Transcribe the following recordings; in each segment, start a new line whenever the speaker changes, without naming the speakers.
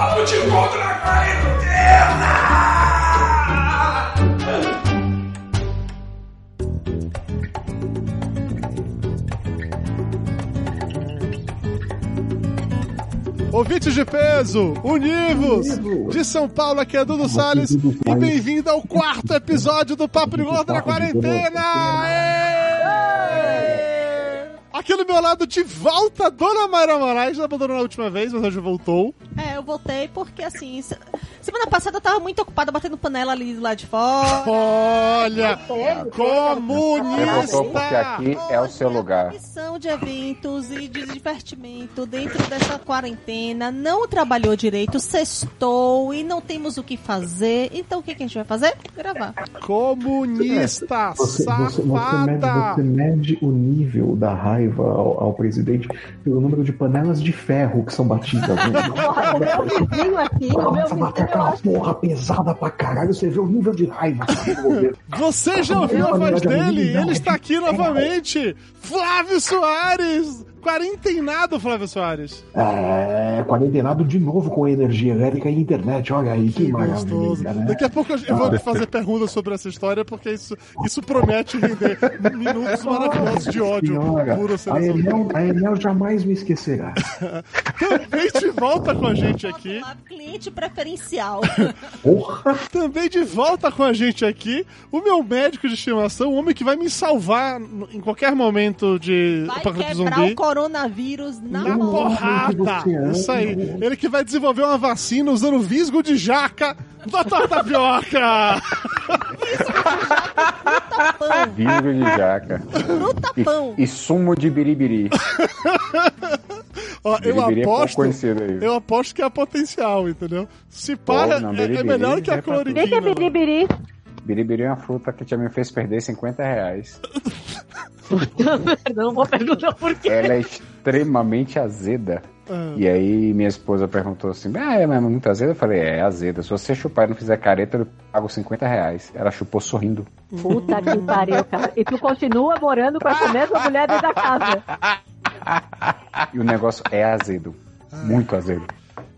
contra a quarentena!
Ouvintes de peso, univos, de São Paulo, aqui é Dudu Salles, e bem-vindo ao quarto episódio do Papo de Gordo na Quarentena! Aê! Aqui do meu lado, de volta, Dona Mayra Moraes, abandonou na última vez, mas hoje voltou.
É, eu voltei porque assim. se- Semana passada eu tava muito ocupada batendo panela ali do lado de fora.
Olha,
Você voltou porque
comunista!
aqui é o
Hoje
seu lugar.
Missão de eventos e de divertimento dentro dessa quarentena. Não trabalhou direito, sextou e não temos o que fazer. Então o que, que a gente vai fazer? Gravar.
Comunista,
Você, você, você, mede, você
safada!
mede o nível da raiva ao, ao presidente pelo número de panelas de ferro que são batidas. né?
Porra, o meu vizinho aqui, o meu
Nossa,
vizinho,
bater
eu
aquela
acho
é porra pesada pra caralho, você vê o nível de raiva. do governo.
Você já ouviu a voz dele? Ele está aqui novamente! Flávio Soares! Quarentenado, Flávio Soares!
é, quarentenado de novo com energia elétrica e internet, olha aí, que,
Que
maravilha,
gostoso.
né?
Daqui a pouco eu- eu vou te fazer perguntas sobre essa história, porque isso, isso promete render minutos maravilhosos de ódio
Senhora,
puro
a
seleção.
Enel, a Enel jamais me esquecerá.
Também de volta com a
é
gente
Bota
aqui.
lá, cliente preferencial.
Porra!
Também de volta com a gente aqui. O meu médico de estimação, o homem que vai me salvar no- em qualquer momento de
Vai
apocalipse
quebrar
zumbi.
o coronavírus na
Na
Uhum.
mão.
Tá porrada! Isso aí. Ele que vai desenvolver uma vacina usando visgo de jaca. Doutor Tapioca!
Pão,
Vinho de jaca.
fruta
E,
pão.
e sumo de biribiri.
Ó, eu
Biribiri é pouco
aposto.
conhecido aí.
Eu aposto que é potencial, entendeu? Se para,
não,
é- é,
biribiri
melhor que
é
a
pra tudo.
que é
cloriquina.
biribiri.
Biribiri é uma fruta que já me fez perder 50 reais.
Puta merda, não vou perguntar por quê.
Ela é extremamente azeda.
Ah.
E aí minha esposa perguntou assim: Ah, é mesmo muito azeda? Eu falei: É, é azeda. Se você chupar e não fizer careta, eu pago 50 reais. Ela chupou sorrindo.
Puta que pariu, cara. E tu continua morando com essa mesma mulher dentro da casa.
E o negócio é azedo. Muito azedo.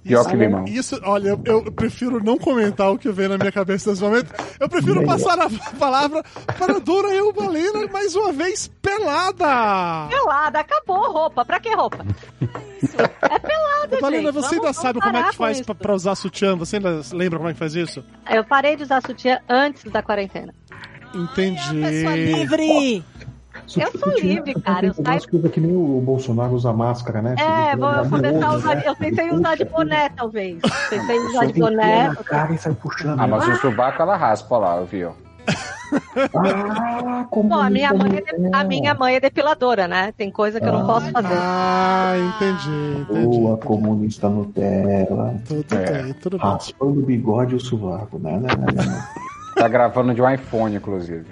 Pior que limão.
Ah. Isso, olha, eu, eu prefiro não comentar o que vem na minha cabeça nesse momento. Eu prefiro passar a palavra para Dora Eubalena mais uma vez pelada.
Pelada, acabou roupa. Pra que roupa? É pelada,
Eubalena,
gente.
você ainda
Vamos- vamos
sabe como é
parar
que faz
com
pra,
isso.
pra usar sutiã? Você ainda lembra como é que faz isso?
Eu parei de usar sutiã antes da quarentena.
Entendi.
Pessoa livre!
Eu sou livre, cara, eu
Eu
saio-
coisa que nem o Bolsonaro usa máscara, né?
É, vou eu começar a usar. Eu pensei em usar de
boneco.
boné, talvez. Pensei em usar de boné.
na cara e sai puxando.
né?
Ah, mas o sovaco ela raspa lá, eu vi, ó.
Ah, como
Bom, a minha,
como
mãe é de- a minha mãe é depiladora, né? Tem coisa que eu não posso fazer.
Ah, entendi, entendi.
Boa comunista Nutella,
Tudo
É.
bem, tudo
Ah.
bem.
raspando o bigode e o sovaco, né? né, né, né.
Tá gravando de um iPhone, inclusive.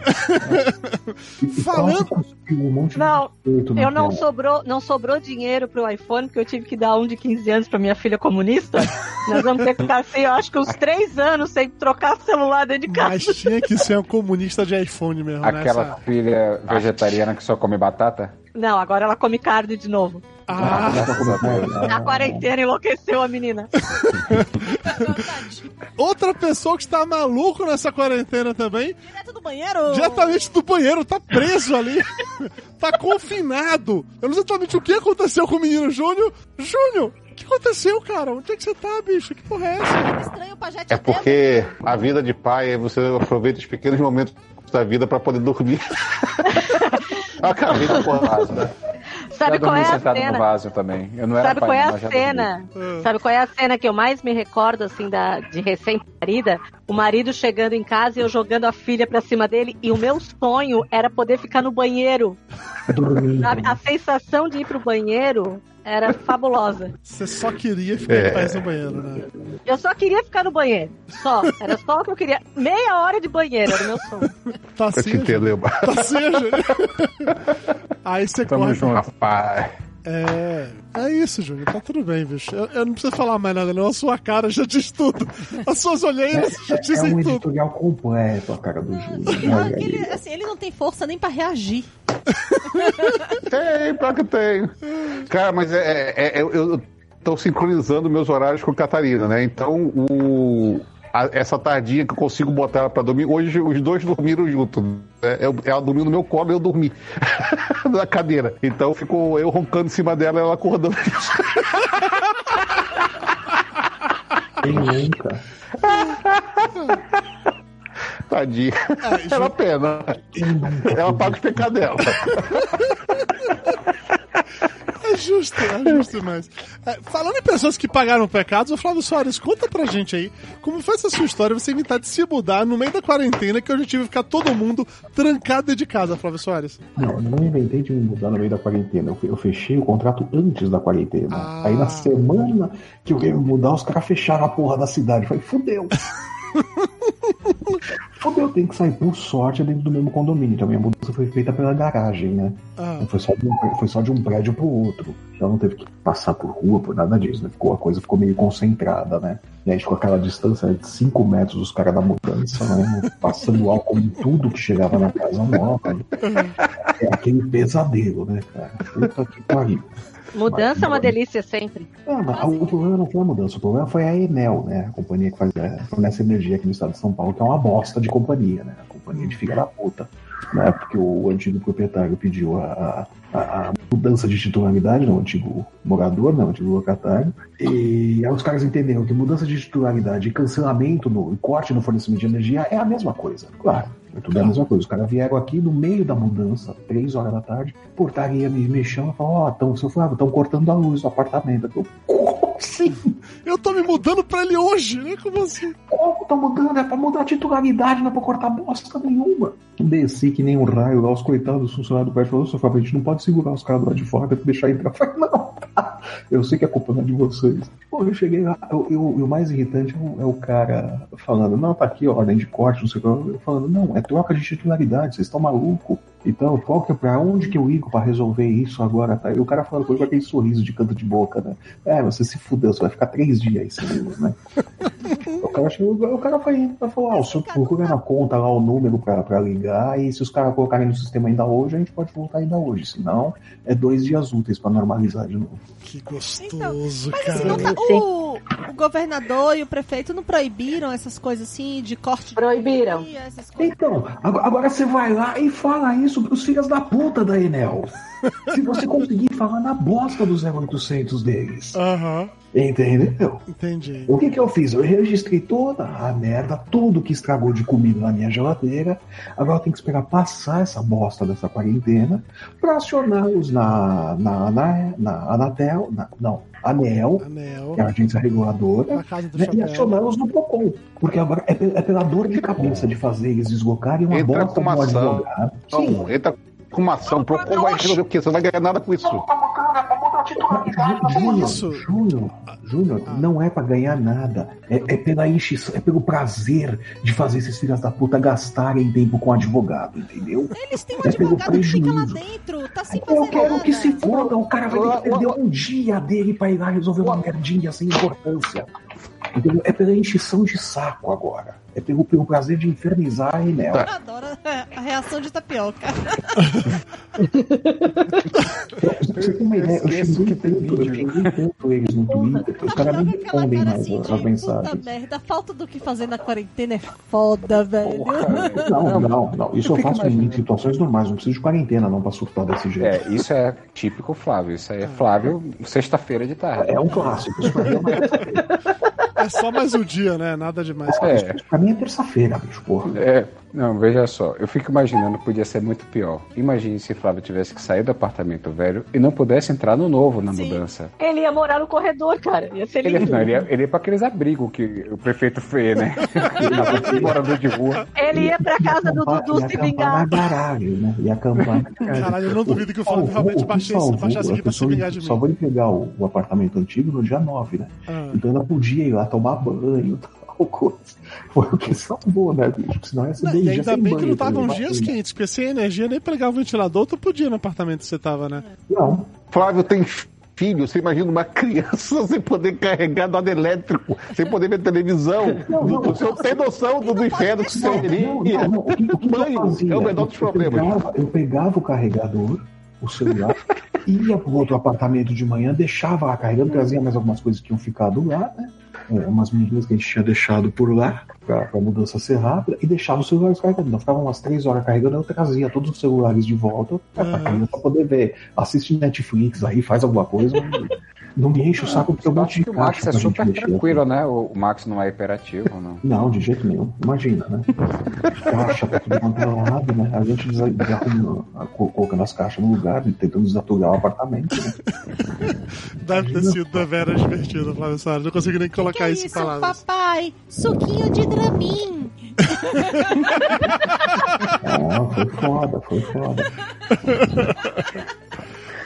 E- e
Falando-
quase cuspiu um monte de
Não,
biscoito
eu
na
não
tela.
sobrou, não sobrou dinheiro pro iPhone, porque eu tive que dar um de 15 anos pra minha filha comunista. Nós vamos ter que ficar assim, eu acho que uns 3 anos sem trocar celular dentro de casa.
Mas tinha que ser um comunista de iPhone mesmo, né?
Aquela
Essa-
filha vegetariana que só come batata?
Não, agora ela come carne de novo.
Ah,
né?
Na quarentena enlouqueceu a menina.
Tá,
outra pessoa que está maluco nessa quarentena também,
Direto do banheiro!
diretamente do banheiro, tá preso ali, tá confinado. Eu não sei exatamente o que aconteceu com o menino Júnior. Júnior, o que aconteceu, cara? Onde é que você tá, bicho? Que porra é essa?
Estranho o pajé de
É porque a vida de pai, aí você aproveita os pequenos momentos da vida pra poder dormir. Acabei de porrada. né?
Sabe
já
qual
dormi
é a
um sentado no
cena?
vaso também. Eu não era
Sabe
pai,
qual é
não,
a
mas já tá dormi.
cena? Sabe qual é a cena que eu mais me recordo, assim, da, de recém-parida? O marido chegando em casa e eu jogando a filha pra cima dele. E o meu sonho era poder ficar no banheiro.
Tá Dormindo.
sabe? A sensação de ir pro banheiro era fabulosa.
Você só queria ficar
É.
em paz no banheiro, né?
Eu só queria ficar no banheiro. Só. Era só o que eu queria. Meia hora de banheiro era o meu sonho.
Tá
Eu te
assim,
entendo, Leba.
tá seja. Aí você
Tamo
corre
junto, rapaz.
É, é isso, Júnior. Tá tudo bem, bicho. Eu, eu não preciso falar mais nada, não. A sua cara já diz tudo. As suas olheiras já
É
dizem
um
tudo.
editorial completo a cara do Júlio.
Ah,
Olha
ele,
aí.
assim, ele não tem força nem pra reagir.
Tem, pior que tem. Cara, mas é, é- é- eu, eu estão sincronizando meus horários com Catarina, né? Então, o, a- essa tardinha que eu consigo botar ela pra dormir, hoje os dois dormiram juntos. né? Eu- ela dormiu no meu colo e eu dormi na cadeira. Então, ficou eu roncando em cima dela e ela acordando.
Quem nunca?
Tadinha. Era uma pena. Ela paga os pecados dela.
É justo, é justo demais. É, falando em pessoas que pagaram pecados, o Flávio Soares, conta pra gente aí como foi essa sua história, você inventar de se mudar no meio da quarentena, que hoje tive que ficar todo mundo trancado dentro de casa, Flávio Soares.
Não, eu não inventei de me mudar no meio da quarentena. Eu, fe- eu fechei o contrato antes da quarentena.
Ah.
Aí na semana que eu ia me mudar, os caras fecharam a porra da cidade. Eu falei, fudeu. fudeu, tem que sair. Por sorte, é dentro do mesmo condomínio. Então minha mudança foi feita pela garagem, né?
Ah,
Não Foi só, de um, foi só de um prédio pro outro. Ela não teve que passar por rua, por nada disso, né? Ficou, a coisa ficou meio concentrada, né? E aí ficou aquela distância de 5 metros dos caras da mudança, né? Passando álcool em tudo que chegava na casa nova. né? É aquele pesadelo, né, cara? Puta que pariu.
Mudança é uma delícia sempre.
Ah, mas o problema não foi a mudança, o problema foi a Enel, né? A companhia que faz, é, fornece energia aqui no estado de São Paulo, que é uma bosta de companhia, né? A companhia de filha da puta. Né? Porque o antigo proprietário pediu a, a- a- a mudança de titularidade, não, o antigo morador, não, o antigo locatário. E aí os caras entenderam que mudança de titularidade e cancelamento no, e corte no fornecimento de energia é a mesma coisa. Claro. É tudo a mesma coisa. Os caras vieram aqui no meio da mudança, três horas da tarde, portaria me mexendo e falou: Ó, tão, seu Flávio, estão cortando a luz do apartamento. Eu, como assim?
eu tô me mudando pra ele hoje, né? Como assim?
Como tá mudando? É pra mudar a titularidade, não é pra cortar bosta nenhuma. Desci que nem um raio lá, os coitados, os funcionários do prédio falaram, seu Fábio, a gente não pode segurar os caras lá de fora, tem que deixar entrar. Eu falei, não, tá. Eu sei que a culpa não é de vocês. Pô, eu cheguei lá, eu, eu- e o mais irritante é o, é o cara falando, não, tá aqui, ó, ordem de corte, não sei o que. Eu falando, não, é troca de titularidade, vocês estão malucos. Então, qual que é, pra onde que eu ligo pra resolver isso agora? Tá? E o cara falando comigo com aquele sorriso de canto de boca, né? É, você se fudeu, você vai ficar três dias aí sem luz, né? O cara chegou, o cara foi, vai falar, ah, o senhor procura na conta lá o número pra, pra ligar, e se os caras colocarem no sistema ainda hoje, a gente pode voltar ainda hoje. Senão, é dois dias úteis pra normalizar de novo.
Que gostoso,
Mas assim,
cara.
não tá-
Sim.
o, o governador e o prefeito não proibiram essas coisas assim, de corte de
Proibiram.
energia, essas coisas.
Então, agora agora você vai lá e fala isso pros filhos da puta da Enel. Se você conseguir falar na bosta dos 0800 deles.
Aham,
Entendeu?
entendi.
O que, que eu fiz? Eu registrei toda a merda, tudo que estragou de comida na minha geladeira. Agora eu tenho que esperar passar essa bosta dessa quarentena pra acioná-los na, na, na, na Anatel, na- não, ANEL,
Anel,
que é a agência reguladora,
a casa do
né, e
chapéu.
acioná-los no PROCON. Porque agora é, pe- é pela dor de cabeça de fazer eles deslocarem uma
Entra
bosta
com
de um
ação.
advogado. Sim,
Então, entra com uma ação. Procura, vai resolver o quê? Você não vai ganhar nada com isso.
Júnior,
isso.
Júnior, Júnior, não é pra ganhar nada. É, é pela enchição, é pelo prazer de fazer esses filhos da puta gastarem tempo com advogado, entendeu?
Eles têm um
Mas pegou
advogado que fica lá
prejuízo.
dentro, tá sem fazer
Então, Eu quero
nada.
que se foda, o cara vai ter
Olá,
que perder um dia dele pra ir lá resolver uma merdinha sem importância. Entendeu? É pela enchição de saco agora. É pelo, pelo prazer de infernizar a Enel.
Eu adoro a reação de tapioca.
Você tem uma ideia, eu
Esqueço
xinguei
que tem
tanto, eu
vídeo.
xinguei tanto eles no Twitter, que os caras nem
Adoro aquela
respondem
cara
mais
assim de
as mensagens.
puta merda, falta do que fazer na quarentena é foda, velho.
Não, não, não. Isso eu,
Eu fico
faço em
imaginando.
situações normais. Não preciso de quarentena não pra surtar desse jeito.
É, isso é típico Flávio. Isso aí é Flávio, sexta-feira de tarde.
É, um clássico. Isso pra mim é, uma...
É só mais um dia, né? Nada demais.
É,
pra mim é terça-feira, bicho, porra.
é. Não, veja só. Eu fico imaginando que podia ser muito pior. Imagine se Flávio tivesse que sair do apartamento velho e não pudesse entrar no novo na
Sim.
mudança.
Ele ia morar no corredor, cara. Ia ser
é
Ele,
lindo.
não, ele, ia, ele ia pra aqueles abrigos que o prefeito fez, né? Morador de rua.
Ele ia pra casa do
Acampar-
Dudu
ia
se
acampar na
vingar.
garagem, é né? E acampar na garagem.
Caralho, eu não duvido que o Flávio
Salvou,
realmente
o que
baixasse-
salvou,
baixasse aqui
a
pra
pessoa
se vingar de mim.
Só vou pegar o, o apartamento antigo no dia 9, né?
Ah.
Então ela podia ir lá tomar banho, tal coisa. Foi o que salvou, né, bicho? Porque Senão ia ser
Não,
dois
e
dias
ainda
sem
bem que
banho,
não estavam
entendeu?
dias quentes, porque sem energia nem pegar o ventilador, tu podia no apartamento que você tava, né?
Não,
Flávio tem filho, você imagina uma criança sem poder carregar nada elétrico, sem poder ver televisão.
Não, não,
você não tem noção do, do inferno que você
Não, não,
teria.
não. O que, o que eu
Banho
fazia?
é o menor dos
Eu
problemas.
pegava, eu pegava o carregador, o celular, ia pro outro apartamento de manhã, deixava lá carregando, trazia mais algumas coisas que tinham ficado lá, né? É, umas medidas que a gente tinha deixado por lá, pra, pra mudança ser rápida, e deixava os celulares carregando. Então ficava umas três horas carregando, eu trazia todos os celulares de volta pra, pra criança poder ver. Assiste Netflix aí, faz alguma coisa. mas não me enche o saco porque eu
Eu
bati
acho
de
que o
caixa
Max é
pra gente
super
mexer.
tranquilo, né? O o Max não é hiperativo, não.
Não, de jeito nenhum. Imagina, né? Caixa pra tudo quanto é lado, né? A gente desa- desarruma- ah, co- colocando as caixas no lugar e tentando desatugar o apartamento. né?
Deve ter sido da Vera divertida, Flávio Soares. Não consigo nem
Que é
colocar isso em
isso,
palavras.
papai? Suquinho de Dramin.
Ah, foi foda, foi foda.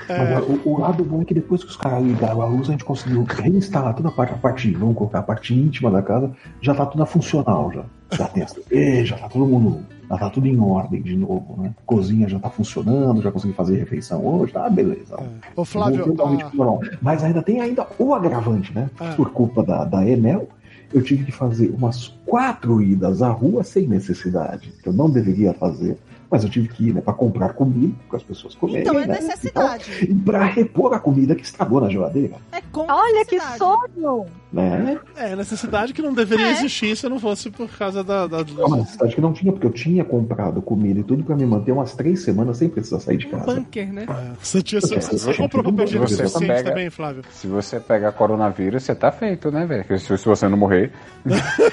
Agora, o, o lado bom é que depois que os caras ligaram a luz, a gente conseguiu reinstalar toda a parte, a parte, vamos colocar a parte íntima da casa, já tá toda funcional já. Já tem as TVs, já tá todo mundo, já tá tudo em ordem de novo, né? Cozinha já tá funcionando, já consegui fazer refeição hoje, tá beleza.
É. Ô, Flávio,
Voltou totalmente
ah,
pro normal. Mas ainda tem ainda o agravante, né?
Ah.
Por culpa da, da Enel, eu tive que fazer umas quatro idas à rua sem necessidade, que eu não deveria fazer. Mas eu tive que ir, né, para comprar comida, para as pessoas comerem.
Então é
né,
necessidade.
E, tal, e pra repor a comida que estragou na geladeira.
É com
Olha que
necessidade.
sonho!
Né?
é necessidade que não deveria
É.
existir se não fosse por causa da. da-
É uma necessidade que não tinha, porque eu tinha comprado comida e tudo para me manter umas três semanas sem precisar sair de
Um
casa.
bunker, né?
É, Você, tinha, você, você
Você
comprou papel higiênico
pega.
suficiente também, Flávio?
Se você pegar coronavírus, você tá feito, né, velho? Se, se você não morrer.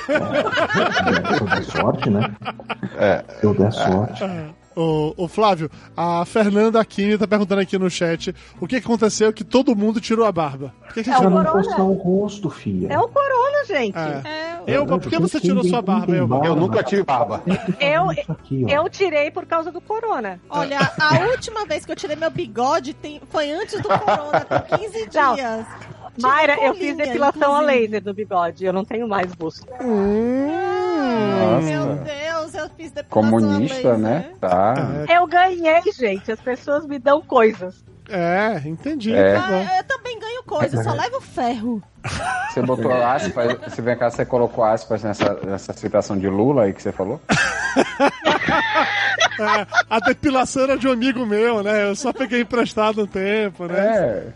Se eu der sorte, né? Se eu der sorte.
É. Ô, ô, Flávio, a Fernanda Aquino tá perguntando aqui no chat o que que aconteceu que todo mundo tirou a barba. Por que que
É
Pra
o
não
corona.
postar o rosto, filha.
É o corona, gente.
É.
É,
Elba, por que você tirou sua barba, Elba?
Eu nunca tive barba.
Eu-
aqui, ó.
Eu tirei por causa do corona.
Olha, a última vez que eu tirei meu bigode tem- foi antes do corona, tem 15
Não.
dias. Tive
Mayra, eu
colinha,
fiz depilação a
Tipo inclusive.
laser no bigode. Eu não tenho mais busto.
Ai, Meu
Nossa.
Deus, eu fiz depilação a
Comunista,
laser.
né? Tá.
Eu ganhei, gente. As pessoas me dão coisas.
É, entendi.
É.
tá bom.
Ah, eu também ganho coisa, eu só levo ferro.
Você botou aspas, se vem cá, você colocou aspas nessa, nessa citação de Lula aí que você falou?
É, a depilação era de um amigo meu, né? Eu só peguei emprestado um tempo, né?
É.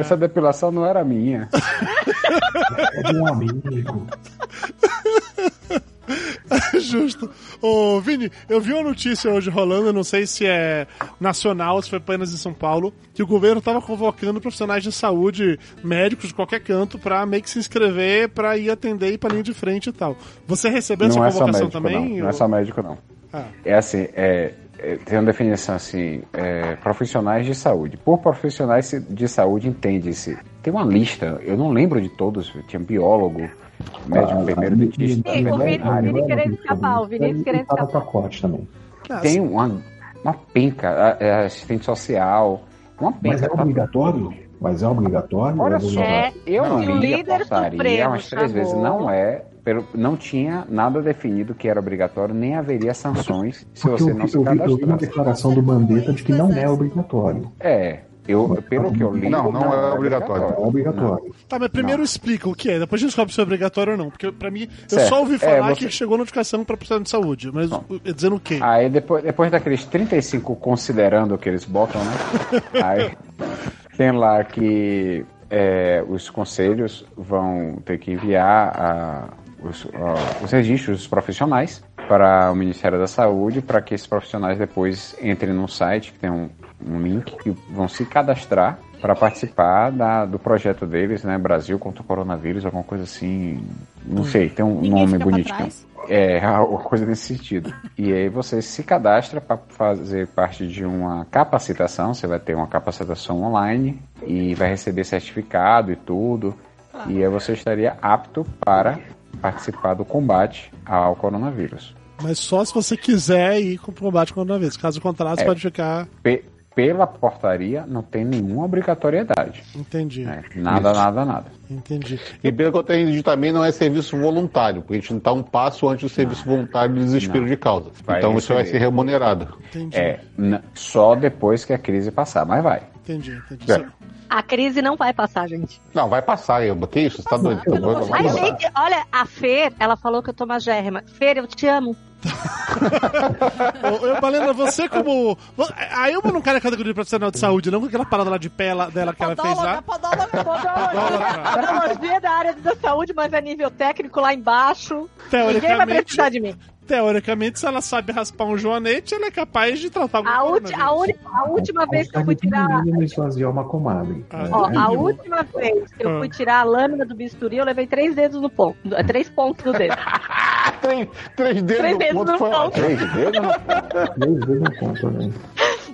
Essa depilação não era minha.
É de um amigo.
Justo. Ô, Vini, eu vi uma notícia hoje rolando, eu não sei se é nacional, se foi apenas em São Paulo, que o governo tava convocando profissionais de saúde, médicos de qualquer canto, pra meio que se inscrever, pra ir atender e ir pra linha de frente e tal. Você recebeu essa
não é só
convocação
médico,
também?
não. Não é
ou-
só médico, não.
Ah.
É assim, é, é, tem uma definição assim, é, profissionais de saúde. Por profissionais se- de saúde, entende-se. Tem uma lista, eu não lembro de todos, tinha biólogo, médico,
Ah,
enfermeiro,
me-
dentista,
me-
Sim, o Vini-
Ah,
veterinário.
o Vini querendo escapar, o Vini
Ele
querendo
tá no
escapar.
pacote também.
Ah,
Tem uma, uma penca, a- é, assistente social, uma
Mas
penca.
é obrigatório? Mas é obrigatório?
Olha
É
só,
É,
eu
não, o
li a
líder tá
portaria
supremo
umas três
chamou.
vezes. Não é, pelo, não tinha nada definido que era obrigatório, nem haveria sanções se
Porque
você
eu,
não
vi-
se
eu, vi- eu vi uma
cadastrasse.
declaração do Mandetta de que não é obrigatório.
É, eu, pelo que eu li.
Não, não é
era
obrigatório.
Não é obrigatório.
Tá, mas primeiro explica o que é, depois a gente descobre se é obrigatório ou não. Porque pra mim, eu
Certo.
só ouvi
É,
falar
você-
que chegou notificação pra profissional de saúde, mas
Bom. Ah.
uh, dizendo o quê?
Aí depois, depois daqueles 35 considerando que eles botam, né? Aí tem lá que é, os conselhos vão ter que enviar a- os, a- os registros dos profissionais para o Ministério da Saúde, para que esses profissionais depois entrem num site que tem um, um link que vão se cadastrar para participar da- do projeto deles, né? Brasil contra o coronavírus, alguma coisa assim. Não sei, tem um
Hum. Ninguém
nome
fica pra
bonito.
trás.
É, uma coisa nesse sentido. E aí você se cadastra para fazer parte de uma capacitação, você vai ter uma capacitação online e vai receber certificado e tudo.
Claro.
E aí você estaria apto para participar do combate ao coronavírus.
Mas só se você quiser ir com o combate contra a vez. Caso contrário,
É.
você pode ficar.
Pe- pela portaria não tem nenhuma obrigatoriedade.
Entendi,
né? Nada, nada, nada.
entendi.
E pelo que eu tenho dito também, não é serviço voluntário, porque a gente não está um passo antes do serviço voluntário do desespero
Não.
de causa.
Vai
então isso vai
receber.
ser remunerado.
Entendi,
É, n- só depois que a crise passar, mas vai.
entendi, entendi.
É.
Só-
A crise não vai passar, gente.
Não, vai passar, Elba. Que isso? Você tá doido?
pelo amor de
Vai
Deus.
Ai,
passar.
gente, olha, a Fer, ela falou que eu tô magérrima. Fer, eu te amo.
Ô, ô, Balena, você como. A Elma não cai na categoria de profissional de saúde, não, com aquela parada lá de pé lá- dela que ela fez lá.
Podóloga, podóloga,
Podóloga.
Podologia, podologia da área da saúde, mas é nível técnico lá embaixo. Ninguém vai
Teoricamente,
precisar de mim.
teoricamente, se ela sabe raspar um joanete, ela é capaz de tratar algum
A, ulti-
coronavírus.
a, uni- a última vez que eu fui tirar.
No mínimo esvaziar uma comadre.
Ah,
né?
Ó,
É.
a última vez que eu fui tirar a lâmina do bisturi, eu levei três dedos no ponto. Três pontos do dedo.
Três, três dedos
Três
no
dedos
ponto
no
foi
ponto.
ótimo.
Três dedos?
Três vezes não conta, né?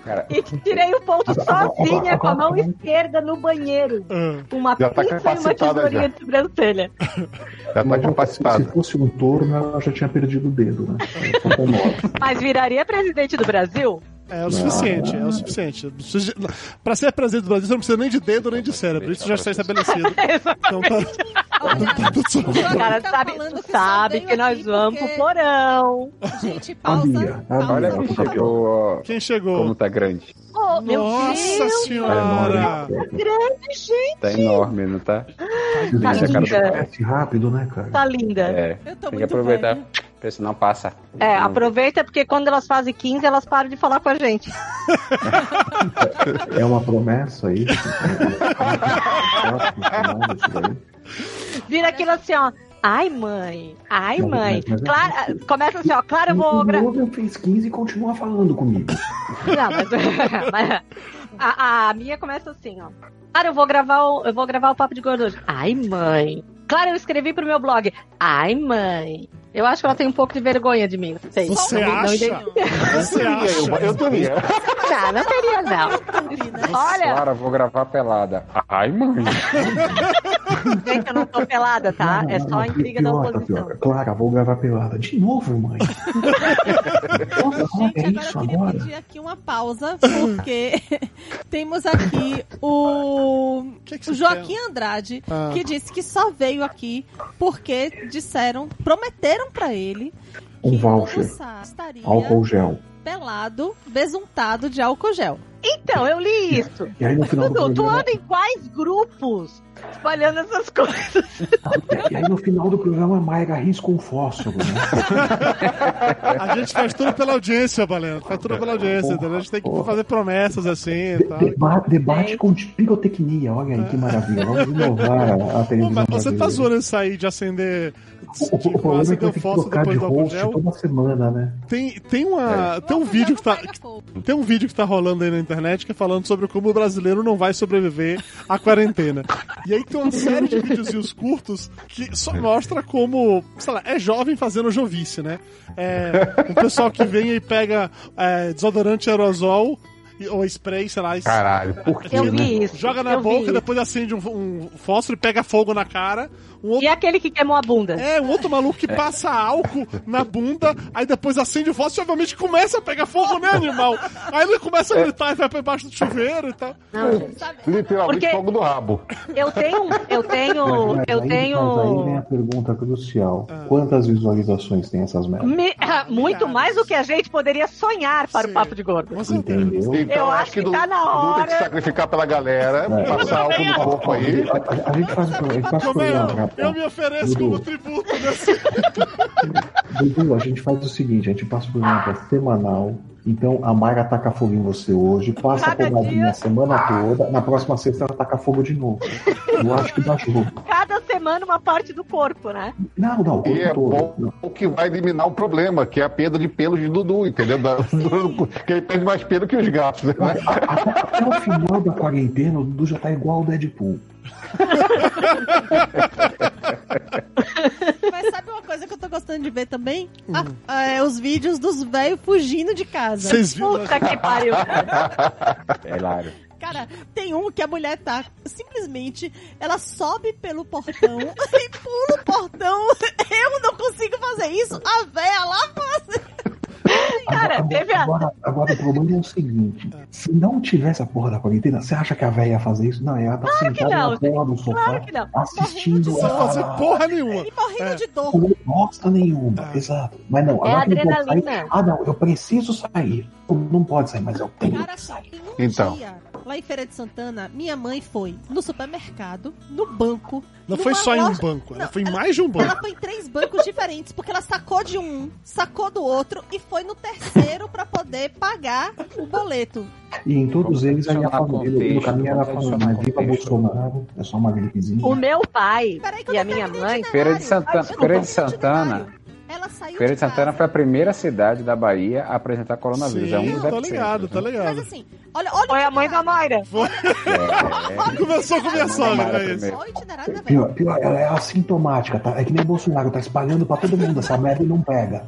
Cara,
E tirei o ponto sozinha com a mão esquerda no banheiro.
Ah,
Com Uma
Já tá
pinça e uma
capacitada
tesourinha
já.
de sobrancelha.
Já tá
se
capacitado.
fosse um torno, ela já tinha perdido o dedo, né? Só com nove.
Mas viraria presidente do Brasil?
é o suficiente, é o suficiente. Não precisa de- Pra ser presidente do Brasil, você não precisa nem de dedo nem de cérebro. Isso já está estabelecido. Então tá, tá tudo certo.
O cara sabe, sabe que nós vamos pro porão.
Gente,
A
pausa.
Bia. A
pausa.
olha
Bia.
aqui, chegou. ó,
Quem chegou?
Como tá grande.
Oh, meu
Nossa
Deus!
É
senhora!
Grande gente!
Tá enorme, não tá?
Tá
Essa cara do
rápido, né, cara?
Tá linda.
É.
Eu tô
Tem que
muito
aproveitar,
velha.
porque senão passa. Hum.
É, aproveita porque quando elas fazem 15, elas param de falar com a gente.
É uma promessa aí. Isso
Vira aquilo assim, ó. Ai, mãe. Ai,
Não,
mãe.
mas- é mas-
Clara, começa assim, ó. Clara, eu vou.
O
gra-
Logan fez 15 e continua falando comigo.
Não, mas, mas- a, a minha começa assim, ó. Clara, eu vou gravar o, eu vou gravar o papo de gordo hoje. Ai, mãe. Clara, eu escrevi pro meu blog. Ai, mãe. Eu acho que ela tem um pouco de vergonha de mim. Não sei.
um
Você
não, Não,
acha?
identi-
Você
Eu,
acha?
eu teria.
não, não teria, não.
né?
Olha,
Clara, vou gravar pelada. Ai, mãe.
gente, eu não tô pelada, tá? É só a intriga da
Tapioca,
oposição.
tapioca. tá Clara, vou gravar pelada. De novo, mãe. Nossa,
Gente,
é
agora
isso
eu queria
agora?
pedir aqui uma pausa, porque temos aqui o
Que que você
o Joaquim Andrade,
Ah.
que disse que só veio aqui porque disseram, prometeram pra ele que
Um voucher.
o Sá estaria
Álcool gel.
pelado, besuntado de álcool gel.
Então, eu li isso.
E aí no final do é
Dudu, tu
programa.
anda em quais grupos espalhando essas coisas?
E aí no final do programa, a Mayra risca um fósforo, né?
A gente faz tudo pela audiência, Balena. Faz tudo pela audiência, entendeu? A gente tem que
Porra.
fazer promessas assim e
De-
Ah,
tal.
deba- debate com de pirotecnia. Olha aí que maravilha. Vamos inovar a, a
Pô,
televisão.
mas você tá
brasileira.
zoando isso aí de acender.
O, o- o problema é que eu tenho que
fósforo
trocar de
depois do álcool
host tipo, É.
gel?
toda semana, né?
Tem, tem, uma, tem, um
Álcool
vídeo
gel
que
não
tá,
pega fogo.
tem um vídeo que tá rolando aí na internet que é falando sobre como o brasileiro não vai sobreviver à quarentena. E aí tem uma série de videozinhos curtos que só mostra como, sei lá, é jovem fazendo jovice, né? É, o pessoal que vem e pega é, desodorante aerosol e- ou spray, sei lá,
Caralho, por quê,
Eu
né?
vi isso.
Joga na
eu vi
boca,
isso.
depois acende um, um fósforo e pega fogo na cara. Um
E
outro,
aquele que queimou a bunda?
é, um outro maluco que passa álcool na bunda, aí depois acende o fósforo e obviamente começa a pegar fogo, né, animal? Aí ele começa
É.
a gritar e vai pra baixo do chuveiro e tal.
Literalmente
Porque-
fogo do rabo.
Eu tenho. Eu tenho.
Mas
Eu
aí- mas Aí né? vem a
tenho.
pergunta crucial:
Ah.
quantas visualizações tem essas merdas?
me- ah, muito mais do que a gente poderia sonhar para
Sim.
o Papo de Gordo.
Com certeza.
Entendeu?
Então,
Eu acho que tá na
Dudu tem
hora.
que sacrificar pela galera,
É.
passar álcool no corpo aí.
A, a- a gente faz um programa, a gente faz um programa,
Romero, é? eu
rapaz.
me ofereço como tributo nesse.
Dudu, a gente faz o seguinte: a gente passa o programa que é semanal. Então a Mayra taca fogo em você hoje, passa a
Cada
pegadinha
dia.
a semana toda, na próxima sexta ela taca fogo de novo. Eu acho que dá jogo.
Cada semana uma parte do corpo, né?
Não, não, o
E é
corpo
bom
todo. Não.
o que vai eliminar o problema, que é a perda de pelos de Dudu, entendeu? Da- que ele perde mais pelo que os gatos, né?
Até o final da quarentena, o Dudu já tá igual o Deadpool.
Mas sabe uma coisa que eu tô gostando de ver também?
Hum.
A- é, os vídeos dos velhos fugindo de casa.
Vocês viram? né?
Puta que pariu.
É hilário.
Cara, tem um que a mulher tá simplesmente, ela sobe pelo portão e pula o portão. Eu não consigo fazer isso. A véia lá faz.
Cara,
agora,
teve a-
agora, agora o problema é o seguinte: se não tivesse a porra da quarentena, você acha que a véia ia fazer isso? Não, ela tá sentada
não,
na porra do sofá,
Claro que tá não.
assistindo
Não vão fazer
a-
porra nenhuma.
E
é.
morrendo de dor.
Não gosta nenhuma,
É.
exato. Mas não,
É
agora que não pode
adrenalina.
sair, Ah, não, eu preciso sair. Não pode sair, mas eu tenho.
Cara, só tem um
Então.
dia Lá em Feira de Santana, minha mãe foi no supermercado, no banco.
Não
numa
foi só em um
loja-
banco, ela
Não,
foi em mais de um banco.
Ela foi em três bancos diferentes, porque ela sacou de um, sacou do outro e foi no terceiro pra poder pagar o boleto.
E em todos
Vamos
eles, aí a
adicionar
família, no
contexto,
caminho era a
vamos
família,
adicionar
viva
contexto.
Bolsonaro, é só uma gripezinha.
O meu pai
Peraí, que eu
e
não
a minha
terminei o
mãe.
itinerário.
Feira de Santana-
Eu não
Feira de
terminei o
Santana.
itinerário. Ela saiu
Feira de
casa.
Santana foi a primeira cidade da Bahia a apresentar coronavírus. é um
Sim,
dos
tá
epicentros,
ligado, tá
né?
Mas
ligado.
assim, olha, olha
Foi a mãe da Mayra.
É, é.
Começou com minha sogra,
Mara
né? isso.
primeiro.
Olha o itinerário da velha.
Pior, pior, ela é assintomática, tá? É que nem Bolsonaro, tá espalhando pra todo mundo essa merda e não pega.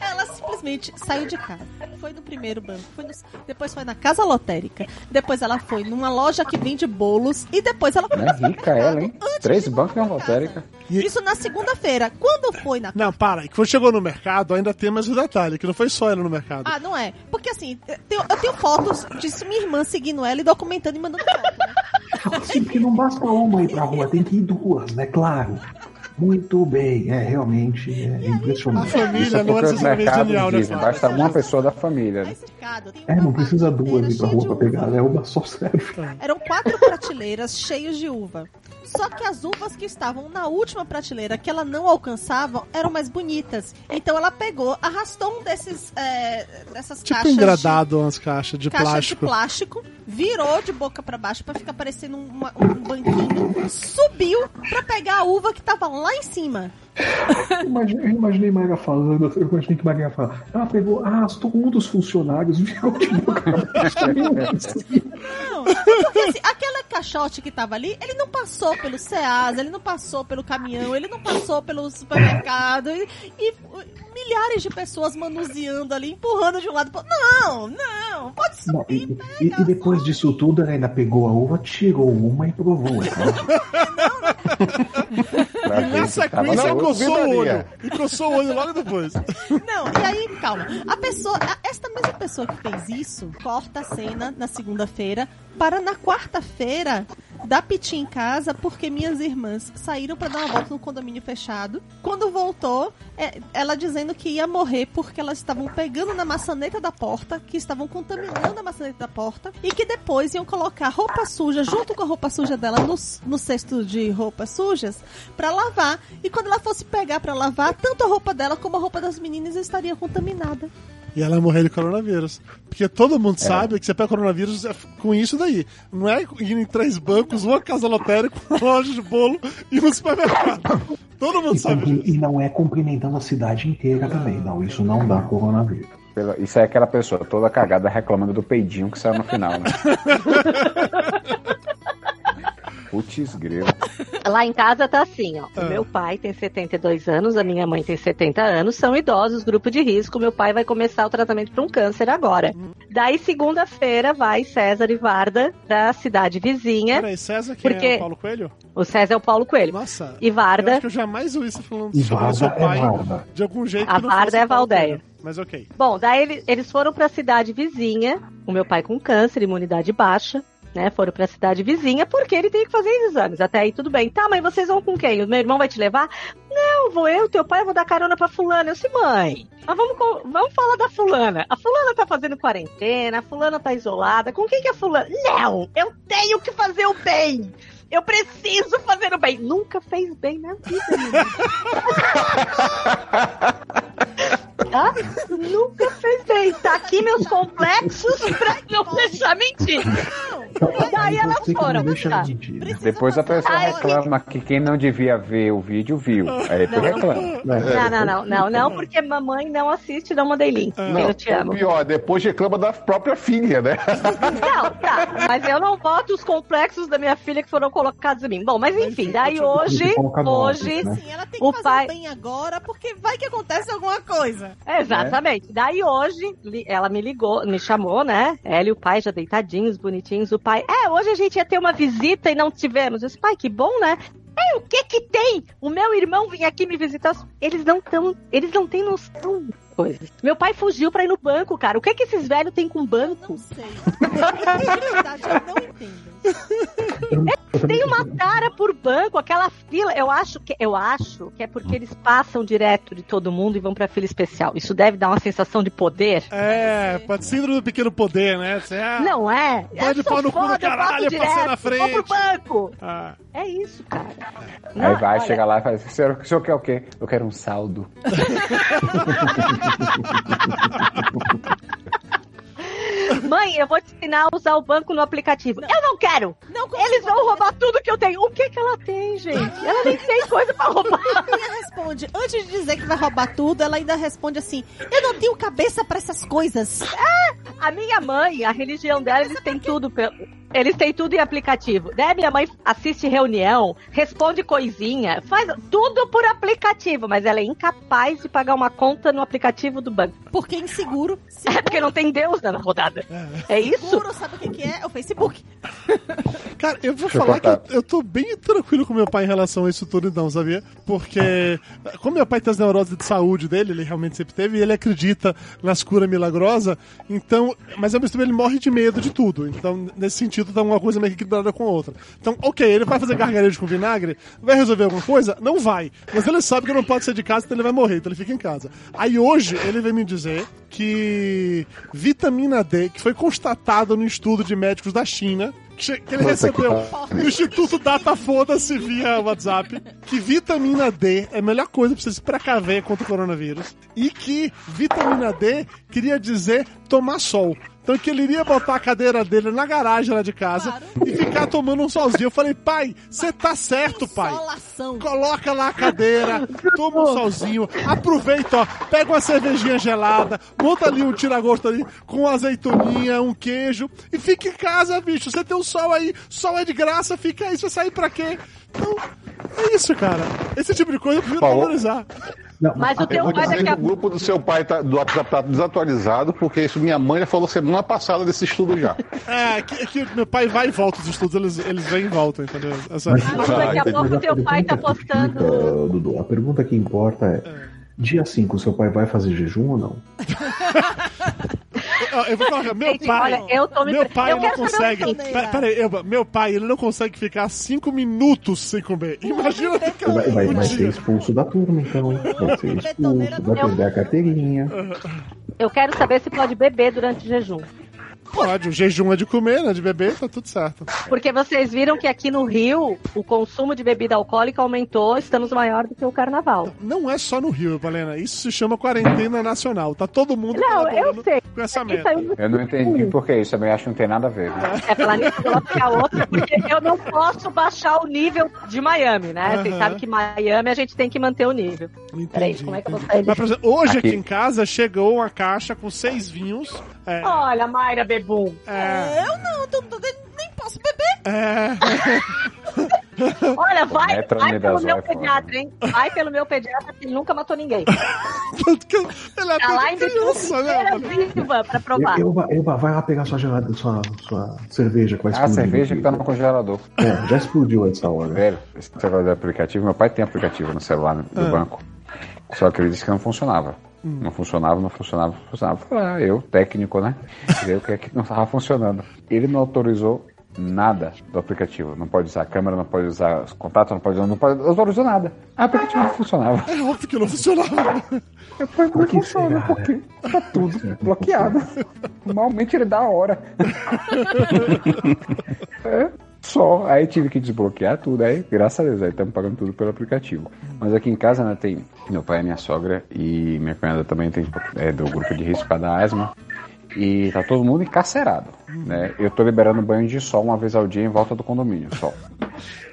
Ela simplesmente saiu de casa. Foi no primeiro banco, foi no- depois foi na casa lotérica, depois ela foi numa loja que vende bolos e depois ela foi
Não
no
é rica
supermercado
ela, hein?
antes
Três
de
bancos e uma
voltar pra
lotérica.
casa.
E-
Isso na segunda-feira. Quando foi na
Não, para, que quando chegou no mercado, ainda tem mais um detalhe, que não foi só ela no mercado.
Ah, não é. Porque assim, eu tenho, eu tenho fotos de minha irmã seguindo ela e documentando e mandando foto. né?
Sim, porque não basta uma ir pra rua, tem que ir duas, né? Claro. Muito bem, é realmente é
A
impressionante.
Isso
família
é
não
porque
era
os
simplesmente
mercados
genial, né?
dizem,
Flávio?
basta uma pessoa da família.
Aí
né?
esse mercado Tá tem
É,
uma
não precisa duas
prateleira
ir pra
cheia
rua
de
pra
uva.
pegar, né? Uma só serve.
Eram quatro prateleiras cheias de uva. Só que as uvas que estavam na última prateleira, que ela não alcançava, eram mais bonitas. Então ela pegou, arrastou um desses, é, dessas
Tipo
caixas
engradado umas caixas de
de, caixa
plástico.
de plástico, virou de boca pra baixo pra ficar parecendo uma- um banquinho, subiu pra pegar a uva que tava lá em cima.
Eu imaginei, eu imaginei Maria falando, eu imaginei que Maria falando. Ela pegou, arrastou um dos funcionários, Tipo, virou de boca pra baixo, virou em cima.
Não, porque assim, aquele caixote que tava ali, ele não passou pelo SEAS, ele não passou pelo caminhão, ele não passou pelo supermercado e, e, uh, milhares de pessoas manuseando ali, empurrando de um lado pro outro. Não, não, pode
Não,
subir.
e, e- e depois disso tudo, ela ainda pegou a uva, tirou uma e provou. né? Ela
Pra tá
E
ver
na
se tava
sequência
doce.
ela coçou o olho.
duvidaria.
E coçou o olho logo depois.
Não, e aí, calma. A pessoa, a- esta mesma pessoa que fez isso, corta a cena na segunda-feira para na quarta-feira dar piti em casa porque minhas irmãs saíram para dar uma volta no condomínio fechado. Quando voltou, é, ela dizendo que ia morrer porque elas estavam pegando na maçaneta da porta, que estavam contaminando a maçaneta da porta e que depois iam colocar roupa suja junto com a roupa suja dela no, no cesto de roupas sujas para lavar. E quando ela fosse pegar para lavar, tanto a roupa dela como a roupa das meninas estaria contaminada.
E ela morreu de coronavírus. Porque todo mundo sabe que você pega coronavírus é f- com isso daí. Não é indo em três bancos, uma casa lotérica, uma loja de bolo e um supermercado. Todo mundo
E,
sabe
cumpri-
disso.
e não é cumprimentando a cidade inteira também. Não, isso não dá coronavírus.
Pela- Isso é aquela pessoa toda cagada reclamando do peidinho que saiu no final, né? Putz greu.
Lá em casa tá assim, ó.
Ah.
O meu pai tem 72 anos, a minha mãe tem 70 anos, são idosos, grupo de risco. Meu pai vai começar o tratamento para um câncer agora. Daí segunda-feira vai César e Varda da cidade vizinha.
Peraí, César, quem é
Porque-
o Paulo Coelho?
O César é o Paulo Coelho.
Nossa,
E
eu acho
Varda,
que eu jamais ouvi você falando
E
sobre
Varda
seu
é
pai
Varda.
de algum jeito.
A
que não fosse
Varda é
o Paulo
Valdeia.
Coelho. Mas ok.
Bom, daí ele- eles foram pra cidade vizinha, o meu pai com câncer, imunidade baixa, né? Foram pra cidade vizinha porque ele tem que fazer os exames. Até aí tudo bem. Tá, mas vocês vão com quem? O meu irmão vai te levar? Não, vou eu, teu pai, eu vou dar carona pra fulana. Eu disse, mãe, mas vamos, co- vamos falar da fulana. A fulana tá fazendo quarentena, a fulana tá isolada. Com quem que é a fulana? Não, eu tenho que fazer o bem. Eu preciso fazer o bem. Nunca fez bem na vida, menina. Hã? Nunca fez bem. Tá aqui meus complexos pra não deixar mentir. Daí elas
Você que
foram,
não deixa
tá.
mentir, né?
Precisa
Depois a
passar
pessoa
hora.
reclama que quem não devia ver o vídeo viu. Aí depois
Não.
reclama.
é,
Não, não, não, não, não, porque mamãe não assiste Dama Daily.
Não,
eu te amo.
Pior, depois reclama da própria filha, né?
Não, tá, mas eu não boto os complexos da minha filha que foram colocados em mim. Bom, mas enfim, daí hoje,
Coloca novos,
hoje,
né?
Sim, ela tem que
O
fazer
pai-
bem agora, porque vai que acontece alguma coisa.
Exatamente. Daí hoje, li- ela me ligou, me chamou, né? Ela e o pai já deitadinhos, bonitinhos. O pai, é, hoje a gente ia ter uma visita e não tivemos. Eu disse, pai, que bom, né? É, o que que tem? O meu irmão vinha aqui me visitar. Eles não tão, eles não têm noção de coisas. Meu pai fugiu pra ir no banco, cara. O que que esses velhos têm com
Eu
banco?
não sei. De verdade, eu não entendo.
Eu também
tem uma
tô-
tara por banco, aquela fila. Eu acho que eu acho que é porque eles passam direto de todo mundo e vão pra fila especial. Isso deve dar uma sensação de poder.
É, pode síndrome do pequeno poder, né? Você, ah,
Não é?
Vai de
eu sou
pau no cu do
foda, eu passo
caralho, passei na
direto, Vou
frente.
pro banco.
ah.
É isso, cara.
Aí
Não,
vai,
olha,
chega lá e faz, o senhor, o senhor quer o quê? Eu quero um saldo.
Mãe, eu vou te ensinar a usar o banco no aplicativo. Eu não quero.
Não consigo
Eles vão roubar tudo que eu tenho. O que que ela tem, gente? Ela nem tem coisa pra roubar.
E ela responde, antes de dizer que vai roubar tudo, ela ainda responde assim: Eu não tenho cabeça pra essas coisas.
A minha mãe, a religião dela, eles têm tudo pelo. Eles têm tudo em aplicativo. Né? Minha mãe assiste reunião, responde coisinha, faz tudo por aplicativo, mas ela é incapaz de pagar uma conta no aplicativo do banco.
Porque inseguro,
É porque não tem Deus na rodada. É isso?
seguro, sabe o que, que é? É o Facebook.
Cara, eu vou
Deixa eu
falar que
cortar.
eu, eu tô bem tranquilo com meu pai em relação a isso tudo, então, sabia? Porque, como meu pai tem as neuroses de saúde dele, ele realmente sempre teve, e ele acredita nas curas milagrosas, então. Mas ao mesmo tempo ele morre de medo de tudo. Então, nesse sentido, tá uma coisa meio que equilibrada com a outra. Então, ok, ele vai fazer gargarejo com vinagre, vai resolver alguma coisa? Não vai. Mas ele sabe que não pode sair de casa, então ele vai morrer, então ele fica em casa. Aí hoje ele vem me dizer que vitamina D, que foi constatada no estudo de médicos da China, que que ele
Puta que
recebeu
pariu.
do Instituto Data Foda-se via WhatsApp que vitamina D é a melhor coisa pra você se precaver contra o coronavírus e que vitamina D queria dizer tomar sol. Então que ele iria botar a cadeira dele na garagem lá de casa
Claro.
e ficar tomando um solzinho. Eu falei, pai, você tá certo, pai.
Insolação.
Coloca lá a cadeira, toma um solzinho, aproveita, ó, pega uma cervejinha gelada, monta ali um tiragosto ali com azeitoninha, um queijo e fica em casa, bicho. Você tem um sol aí, sol é de graça, fica aí, você vai sair pra quê? Então, é isso, cara. Esse tipo de coisa eu prefiro
Falou.
valorizar.
Não,
Mas o
Eu
teu
vou
é
pai tá daqui
dizer que
a
o grupo do seu pai tá, do WhatsApp tá desatualizado, porque isso minha mãe já falou semana passada desse estudo já.
É, que, que meu pai vai e volta dos estudos, eles, eles vêm e voltam, entendeu? Essa-
Mas daqui a
Mas
pouco
Mas a
teu pai tá
pergunta que
postando.
fica, Dudu, a pergunta que importa é: dia 5, seu pai vai fazer jejum ou não?
Ah, Eu, eu vou colocar, meu
Gente,
pai.
olha, eu tô me
Meu pai
eu
não
quero saber
consegue.
o seguinte.
seguinte.
Pera- Peraí, Elba, meu pai, ele não consegue ficar cinco minutos sem comer. Imagina ficar
Vai, vai,
um
vai ser
dia.
expulso da turma, então. hein? Vai ser
Betoneira
expulso,
do
vai perder a carteirinha.
Eu quero saber se pode beber durante o jejum.
Pode, o jejum é de comer, né? De beber, tá tudo certo.
Porque vocês viram que aqui no Rio o consumo de bebida alcoólica aumentou, estamos maior do que o carnaval.
Não é só no Rio, Balena. Isso se chama quarentena nacional. Tá todo mundo
Não, eu
colaborando
sei.
com essa
Quem
meta.
saiu do
Eu não
Hum.
entendi por que isso, também acho que não tem nada a ver, né?
é planeta colocar outra, porque eu não posso baixar o nível de Miami, né? Vocês
Aham.
sabem que Miami a gente tem que manter o nível.
Entendi,
Peraí, como é que eu vou
entendi.
sair disso?
Mas, por exemplo, hoje aqui.
Aqui.
em casa chegou uma caixa com seis vinhos. É,
Olha, Mayra Bebum.
é,
Eu não, tô- tô- nem posso beber.
é.
Olha, vai,
metro
vai
me
pelo
dá
meu
zóio,
pediatra, hein?
né?
Vai pelo meu pediatra, que ele nunca matou ninguém.
Tanto que ele é
Tá lá
até
em
de criança, né?
Bituba,
Balena?
viva, pra provar.
Eva, Eva, vai lá pegar sua gelada, sua, sua cerveja que vai
Ah, a
explodir.
cerveja que É. tá no congelador.
É, já explodiu essa hora.
Velho, esse negócio do aplicativo, meu pai tem aplicativo no celular do banco. Só que ele disse que não funcionava. Não funcionava, não funcionava, não funcionava. Eu Falei, ah, eu, técnico, né? Ver o que é que não estava funcionando. Ele não autorizou nada do aplicativo. Não pode usar a câmera, não pode usar os contatos, não pode usar. Não pode, autorizou nada. Ah, O aplicativo não funcionava.
É óbvio que não funcionava.
Eu falei,
Por
não
é que
funciona,
será, é
porque tá tudo bloqueado. Normalmente ele dá a hora. É, só. Aí tive que desbloquear tudo. Aí, graças a Deus, aí estamos pagando tudo pelo aplicativo. Mas aqui em casa, né, tem meu pai, minha sogra e minha cunhada também tem é, do grupo de risco para dar asma. E tá todo mundo encarcerado, né? Eu tô liberando banho de sol uma vez ao dia em volta do condomínio, só.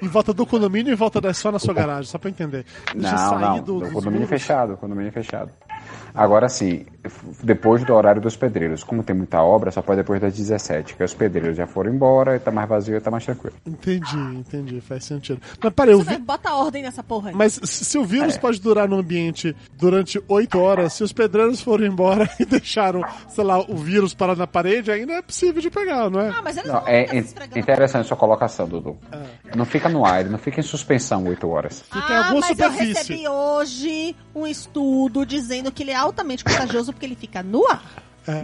Em volta do condomínio e em volta da só na sua garagem, só pra entender. Deixa
Não,
sair
não.
do- dos
o condomínio
muros.
fechado, o condomínio fechado. Agora sim, f- depois do horário dos pedreiros, como tem muita obra, só pode depois das 17, que os pedreiros já foram embora, e tá mais vazio, e tá mais tranquilo.
Entendi, entendi, faz sentido. Mas peraí, o
Você vai-
é
vi...
Bota ordem nessa porra aí.
mas se se o
É.
vírus pode durar no ambiente durante oito horas, se os pedreiros foram embora e deixaram, sei lá, o vírus parado na parede, ainda é possível de pegar, não é?
Ah, mas eles
Não,
vão
é
ficar se
in-
esfregando.
interessante sua colocação, Dudu.
Ah.
Não fica no ar, ele não fica em suspensão 8 horas.
Fica em
ah,
é alguma
mas eu
superfície.
recebi hoje um estudo dizendo que ele é altamente contagioso porque ele fica no ar.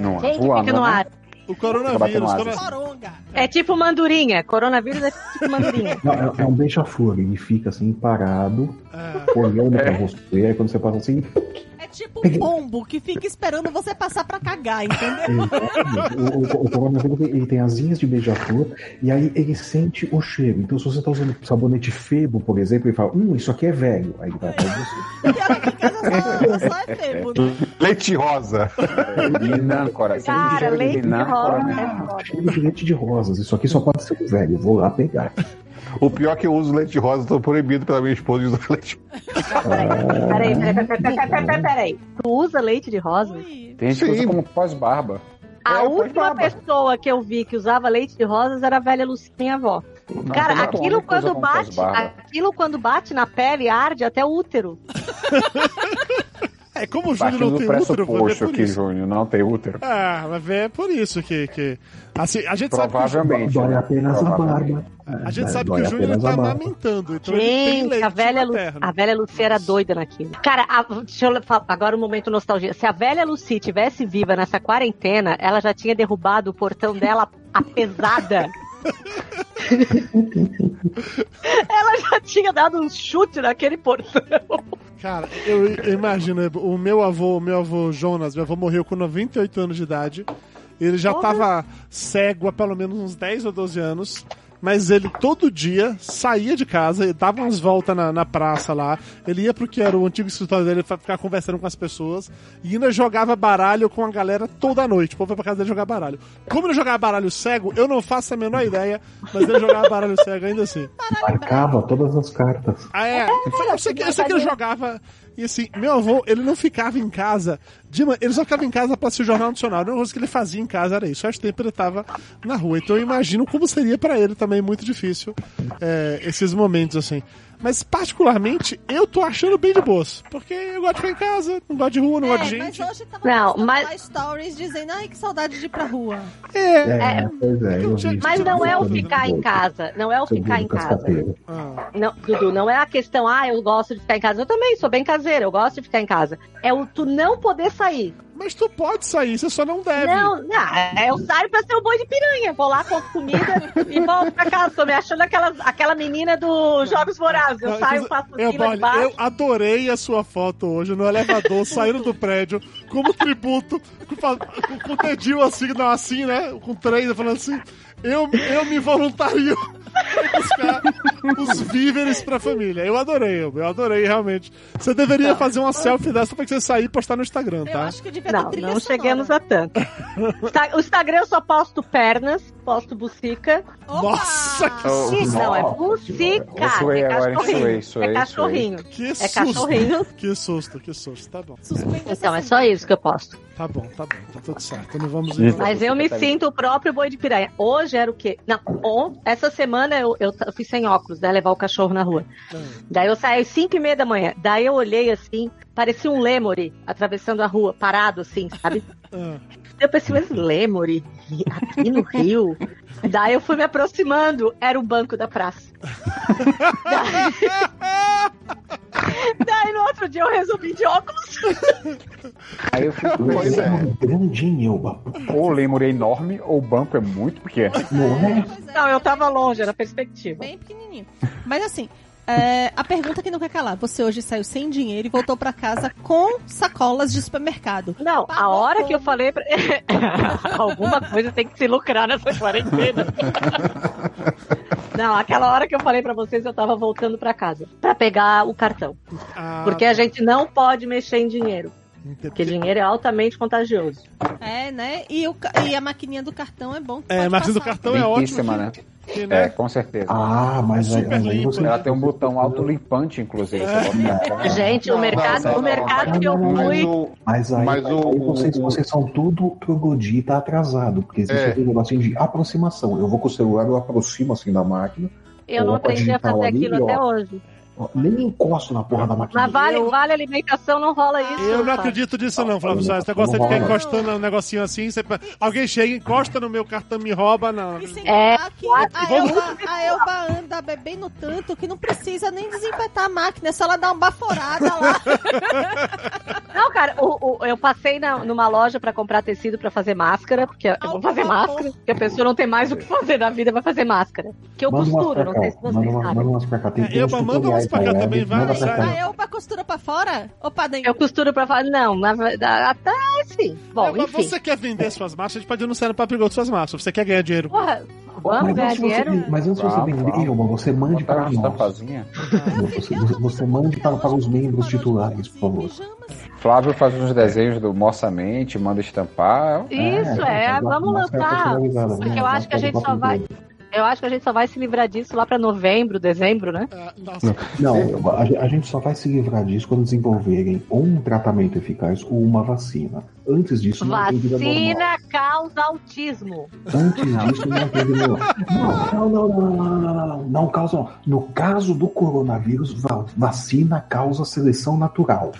Não é
Ah.
Gente,
voando,
fica no
né?
ar.
O
Fica batendo um
coronavírus.
asa.
corona-
Coronga.
É tipo mandurinha. Coronavírus é tipo mandurinha.
Não, é, é um beija-flor, ele fica assim, parado,
É.
olhando pra você, aí quando você passa assim,
É tipo um pombo que fica esperando você passar pra cagar, entendeu?
o, o, o coronavírus ele tem asinhas de beija-flor e aí ele sente o cheiro. Então, se você tá usando sabonete febo, por exemplo, ele fala, hum, isso aqui é velho. Aí ele vai pra você.
Pior aqui em casa só, só é febo, né?
Leite rosa.
Linâncora.
Cara, leite de rosa
né?
é foda.
"Ah, Cheiro de leite de rosas, isso aqui só pode ser um velho, eu vou lá pegar.
O pior é que eu uso leite rosa, tô proibido pela minha esposa de usar leite rosa.
Peraí, peraí, peraí, peraí, peraí, peraí, peraí, peraí. Tu usa leite de rosa?
Ui.
Tem gente que usa
Sim.
como pós-barba.
A
É, pois
última
baba.
pessoa que eu vi que usava leite de rosas era a velha Lucinha, minha avó. Cara,
tem
aquilo
homem que usa
quando
como
bate,
pós-barba.
aquilo quando bate na pele arde até o útero.
É, como o Júlio
Partindo
não
do
tem útero, vai ver
pressuposto
por
que
isso.
Júnior não tem útero.
Ah, vai ver é por isso que. que... Assim, a gente sabe que, o Júnior-
Provavelmente.
Dói
né?
apenas a
Provavelmente. né,
barba.
a gente
É,
sabe que
dói
o Júnior ele
apenas
tá
a barba.
amamentando, então ele tem
Gente,
leite
a velha, Lu,
materno.
a velha Luci era doida naquilo. Cara, a- deixa eu fa- agora um momento nostalgia. Se a velha Luci tivesse viva nessa quarentena, ela já tinha derrubado o portão dela a pesada. ela já tinha dado um chute naquele portão.
Cara, eu eu imagino, o meu avô, o meu avô Jonas, meu avô morreu com 98 anos de idade. Ele já
Porra.
tava cego há pelo menos uns 10 ou 12 anos. Mas ele todo dia saía de casa e dava umas voltas na, na praça lá. Ele ia pro que era o antigo escritório dele pra ficar conversando com as pessoas. E ainda jogava baralho com a galera toda noite. O povo ia pra casa dele jogar baralho. Como ele jogava baralho cego, eu não faço a menor ideia. Mas ele jogava baralho cego ainda assim.
Marcava todas as cartas.
Ah, é. Eu sei que, eu sei que ele jogava. E assim, meu avô, ele não ficava em casa. Dima, ele só ficava em casa pra assistir o Jornal Nacional. A única coisa que ele fazia em casa era isso. O resto do tempo ele tava na rua. Então eu imagino como seria pra ele também muito difícil é, esses momentos assim. Mas particularmente, eu tô achando bem de boas. Porque eu gosto de ficar em casa, não gosto de rua, não gosto de
É, mas
gente.
hoje tava
Não,
postando
mas-
lá stories dizendo, ai, que saudade de ir pra rua.
É.
É, pois é. eu vi isso.
Mas não é o
Eu vi
ficar em
isso.
casa. Não é o
Seu
ficar
Bruno
em casa.
Cascateiro.
Ah,
Não, Dudu, não é a questão, ah, eu gosto de ficar em casa. Eu também sou bem caseira, eu gosto de ficar em casa. É o tu não poder sair.
mas tu pode sair, você só não deve.
Não, não, é eu saio pra ser um boi de piranha. Vou lá, compro comida e volto pra casa. Tô me achando aquela, aquela menina dos Jogos Vorazes. Eu
Não,
saio,
inclusive,
faço
eu,
fila de
olha,
baixo.
eu adorei a sua foto hoje no elevador, saindo do prédio, como tributo, com, fa- com- com o dedinho assim, não, assim, né? Com três, falando assim, eu, eu me voluntario pra buscar os víveres pra família. Eu adorei, eu, eu adorei, realmente. Você deveria fazer uma selfie dessa pra que você sair e postar no Instagram,
Eu
tá?
acho que devia ter
Não,
trilha
não
sonora.
chegamos a tanto. Insta- O Instagram eu só posto pernas, posto bucica.
Opa!
Nossa, que
Oh,
Sim, não, é
nossa
bucica.
senhora. Eu suei
É
agora, hein?
cachorrinho.
Suei, suei,
É cachorrinho.
Que
É
susto!
cachorrinho.
Que susto, que susto. Tá bom,
Suspende
Então, é
essa
só isso que eu posto.
tá bom, tá bom, tá tudo certo. Não vamos
Mas
enrolar.
Mas eu me
Secretário.
sinto o próprio boi de piranha. Hoje era o quê? Não, on- essa semana eu, eu, t- eu fui sem óculos, né? Levar o cachorro na rua. Daí eu saí às 5 e meia da manhã. Daí eu olhei assim, parecia um lemore atravessando a rua, parado assim, sabe?
Ah,
Eu pensei, mas lemore? Aqui no Rio? Daí eu fui me aproximando, era o banco da praça. Daí, daí no outro dia eu resolvi de óculos.
Aí eu fico
Pois
pensando,
é.
Grandinho, oba.
ou o lemur é enorme ou o banco é muito pequeno.
sonora. Pois é,
Não,
pois é.
eu tava longe, era perspectiva.
Bem pequenininho. Mas assim, é, a pergunta que não quer calar. Você hoje saiu sem dinheiro e voltou pra casa com sacolas de supermercado.
Não, a
Pagou
hora que eu
como?
falei pra... alguma coisa tem que se lucrar nessa quarentena. Não, aquela hora que eu falei pra vocês eu tava voltando pra casa pra pegar o cartão,
ah,
porque a gente não pode mexer em dinheiro,
entendi.
porque dinheiro é altamente contagioso.
É, né? E, o ca- e a maquininha do cartão é bom. que
É,
pode
a máquina do
passar.
cartão é ótima.
Limpíssima, né?
Que, né?
É, com certeza.
Ah, mas aí,
Super
mas aí
limpo,
você.
né?
Ela tem um botão autolimpante, inclusive.
É.
Você bota na-
Gente, o
Não,
mercado,
não, não,
o mercado
não,
que eu
não, não,
Mas
fui,
o,
Mas aí,
Mas
aí
o-
vocês,
o-
vocês são tudo troglodita tá atrasado, porque existe
É.
aquele negocinho de aproximação. Eu vou com o celular, eu aproximo assim da máquina,
eu não
Opa,
aprendi a
digital
fazer
ali,
aquilo até
ó.
hoje.
ó, nem encosto na porra da máquina.
Mas vale, vale alimentação, não rola isso.
Eu não
sabe?
acredito nisso não, Flávio Soares. Você
Não
gosta de
rola,
ficar
não.
encostando um negocinho assim, você... alguém chega, encosta no meu cartão, me rouba, não.
E sem
É,
contar que a Elba, a Elba anda bebendo tanto que não precisa nem desempetar a máquina, é só ela dar uma baforada lá.
Não, cara, o- o- eu passei na- numa loja pra comprar tecido pra fazer máscara, porque eu vou fazer máscara, porque a pessoa não tem mais o que fazer na vida, vai fazer máscara. Que eu
Manda umas
costuro,
pra
não
cá,
sei se vocês
manda, uma,
sabem.
manda umas pra cá. Tem
É,
tem uns
Eba, manda
tutoriais
umas pra cá
aí, né?
também, vai,
Manda pra
sai.
cá.
Ah, é opa, costura pra fora? Opa, dentro.
Eu costuro pra falar. Não, na verdade. Até sim. Bom,
É, mas
enfim.
você quer vender suas marchas, a gente pode anunciar no Papigoto suas marchas. Você quer ganhar dinheiro?
Porra, vamos
Mas
ganhar
antes, você,
dinheiro?
mas antes de você
Tá,
Vamos,
vender, Elba, você mande
Botar
para
uma
nós.
estampazinha.
É
Você, você mande para, para os membros titulares, por favor.
Flávio faz uns desenhos do Nossa Mente, manda estampar.
Isso
É,
é,
é,
vamos
máscara
lançar.
personalizada,
Porque
né?
eu acho que a
Máscara
gente
do
só
Papo
vai. Eu acho que a gente só vai se livrar disso lá pra novembro, dezembro, né?
Ah, nossa,
Não, Elba, a, a gente só vai se livrar disso quando desenvolverem ou um tratamento eficaz ou uma vacina. Antes disso, não tem vida normal.
Vacina causa autismo.
Antes disso, não tem vida normal. Não, não, não, não, não, não, não, não. Não causa. No caso do coronavírus, va- vacina causa seleção natural.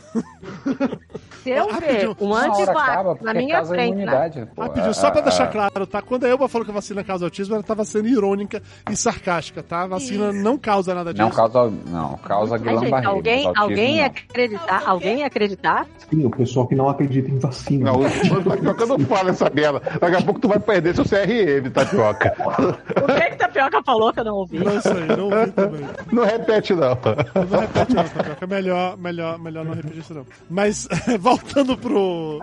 Se eu ver
Rapidinho,
um
Uma hora acaba
antivax na
porque
minha
causa
frente, né? na-
imunidade. Ah, pô.
rapidinho,
A-
Ah, só pra
a-
deixar claro, tá? Quando a Elba falou que a vacina causa autismo, ela tava sendo irônica e sarcástica, tá? A vacina não causa nada disso.
Não causa, não, causa
Ai,
guilherme
gente,
barreiro.
alguém, alguém é ia acreditar? Alguém ia acreditar?
Sim, o pessoal que não acredita em vacina.
Não, o Tapioca não fala essa merda. Daqui a pouco tu vai perder seu CRM, Tapioca.
O que é que Tapioca falou que eu não ouvi?
Não sei, não ouvi também.
Não repete, não.
Não repete não, Tapioca. é Melhor, melhor, melhor não repetir isso não. Mas voltando pro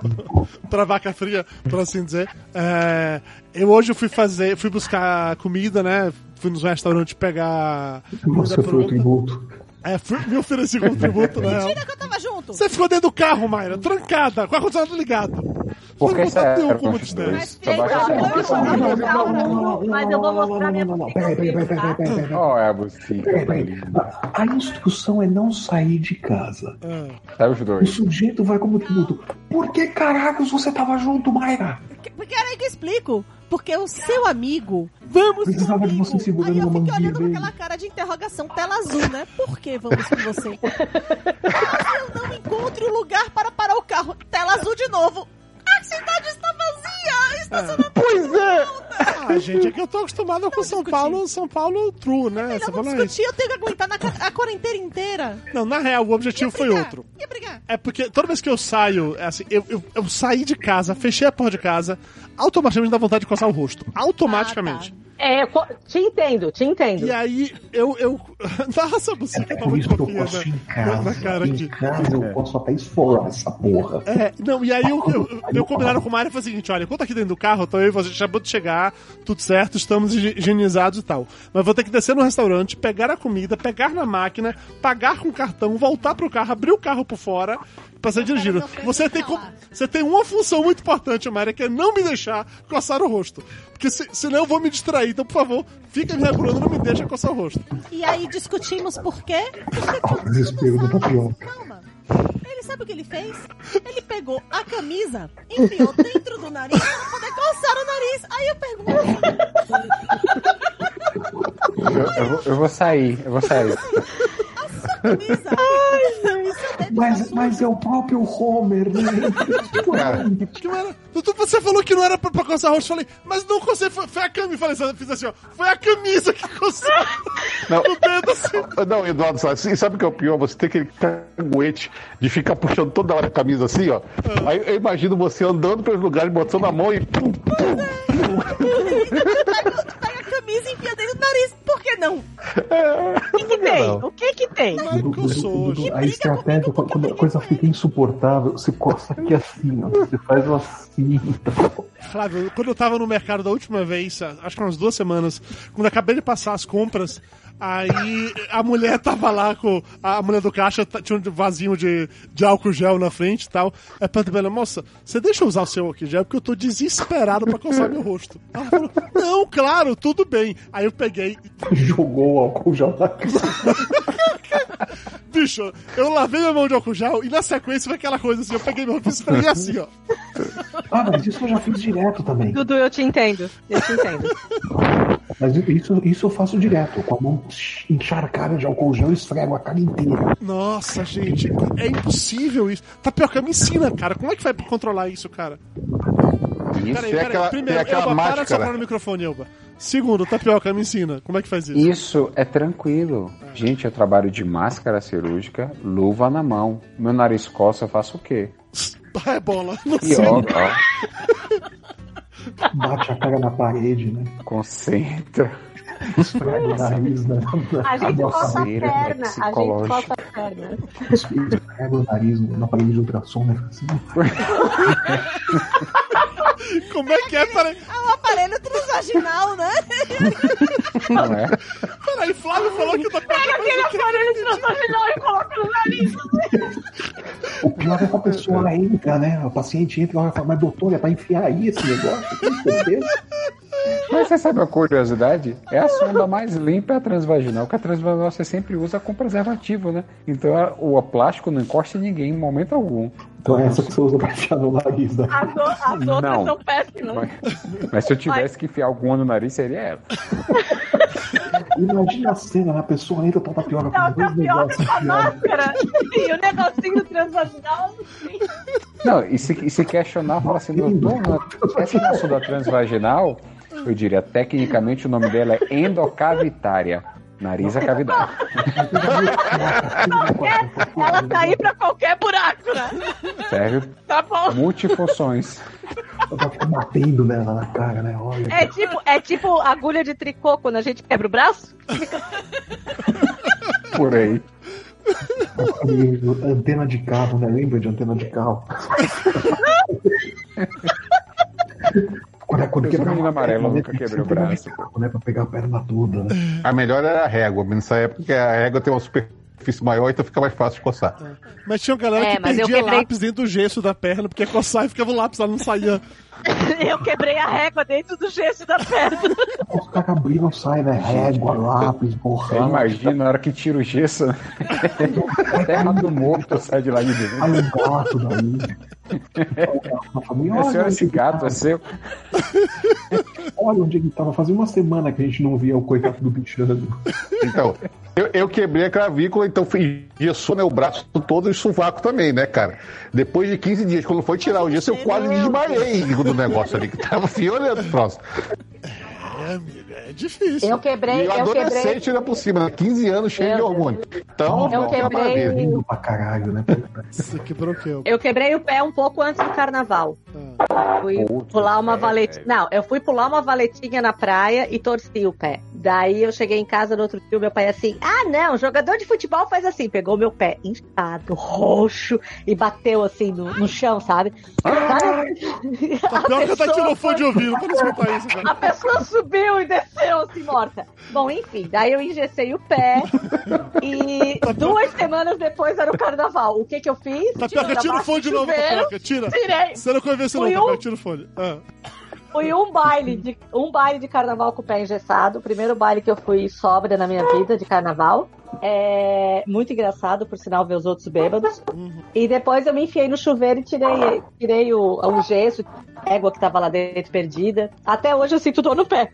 pra vaca fria, por assim dizer, é, eu hoje fui fazer, fui buscar comida, né? Fui nos restaurantes pegar comida
Você foi o
pronta.
tributo.
É, fui, me ofereci como tributo, né?
é que eu tava junto.
Você ficou dentro do carro, Mayra, trancada, com a condicionado ligado.
Porque
Você
isso
não
é
botou nenhum como
os dois.
distância.
Só baixa a
Não,
cabeça.
não, não,
não,
não, mas eu vou mostrar minha
não, não, não, não, não, não, não, Peraí, peraí, peraí, peraí, peraí, peraí.
Ó, é a bucita,
Peraí,
tá
peraí.
lindo.
A, a instrução é não sair de casa.
É.
Tá os
O
dois.
sujeito vai como tributo. Por que caracos você tava junto, Mayra?
Porque era que eu explico. Porque o seu amigo, vamos
Precisava
comigo.
de você segurando
Aí eu
na
fiquei
mãozinha
olhando com
dele.
aquela cara de interrogação, tela azul, né? Por que vamos com você? Ah, eu não encontro lugar para parar o carro. Tela azul de novo. A cidade está vazia. Estacionamento.
Ah, gente, é que eu tô acostumado com São Paulo, São Paulo true, né?
Melhor
São
vamos
Paulo é isso.
discutir. Eu tenho que aguentar na ca- a quarentena inteira.
Não, na real, o objetivo foi
Brigar.
outro.
Ia brigar.
É porque toda vez que eu saio, é assim, eu, eu, eu saí de casa, fechei a porta de casa, automaticamente dá vontade de coçar o rosto. Automaticamente.
É, eu co- te entendo, te entendo.
E aí, eu. eu... Nossa, você
É
tá
por
muito
isso que eu
fofinha
posso ir em
na, na
casa.
cara
Em
aqui.
casa eu posso até esfolar essa porra.
É, não, e aí eu, eu, eu combinaram com o Mário foi o seguinte: olha, enquanto aqui dentro do carro, então eu e você acabou de chegar, tudo certo, estamos higi- higienizados e tal. Mas vou ter que descer no restaurante, pegar a comida, pegar na máquina, pagar com cartão, voltar pro carro, abrir o carro por fora, pra ser dirigido. Você tem, co- você tem uma função muito importante, Mário, que é não me deixar coçar o rosto. Porque se, senão eu vou me distrair, então por favor, fica me regulando, não me deixa coçar o rosto.
E aí discutimos por quê? Porque
Ó, o desespero do papel.
Calma. Ele sabe o que ele fez? Ele pegou a camisa, enfiou dentro do nariz pra poder coçar o nariz. Aí eu pergunto,
Eu, eu vou- eu vou sair, eu vou sair.
camisa, é Ai, seu dedo
Mas,
tá
mas é o próprio Homer, né?
Que não era- Doutor, Você falou que não era pra, pra coçar o rosto. Eu falei, mas não cocei, foi, foi a camisa. Falei, assim, fiz assim, ó. Foi a camisa que coçou.
Não.
O dedo assim.
Não, Eduardo, sabe, e sabe o que é o pior? Você tem aquele caguete de ficar puxando toda hora a camisa assim, ó.
Ah.
Aí eu imagino você andando pelos lugares, botando a mão e. pum, pum.
sujo. Pega a camisa e enfia dentro do nariz. Por que não?
O que, que tem? O que que tem?
Mas coçou. gente.
A estratégia, quando a coisa fica insuportável, você coça aqui assim, ó. Você faz assim.
Flávio, quando eu tava no mercado da última vez, acho que umas duas semanas, quando eu acabei de passar as compras, aí a mulher tava lá com. A mulher do caixa t- tinha um vasinho de, de álcool gel na frente e tal. Aí eu perguntei pra ela, moça, você deixa eu usar o seu álcool gel? Porque eu tô desesperado pra coçar meu rosto. Ela falou, não, claro, tudo bem. Aí eu peguei
Jogou o álcool já tá na cara.
Bicho, eu lavei minha mão de álcool gel e na sequência foi aquela coisa assim, eu peguei meu rosto e assim, ó.
Ah, mas isso eu já fiz direto também.
Dudu, eu te entendo. Eu te entendo.
Mas isso, isso eu faço direto, com a mão encharcada de álcool gel, eu esfrego a cara inteira.
Nossa, gente, é impossível isso. Tapioca, me ensina, cara. Como é que vai controlar isso, cara?
Isso, é
Peraí,
Tem
peraí.
aquela-
Primeiro,
tem aquela
Elba, para de
máscara.
soprar no microfone, Elba. Segundo, Tapioca, me ensina. Como é que faz isso?
isso é tranquilo. Gente, eu trabalho de máscara cirúrgica, luva na mão. Meu nariz coça, eu faço o quê?
Ah, é bola. Não
E
sei.
ó, ó,
Bate a cara na parede, né?
concentra.
Esfrega o nariz na, né? na,
A gente
na
coça a
nossa,
Maneira
perna. A gente
psicológica.
coça a perna.
esfrega o nariz na parede de ultrassom, né? Assim,
Como é que é? Peraí,
É um aparelho transvaginal, né?
Não é?
peraí, Flávio falou que eu tô
Pega aquele aparelho de transvaginal e coloca no nariz.
O pior é que a pessoa ela entra, né? A paciente entra e fala, mas doutor, é pra enfiar aí esse negócio? Tem certeza?
Mas você sabe uma curiosidade? É a sonda mais limpa é a transvaginal, que a transvaginal você sempre usa com preservativo, né? Então a- o plástico não encosta em ninguém em momento algum.
Então é essa que você usa pra enfiar no nariz, né?
As, o- as outras
Não.
são péssimas.
Mas, mas se eu tivesse que enfiar alguma no nariz, seria ela.
Imagina a cena, né? a pessoa entra, toma tapioca com
Dá É o
dois
tapioca tá
negócios
com a
enfiados.
máscara e o negocinho transvaginal. assim.
Não, e se, e se questionar, fala assim, doutor, na- essa é a sonda transvaginal? Eu diria, tecnicamente o nome dela é endocavitária. Nariz é cavidade.
Ela tá aí pra qualquer buraco, né?
Serve
Tá bom.
multifunções.
Ela fica batendo nela na cara, né? Olha.
É tipo, é tipo agulha de tricô quando a gente quebra o braço.
por aí.
E Antena de carro, né? Lembra de antena de carro? quando é quando
Eu sou
quebra
menino
uma
amarelo,
perna,
nunca
né, tem que
quebrei o
ser antena de
braço.
Carro, né? Pra pegar a perna toda, né?
A melhor era a régua, mas nessa época que a régua tem uma superfície maior, então fica mais fácil de coçar.
Mas tinha uma galera
É,
que
mas eu
perdia
quebrei-
lápis dentro do gesso da perna, porque coçava e ficava o lápis, ela não saía.
Eu quebrei a régua dentro do gesso da perna.
Os caras brilham, sai, né? Régua, lápis,
Você
borracha.
imagina na hora que tira o gesso, né? terra do morto sai de lá de dentro.
Olha o um gato daí. Olha, família,
Minha senhora,
onde
esse
ele
gato
tava.
é seu.
Olha onde ele tava. Fazia uma semana que a gente não via o coitado do bichano.
Então, eu, eu quebrei a cravícula, então fui engessou meu braço todo e o sovaco também, né, cara? Depois de 15 dias, quando foi tirar o gesso, eu quase desmaiei do negócio ali, que tava fiolento o troço.
É, amiga, é difícil.
Eu
E
quebrei,
o
É, eu quebrei.
adolescente ainda por cima, né? 15 anos cheio de
Eu-
hormônio. Então,
Eu
foi uma
quebrei-
maravilha.
Lindo pra caralho, né?
Você quebrou o quê?
Eu quebrei o pé um pouco antes do carnaval. Fui
Puta,
pular uma
é,
valetinha. Não, eu fui pular uma valetinha na praia e torci o pé. Daí eu cheguei em casa no outro dia, meu pai assim: Ah, não, jogador de futebol faz assim. Pegou meu pé inchado, roxo e bateu assim no, no chão, sabe? Cara,
Tapioca tá
pessoa
tirando fone
foi-
de ouvido, pra não escutar isso, cara.
A pessoa subiu e desceu assim, morta. Bom, enfim, daí eu engessei o pé e duas semanas depois era o carnaval. O que que eu fiz?
Tapioca, Tá tira o fone de novo,
chuveiro,
Tapioca, tira.
tirei.
Você não convence não,
Fui
Tapioca,
um.
tira o fone. Ah.
Fui um baile, de, um baile de carnaval com o pé engessado. O primeiro baile que eu fui sobra na minha vida de carnaval. É muito engraçado, por sinal, ver os outros bêbados.
Uhum.
E depois eu me enfiei no chuveiro e tirei, tirei o, o gesso, a égua que tava lá dentro perdida. Até hoje eu sinto dor no pé.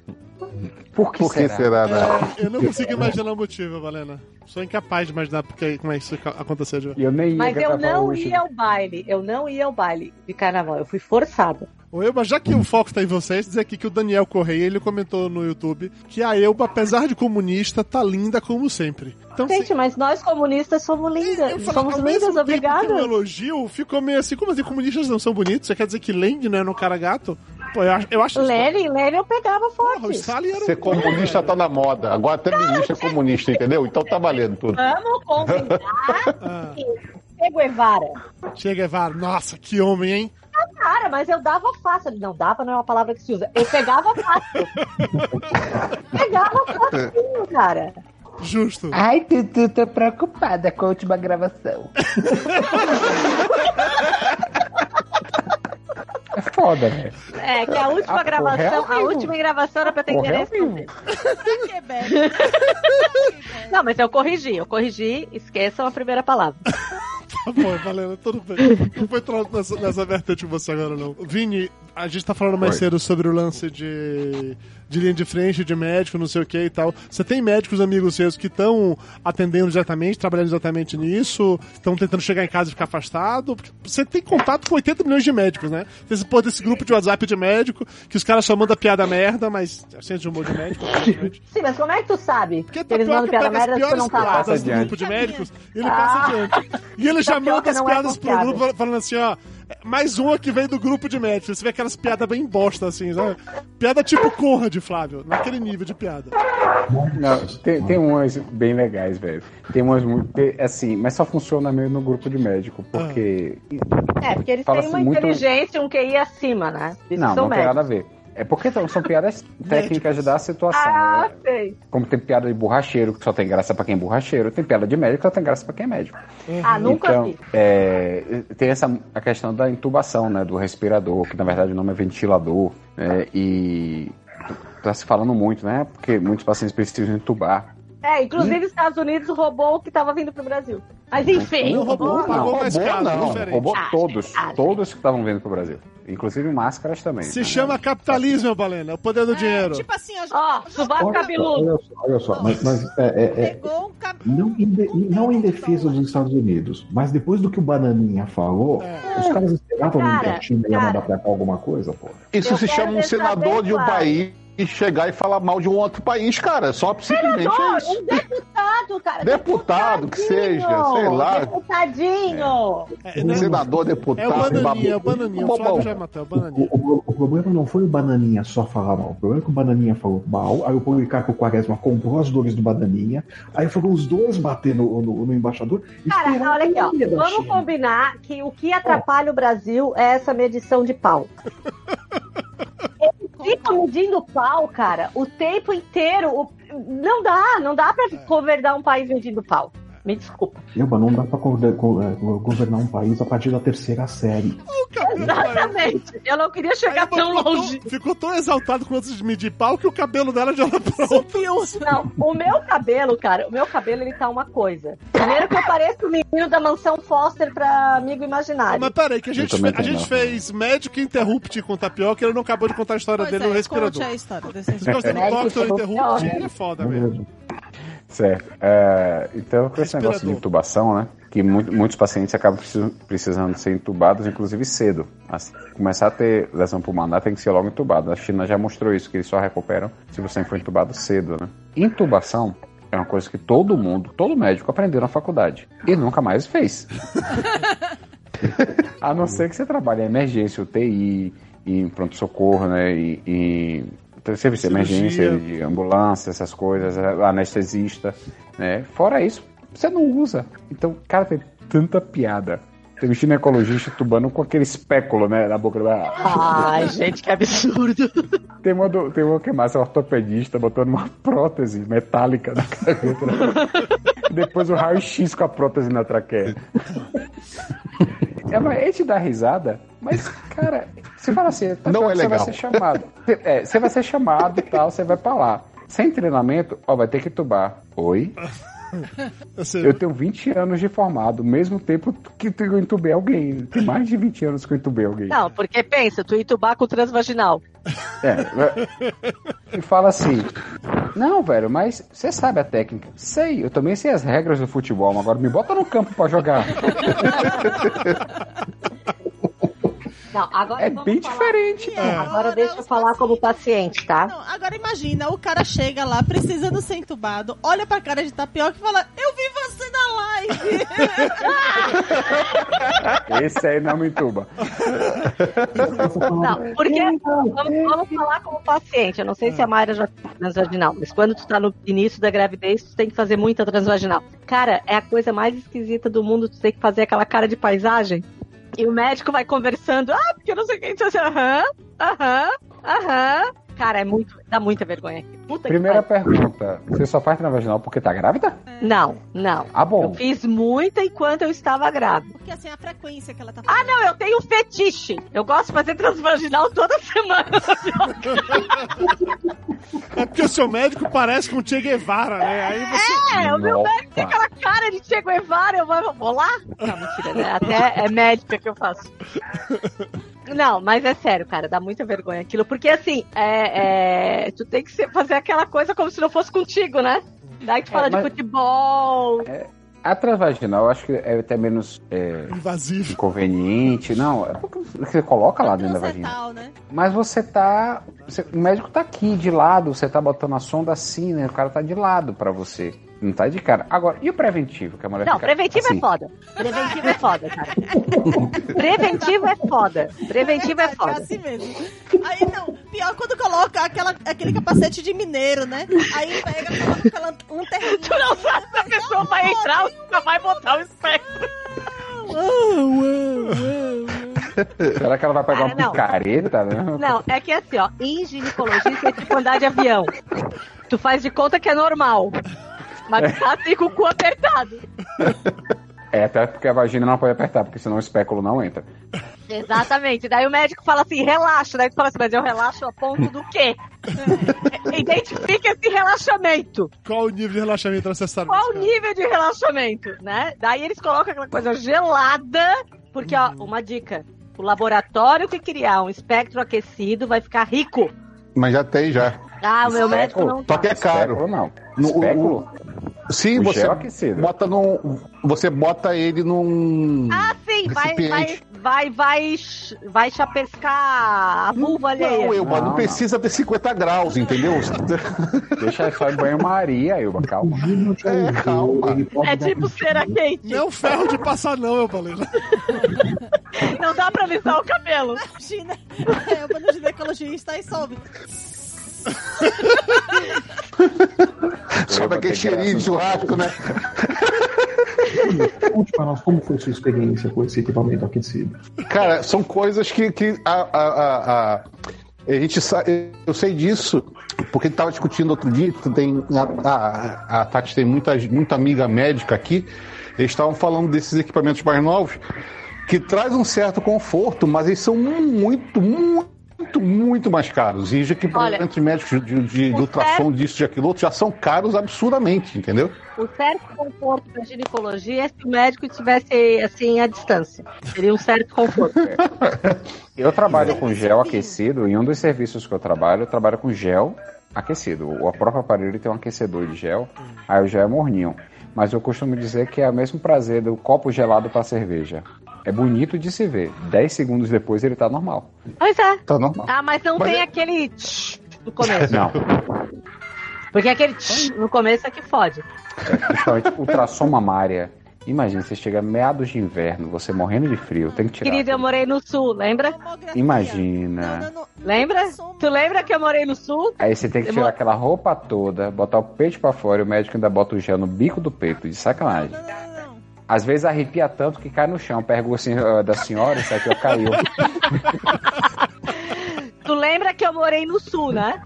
Por que,
Por que
será?
será, né?
É, eu não consigo imaginar o motivo, Valena. Sou incapaz de imaginar porque, como é que isso ca- aconteceu. De...
E Eu nem ia
Mas eu
gravar
não
hoje. né?
ia ao baile, eu não ia ao baile de carnaval, eu fui forçada.
O Elba, já que o foco tá em vocês, dizer aqui que o Daniel Correia, ele comentou no YouTube que a Elba, apesar de comunista, tá linda como sempre. Então, assim,
Gente, mas nós comunistas somos
É, eu
lindas,
falo,
somos
ao
lindas,
mesmo tempo que
obrigada.
eu elogio, ficou meio assim, como assim, comunistas não são bonitos? Você quer dizer que Lenin não é no cara gato? Pô, eu acho, eu acho
Lenin, Lenin eu pegava
Porra, o
forte.
Stalin era um
Ser comunista tá na moda. Agora até ministro é comunista, entendeu? Então tá valendo tudo.
Vamos combinar
Ah,
que Che Guevara.
Che Guevara, nossa, que homem, hein?
Cara, mas eu dava fácil. Não, dava não é uma palavra que se usa. Eu pegava fácil. pegava facinho, cara.
Justo.
Ai, Tutu, tô preocupada com a última gravação.
É foda, velho.
É, que a última
Ah,
gravação,
correu
a
mesmo.
última gravação era pra ter
Correu
interesse.
é
Não, mas eu corrigi, eu corrigi, esqueçam a primeira palavra.
Tá bom, Valena, tudo bem. Não foi entrando nessa, nessa vertente de você agora, não. Vini, A gente tá falando mais
Oi.
cedo sobre o lance de, de linha de frente, de médico, não sei o que e tal. Você tem médicos amigos seus que estão atendendo diretamente, trabalhando diretamente nisso, estão tentando chegar em casa e ficar afastado? Porque você tem contato com 80 milhões de médicos, né? Tem esse, pô, desse grupo de WhatsApp de médico, que os caras só mandam piada merda, mas é o centro de humor de médico, obviamente.
Sim, mas como é que tu sabe?
Porque
que eles
Tapioca
mandam piada
pega
merda
as
se tu
piores
não tá lá.
Passa
piadas do
adiante.
grupo de médicos e ele passa adiante. E ele já
Tapioca
manda as
não é
piadas pro
confiável.
grupo falando assim, ó. Mais uma que vem do grupo de médicos. Você vê aquelas piadas bem bosta, assim, sabe? Piada tipo Conrad, Flávio. Naquele nível de piada.
Não,
Tá.
tem, tem umas bem legais, velho. Tem umas muito. tem- Assim, mas só funciona mesmo no grupo de médico, porque.
É, porque eles
Fala-se
têm uma
muito-
inteligência, um QI acima, né? Eles
Não,
são
não tem
médicos.
nada a ver. É porque então, são piadas técnicas da situação.
Ah,
né?
sei.
Como tem piada de borracheiro, que só tem graça pra quem é borracheiro, tem piada de médico, que só tem graça pra quem é médico.
Ah, nunca
então,
vi.
é, tem essa a questão da intubação, né, do respirador, que na verdade o nome é ventilador, né, e tá se falando muito, né, porque muitos pacientes precisam intubar.
É, inclusive os Estados Unidos roubou o que tava vindo pro Brasil. Mas enfim.
Não roubou,
Não,
pagou mais
roubou
caro,
não,
diferente. tá.
Roubou
Ah,
todos,
ah,
todos que estavam vindo pro Brasil, inclusive máscaras também.
Se
né?
chama capitalismo, meu balena. É o poder do dinheiro.
tipo assim, a gente
Ó, subaco cabeludo.
Olha só, olha só, mas, mas, é, é, é,
pegou um cabelo.
não, em de- não em defesa dos Estados Unidos, mas depois do que o Bananinha falou, os caras esperavam um
É. Cara,
quietinho e ia mandar
cara.
pra cá alguma coisa, pô.
Isso
Eu
se
quero
chama um
deixar
senador
bem
de um
claro.
país e chegar e falar mal de um outro país, cara. Só simplesmente é isso.
Um
Tá,
deputado, cara.
Deputado que seja, sei lá.
Deputadinho.
É, né?
Senador,
É o
deputado,
bananinha, é o
babu.
bananinha.
Tá
O Flávio já matou, é o
O,
bananinha.
o- o problema não foi o Bananinha só falar mal. O problema é que o Bananinha falou mal, aí o Policarpo Quaresma comprou as dores do Bananinha, aí foram os dois bater no, no- no embaixador. e
Cara,
esperaram
olha aqui, ó.
a ilha da
Vamos
China.
combinar que o que atrapalha o Brasil é essa medição de pau.
Fica medindo pau, cara, o tempo inteiro. O- Não dá, não dá pra governar um país medindo pau. Me desculpa.
Eba, não dá pra govern- go- eh, governar um país a partir da terceira série.
O cabelo do balena.
Exatamente. Eu não queria
Tá
chegar
Aí
tão
ficou tão-
longe.
Ficou tão exaltado com antes de medir pau que o cabelo dela já tá era pra outra.
é,
Não, o meu cabelo, cara, o meu cabelo ele tá uma coisa. Primeiro que eu pareço o menino da mansão Foster pra amigo imaginário.
Mas peraí, que a gente,
Eu também
fe- a
tenho,
gente
não.
fez médico interrupt com tapioca e ele não acabou de contar a história
Pois
dele
é,
no
Conte
respirador.
a história desse
Esse negócio do
Médico
Doctor Interrupt
interrupt.
é foda mesmo.
Beleza.
Certo. É, então, com esse
Respirador.
negócio de intubação, né? Que mu- muitos pacientes acabam precis- precisando ser intubados, inclusive cedo. Assim, começar a ter lesão pulmonar tem que ser logo intubado. A China já mostrou isso, que eles só recuperam se você for intubado cedo, né? Intubação é uma coisa que todo mundo, todo médico aprendeu na faculdade e nunca mais fez. a não ser que você trabalhe em emergência, UTI, em pronto-socorro, né? E, e serviço de
Cirurgia.
emergência, de ambulância, essas coisas, anestesista, né? Fora isso, você não usa. Então, cara, tem tanta piada. Tem um ginecologista tubando com aquele espéculo, né, na boca da...
Ai, gente, que absurdo.
Tem uma, do- tem uma que é massa, um ortopedista botando uma prótese metálica na garganta. Depois o raio-x com a prótese na traqueia. É, mas ele te dá risada, mas, cara, você fala assim, tá
Não
certo,
é
você vai
legal.
ser chamado. Você- é, você vai ser chamado e tal, você vai pra lá. Sem treinamento, ó, vai ter que tubar. Oi?
Assim,
Eu tenho 20 anos de formado, mesmo tempo que eu entubei alguém. Tem mais de 20 anos que eu entubei alguém.
Não, porque pensa, tu entubar com transvaginal.
É, é, e fala assim: Não, velho, mas você sabe a técnica. Sei, eu também sei as regras do futebol, mas agora me bota no campo pra jogar.
Não, agora
É
vamos
bem
falar-
diferente.
É.
Agora deixa eu falar como paciente, tá?
Não, agora imagina, o cara chega lá, precisando ser entubado, olha pra cara de tapioca e fala, eu vi você na live!
Esse aí não me entuba.
Não, porque vamos, vamos falar como paciente. Eu não sei se a Mayra já fez transvaginal, mas quando tu tá no início da gravidez, tu tem que fazer muita transvaginal. Cara, é a coisa mais esquisita do mundo, tu tem que fazer aquela cara de paisagem. E o médico vai conversando, ah, porque eu não sei quem tu assim, aham, aham, aham. Cara, é muito, dá muita vergonha aqui. Puta
Primeira
que
pergunta: Você só faz transvaginal porque tá grávida?
pariu. Não, não.
Ah,
Eu
bom.
fiz muita enquanto eu estava grávida.
Porque assim, a frequência que ela tá
Ah, não, eu tenho um fetiche. Eu gosto de fazer transvaginal toda semana.
É porque o seu médico parece com o Che Guevara, né? Aí você.
É, o meu
Nossa.
Tem aquela cara de Che Guevara, eu vou, vou lá? Não, mentira, né? Até é médica que eu faço. Não, mas é sério, cara, dá muita vergonha aquilo. Porque assim, é, é, tu tem que ser- fazer aquela coisa como se não fosse contigo, né? Daí tu fala
É, mas- É,
de futebol.
A transvaginal eu acho que é até menos é,
Invasivo.
inconveniente. Não, é porque você coloca lá dentro da
um
vagina.
Transetal, é né?
Mas você tá. você- o médico tá aqui de lado, você tá botando a sonda assim, né? O cara tá de lado pra você. Não tá de cara. Agora, e o preventivo que a mulher
Não,
fica
preventivo
assim?
é foda. Preventivo é foda, cara. Preventivo é foda. Preventivo é
verdade,
foda.
assim mesmo. Aí não, pior quando coloca aquela, aquele capacete de mineiro, né? Aí pega, coloca aquela um né? lanterninha.
Tu não sabe se a pessoa vai entrar ou se ela vai botar o espectro.
Será que ela vai pegar
Ah,
uma
não.
picareta, né?
Não, é que assim, ó, em ginecologista é tipo andar de avião. Tu faz de conta que é normal. Mas tu tá assim com o cu apertado.
É, até porque a vagina não pode apertar, porque senão o espéculo não entra.
Exatamente. Daí o médico fala assim, relaxa. Daí tu fala assim, mas eu relaxo a ponto do quê? Identifica esse relaxamento.
Qual o nível de relaxamento necessário?
Qual o
cara?
nível de relaxamento, né? Daí eles colocam aquela coisa gelada, porque, ó, uma dica. O laboratório que criar um espectro aquecido vai ficar rico.
Mas já tem, já.
Ah, o
Espectro?
meu médico não
Só que é caro.
Espéculo não.
No-
espéculo?
Sim,
O
você
gel aquecido.
bota num. Você bota ele num.
Ah, sim, vai, vai,
Recipiente.
vai, vai, ch- vai chapescar a vulva alheia.
Não, Elba, não,
Não,
precisa ter 50 graus, entendeu?
Deixa só em banho-maria, Ilba,
O
calma.
Júnior já
É,
usou,
calma.
ele pode
É
dar
tipo cera quente.
Não é o ferro de passar, não, eu falei.
Não dá pra alisar o cabelo.
Imagina, é, eu vou no ginecologista e sobe.
Só
Eu vou ter
daquele
que
cheirinho de churrasco, né?
Conte pra nós como foi sua experiência com esse equipamento aquecido.
Cara, são coisas que, que a, a, a, a- a gente sa- Eu sei disso, porque tava discutindo outro dia, que tem, a, a, a Tati tem muita, muita amiga médica aqui, eles estavam falando desses equipamentos mais novos, que traz um certo conforto, mas eles são muito, muito, muito mais caros. E os equipamentos médicos de, de, de
o
ultrassom, disso, de aquilo outro, já são caros absurdamente, entendeu?
O certo conforto da ginecologia é se o médico estivesse assim à distância. Seria um certo conforto.
Eu trabalho com gel aquecido, em um dos serviços que eu trabalho, eu trabalho com gel aquecido. O o próprio aparelho tem um aquecedor de gel, aí o gel é morninho. Mas eu costumo dizer que é o mesmo prazer do copo gelado pra cerveja. É bonito de se ver. 10 segundos depois ele tá normal.
Pois é.
Tá normal.
Ah, mas não
Mas
tem
é-
aquele tch no começo.
Não,
Porque aquele tch no começo é que fode.
principalmente ultrassom mamária. Imagina, você chega meados de inverno, você morrendo de frio, tem que tirar.
Querida, eu morei no sul, lembra?
Tomografia. Não,
Imagina.
não, não.
Lembra?
Ultrassom.
Tu lembra que eu morei no sul?
Aí você tem que tirar aquela roupa toda, botar o peito pra fora e o médico ainda bota o gel no bico do peito, de sacanagem.
Não, não, não, não.
Às vezes arrepia tanto que cai no chão. Pergunta assim, ah, da senhora, isso aqui ó, caiu.
Tu lembra que eu morei no sul, né?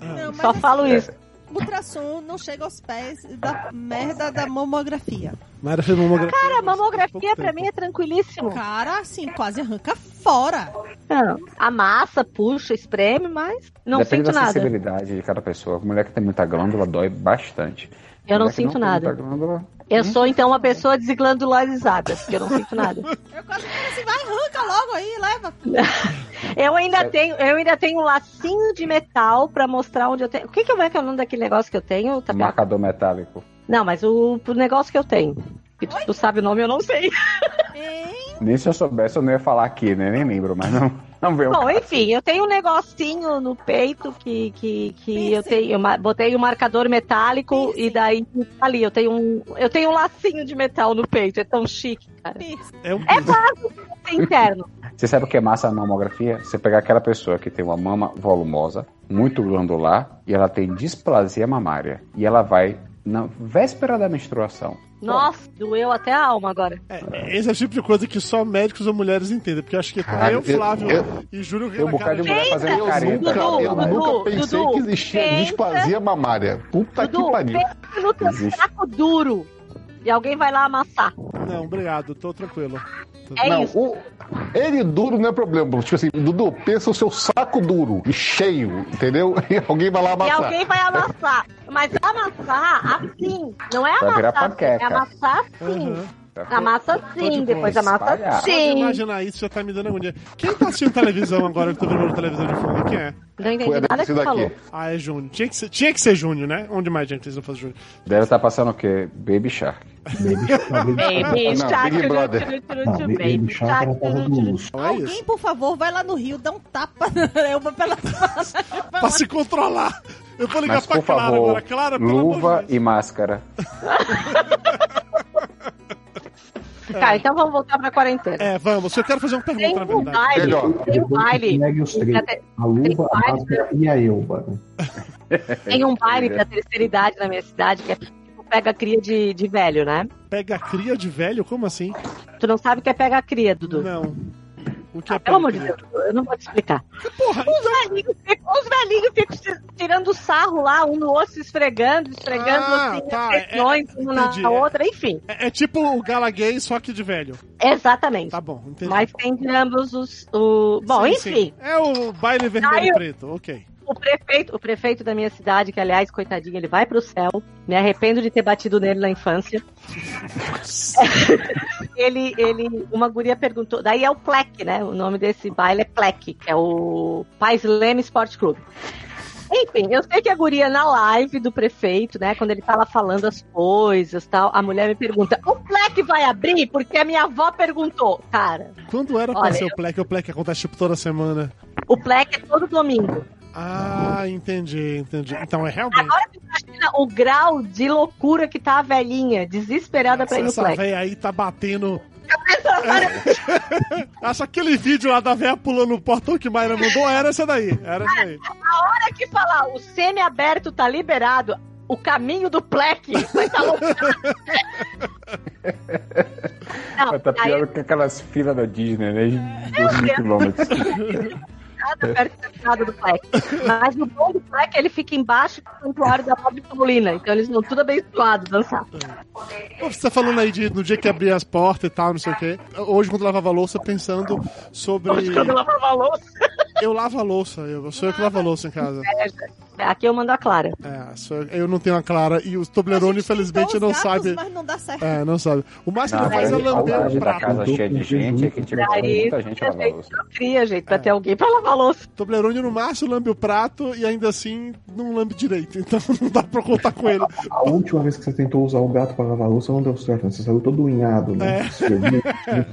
Não, mas
Só falo
assim,
isso.
Ultrassom não chega aos pés da merda da mamografia.
Mara fez mamografia.
Cara, mamografia pra mim é tranquilíssimo.
Cara, assim, quase arranca fora.
Não, amassa, puxa, espreme, mas não
Depende
sinto
da
nada.
sensibilidade de cada pessoa. Mulher que tem muita glândula dói bastante.
Eu não
Mulher que
sinto
tem
nada.
muita glândula,
Eu sou então uma pessoa desglandularizada, porque eu não sinto nada.
Eu quase falei assim, vai, arranca logo aí, leva.
Eu
É.
ainda tenho, eu ainda tenho um lacinho de metal pra mostrar onde eu tenho. O que que é que é o nome daquele negócio que eu tenho? Tapioca?
um marcador metálico.
Não, mas o, o negócio que eu tenho. Que tu, tu sabe o nome, eu não sei.
Hein?
Nem se eu soubesse, eu não ia falar aqui, né? Nem lembro, mas não, não veio.
Bom, enfim, eu tenho um negocinho no peito que, que, que eu tenho. Eu ma- botei um marcador metálico
Piercing.
e daí ali eu tenho um. Eu tenho um lacinho de metal no peito. É tão chique, cara.
Piercing.
É um
É quase um piercing interno.
Você sabe o que é massa na mamografia? Você pegar aquela pessoa que tem uma mama volumosa, muito glandular, e ela tem displasia mamária. E ela vai na véspera da menstruação.
Nossa, doeu até a alma agora.
É, esse é o tipo de coisa que só médicos ou mulheres entendem. Porque eu acho que
Caralho,
eu, Flávio
eu-
e Júlio
Tem um bocado de mulher fazendo
Eu
careta.
nunca,
Dudu,
eu
Dudu,
nunca pensei
Dudu,
que existia
pensa.
displasia mamária. Puta
Dudu,
que pariu.
pensa no teu
Existe.
saco duro. E alguém vai lá amassar.
Não, obrigado, tô tranquilo.
É
não,
isso.
o- ele duro não é problema. Tipo assim, Dudu, pensa o seu saco duro e cheio, entendeu? E alguém vai lá
E
amassar.
alguém vai amassar. Mas amassar assim. Não é
Vai virar
amassar assim. É
panqueca.
amassar assim.
Uhum.
Amassa sim, depois amassa
espalhar.
Só de
sim.
imaginar isso já tá me dando agonia. Quem tá assistindo televisão agora, que eu tô vendo na televisão de fundo, quem é?
Não
Foi a
entendi nada que
daqui.
você falou.
daqui.
Ah, é Júnior. Tinha que ser, tinha que ser Júnior, né? Onde mais, gente, eles não fazem Júnior?
Deve estar passando o quê? Baby Shark.
Baby
Não,
Shark,
Big
tchuru,
Brother.
tchuru, tchuru,
Não,
tchuru,
Baby,
Baby tá
Shark era a
Shark,
casa
tchuru,
do
tchuru.
urso.
Não é
Alguém,
isso.
por favor, vai lá no Rio, dá um tapa na Elba pela
Pra se controlar. Eu vou ligar
Mas,
pra
por
Clara
favor,
agora. Clara, pelo amor
luva
de Deus.
e máscara.
Tá, então vamos voltar pra quarentena.
É, vamos. Eu quero fazer uma
Tem
pergunta, na
um
verdade.
baile,
Melhor.
tem um baile.
Segue os três. A luva, a máscara e a elba. né?
Tem um baile da terceira idade na minha cidade que é tipo pega cria de, de velho, né?
Pega cria de velho? Como assim?
Tu não sabe o que é pega cria, Dudu.
Não. O que é
Ah, pelo
pega
amor de
cria?
Deus, Dudu, eu não vou te explicar.
Porra,
Os velhinhos ficam, os velhinhos ficam se- tirando sarro lá, um no outro, se esfregando, esfregando,
Ah,
assim,
tá,
as pressões, uma na
entendi, é.
outra, enfim.
é, é tipo o gala gay, só que de velho.
Exatamente.
Tá bom, entendi.
Mas tem de ambos os. O... Bom,
Sim,
enfim,
sim. É o baile vermelho
Aí
e
eu-
preto, ok.
o prefeito, o prefeito da minha cidade, que aliás, coitadinho, ele vai pro céu. Me arrependo de ter batido nele na infância. ele, ele, uma guria perguntou. Daí é o Plec, né? O nome desse baile é Plec, que é o Pais Leme Sport Clube. Enfim, eu sei que a guria na live do prefeito, né, quando ele tava falando as coisas tal, a mulher me pergunta: o Plec vai abrir? Porque a minha avó perguntou. Cara,
Quando era pra
Olha,
ser o pleque? O pleque acontece tipo toda semana.
o Plec é todo domingo.
Ah, entendi, entendi. Então é realmente.
Agora tu imagina o grau de loucura que tá a velhinha, desesperada pra ir no
Essa
Plex.
véia aí tá batendo. Acho aquele vídeo lá da véia pulando o portão que Mayra mandou era essa daí. Era essa daí.
Para que falar, o semi-aberto tá liberado, o caminho do Plex vai tá loucura. Não,
Tá
aí é
pior que aquelas filas da Disney, né? De 2 mil quilômetros.
nada perto da entrada do Plex. Mas o bom do Plex, ele fica embaixo do santuário da Pobre Paulina, então eles vão tudo abençoados dançar.
Pô, Você tá falando aí de, no dia que abrir as portas e tal, não sei o quê. Hoje, quando lavava a louça, pensando sobre.
Quando ela lavar a louça.
Eu lavo a louça, eu sou eu que lavo a louça em casa.
É, Aqui eu mando a Clara.
É, sou eu, eu não tenho a Clara e o Toblerone, infelizmente, não sabe.
Mas não dá certo.
É, não sabe. O mais que
Não,
ele faz
mas
é
a
lamber
vantagem
o
da
prato.
casa cheia de gente é que tinha que
Aí,
muita gente
a
lavar a
gente
louça. É.
não cria, gente, pra ter alguém pra lavar a louça.
Toblerone no máximo lambe o prato e ainda assim não lambe direito. Então não dá pra contar com ele.
A última vez que você tentou usar o gato para lavar a louça não deu certo, né? Você saiu todo unhado, né? Serviu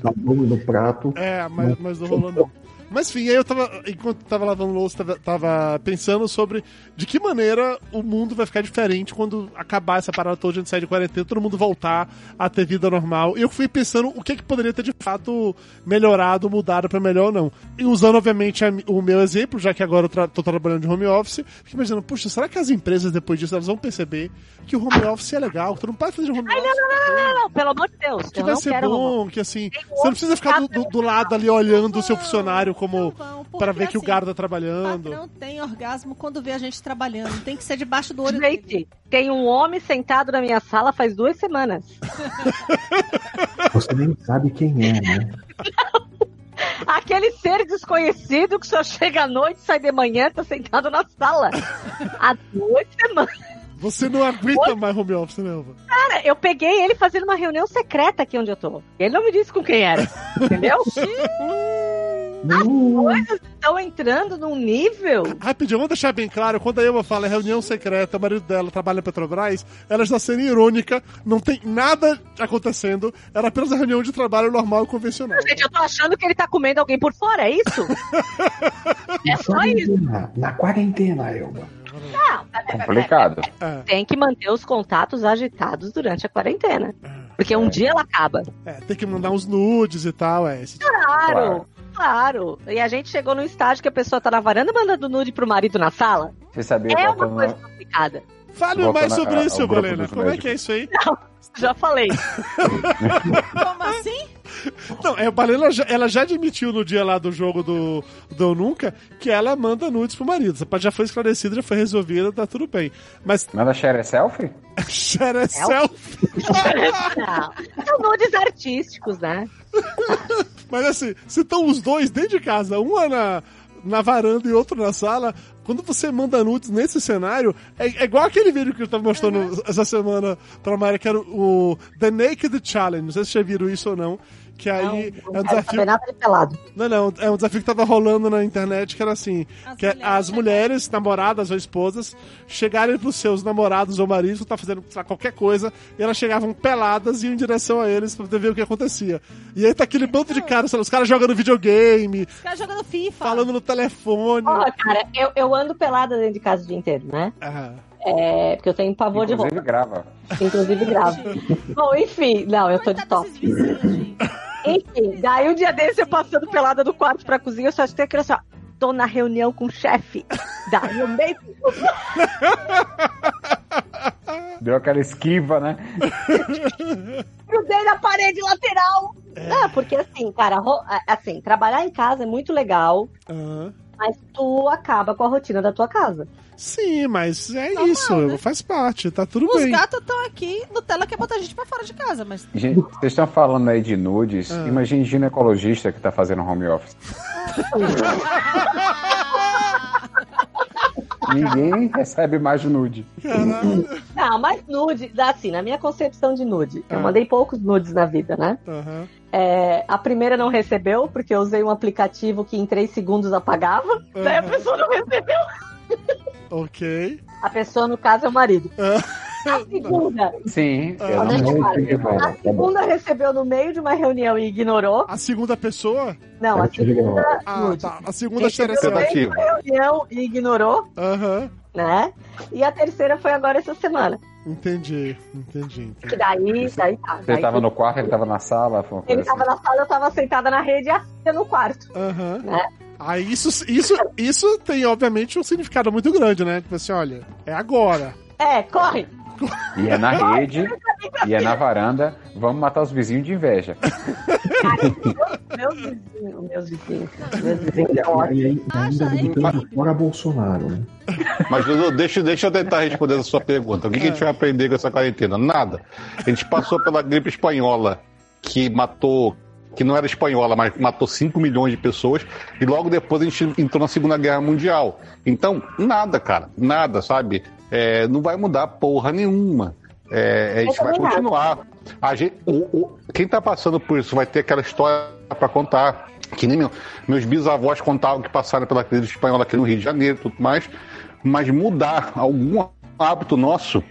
sabão no prato.
É, mas, mas não rolou não. Mas enfim, aí eu tava. Enquanto tava lavando louça, tava, tava pensando sobre de que maneira o mundo vai ficar diferente quando acabar essa parada toda, a gente sair de quarentena, todo mundo voltar a ter vida normal. E eu fui pensando o que, que poderia ter de fato melhorado, mudado pra melhor ou não. E usando, obviamente, a mi- o meu exemplo, já que agora eu tra tô trabalhando de home office, fiquei imaginando, puxa, será que as empresas depois disso elas vão perceber que o home office é legal, que tu não pode fazer home office?
Não, não, pelo amor de Deus,
que
Então, eu
vai
não
ser
quero arrumar.
bom, que assim, você não precisa ficar do, do- do lado ali olhando o seu funcionário como
Não vão,
para
porque,
ver que o
assim,
garo tá
O
trabalhando.
patrão tem orgasmo quando vê a gente trabalhando. Tem que ser debaixo do olho dele.
Gente, tem um homem sentado na minha sala faz duas semanas.
Você nem sabe quem é, né?
Aquele ser desconhecido que só chega à noite, sai de manhã, tá sentado na sala. Há duas semanas.
Você não aguenta mais home office, né, Elva?
Cara, eu peguei ele fazendo uma reunião secreta aqui onde eu tô. Ele não me disse com quem era. Entendeu? Ah, Coisas estão entrando num nível.
Rapidinho, vamos deixar bem claro, quando a Elva fala é reunião secreta, o marido dela trabalha na Petrobras, ela está sendo irônica, não tem nada acontecendo, era apenas uma reunião de trabalho normal e convencional.
Gente, eu tô achando que ele tá comendo alguém por fora, é isso? É só isso.
Na, é. na quarentena, Elba.
Não,
Complicado.
É,
tem que manter os contatos agitados durante a quarentena. Porque um dia ela acaba.
é, tem que mandar uns nudes e tal, é. esse tipo.
Claro, claro. E a gente chegou num estágio que a pessoa tá na varanda mandando nude pro marido na sala.
Você sabia
é
voltando
uma coisa
na-
complicada.
Fale
Volta
mais
na-
sobre
a-
isso,
ao grupo
Valena.
dos
Como é que é isso aí?
Já falei.
Como assim?
Não, é, a Balena já, ela já admitiu no dia lá do jogo do, do Eu Nunca que ela manda nudes pro marido. Essa parte já foi esclarecida, já foi resolvida, tá tudo bem. Mas
Manda share selfie?
Xera é selfie.
Não. São nudes artísticos, né?
um Mas assim, se estão os dois dentro de casa, uma na, na varanda e outro na sala, Quando você manda nudes nesse cenário, é, é igual aquele vídeo que eu tava mostrando essa semana pra Mari, que era o o The Naked Challenge. Não sei se vocês já viram isso ou não. Que aí é um
quero
desafio.
saber nada de pelado.
Não, não, é um desafio que tava rolando na internet que era assim:
As
que é
mulheres né?
as mulheres, namoradas ou esposas, chegarem pros seus namorados ou maridos, que tá fazendo sei lá, qualquer coisa, e elas chegavam peladas e iam em direção a eles pra poder ver o que acontecia. E aí tá aquele bando de caras, sei lá, os caras jogando videogame,
Os caras jogando FIFA.
falando no telefone.
Ó, cara, eu, eu ando pelada dentro de casa o dia inteiro, né?
Ah,
É, porque eu tenho pavor de roupa,
Inclusive grava.
inclusive grave. Bom, enfim, não, eu tô de top.
desses vizinhos, gente.
Enfim, daí um dia desse eu passando pelada do quarto pra cozinha, eu só escutei aquilo assim, ó. Tô na reunião com o chefe. Daí eu meio.
Deu aquela esquiva, né?
grudei na parede lateral.
É.
Ah, porque assim, cara, ro- a- assim, trabalhar em casa é muito legal,
ah.
mas tu acaba com a rotina da tua casa.
Sim, mas é
Normal,
isso,
né?
faz parte, tá tudo
Os
bem.
gatos estão aqui, Nutella quer é botar a gente pra fora de casa, mas.
Gente, vocês estão falando aí de nudes.
Ah.
Imagine ginecologista que tá fazendo home office. Ninguém recebe mais nude.
Caralho.
Não, Ah, mas nude, assim, na minha concepção de nude, eu
Ah.
mandei poucos nudes na vida, né?
Aham.
É, a primeira não recebeu, porque eu usei um aplicativo que em três segundos apagava. Daí a
Aham.
pessoa não recebeu.
Ok.
A pessoa, no caso, é o marido.
Ah.
A segunda,
Sim, eu
Onde é que
não
faz?
consegui
a
tá
mais.
segunda recebeu no meio de uma reunião e ignorou.
A segunda pessoa?
Não, a
Eu tive que
segunda
Ah,
nude.
tá. A segunda
Recebeu
xereceu.
bem.
Tentativa.
Reunião e ignorou.
Aham.
né? E a terceira foi agora essa semana.
Entendi, entendi, entendi.
Que daí, daí tá.
Você
daí
tava
foi-
no quarto, ele tava na sala. foi uma coisa assim.
Ele tava na sala, eu tava sentada na rede e a filha no quarto.
Aham.
Né?
Aí isso, isso, isso tem, obviamente, um significado muito grande, né? Que você olha, é agora.
É, corre!
assim. E é na rede, e é na varanda. Vamos matar os vizinhos de inveja.
Meus vizinhos, meus vizinhos, meus vizinhos é ótimo.
E aí, ainda
Acha, hein,
gritando
Felipe?
fora Bolsonaro, né?
Mas Dudu, deixa, deixa eu tentar responder a sua pergunta. O que, que a gente vai aprender com essa quarentena? Nada. A gente passou pela gripe espanhola, que matou, que não era espanhola, mas matou 5 milhões de pessoas, e logo depois a gente entrou na Segunda Guerra Mundial. Então, nada, cara, nada, sabe? É, não vai mudar porra nenhuma. É, a gente
Eu
vai
também acho.
continuar. A gente, o- o- quem tá passando por isso vai ter aquela história pra contar. Que nem meu- meus bisavós contavam que passaram pela crise espanhola aqui no Rio de Janeiro e tudo mais. Mas mudar algum hábito nosso,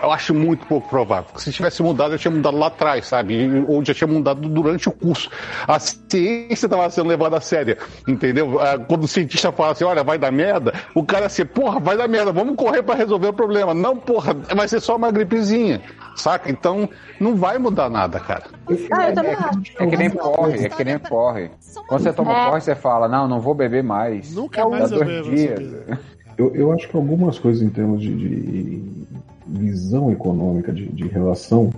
eu acho muito pouco provável. Porque Se tivesse mudado, eu tinha mudado lá atrás, sabe? Ou já tinha mudado durante o curso. A ciência estava sendo levada a sério, entendeu? Ah, Quando o cientista fala assim, olha, vai dar merda, o cara assim, porra, vai dar merda, vamos correr para resolver o problema. Não, porra, vai ser só uma gripezinha, saca? Então, não vai mudar nada, cara.
Ah, eu também acho.
É que nem porre, é que nem porre.
São
Quando você toma
É.
porre, você fala, não, não vou beber mais.
Nunca mais
Dá
eu
dois
bebo.
dias.
sabe?
Eu, eu acho que algumas coisas em termos de, de visão econômica, de, de relação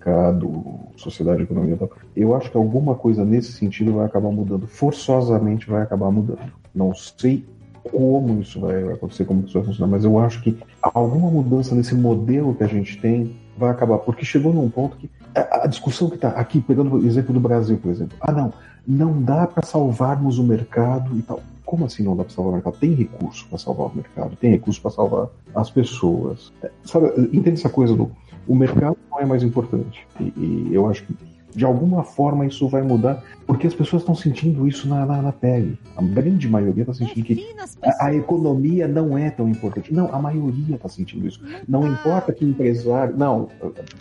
mercado, sociedade, economia, tal, eu acho que alguma coisa nesse sentido vai acabar mudando, forçosamente vai acabar mudando. Não sei como isso vai acontecer, como isso vai funcionar, mas eu acho que alguma mudança nesse modelo que a gente tem vai acabar, porque chegou num ponto que a, a discussão que está aqui, pegando o exemplo do Brasil, por exemplo, ah não, não dá para salvarmos o mercado e tal. Como assim não dá para salvar o mercado? Tem recurso para salvar o mercado, tem recurso para salvar as pessoas. É, Sabe, entende essa coisa do o mercado não é mais importante. E, e eu acho que de alguma forma isso vai mudar, porque as pessoas estão sentindo isso na, na, na pele. A grande maioria está sentindo que
as pessoas.
a, a economia não é tão importante. Não, a maioria está sentindo isso. Não importa que empresário. Não,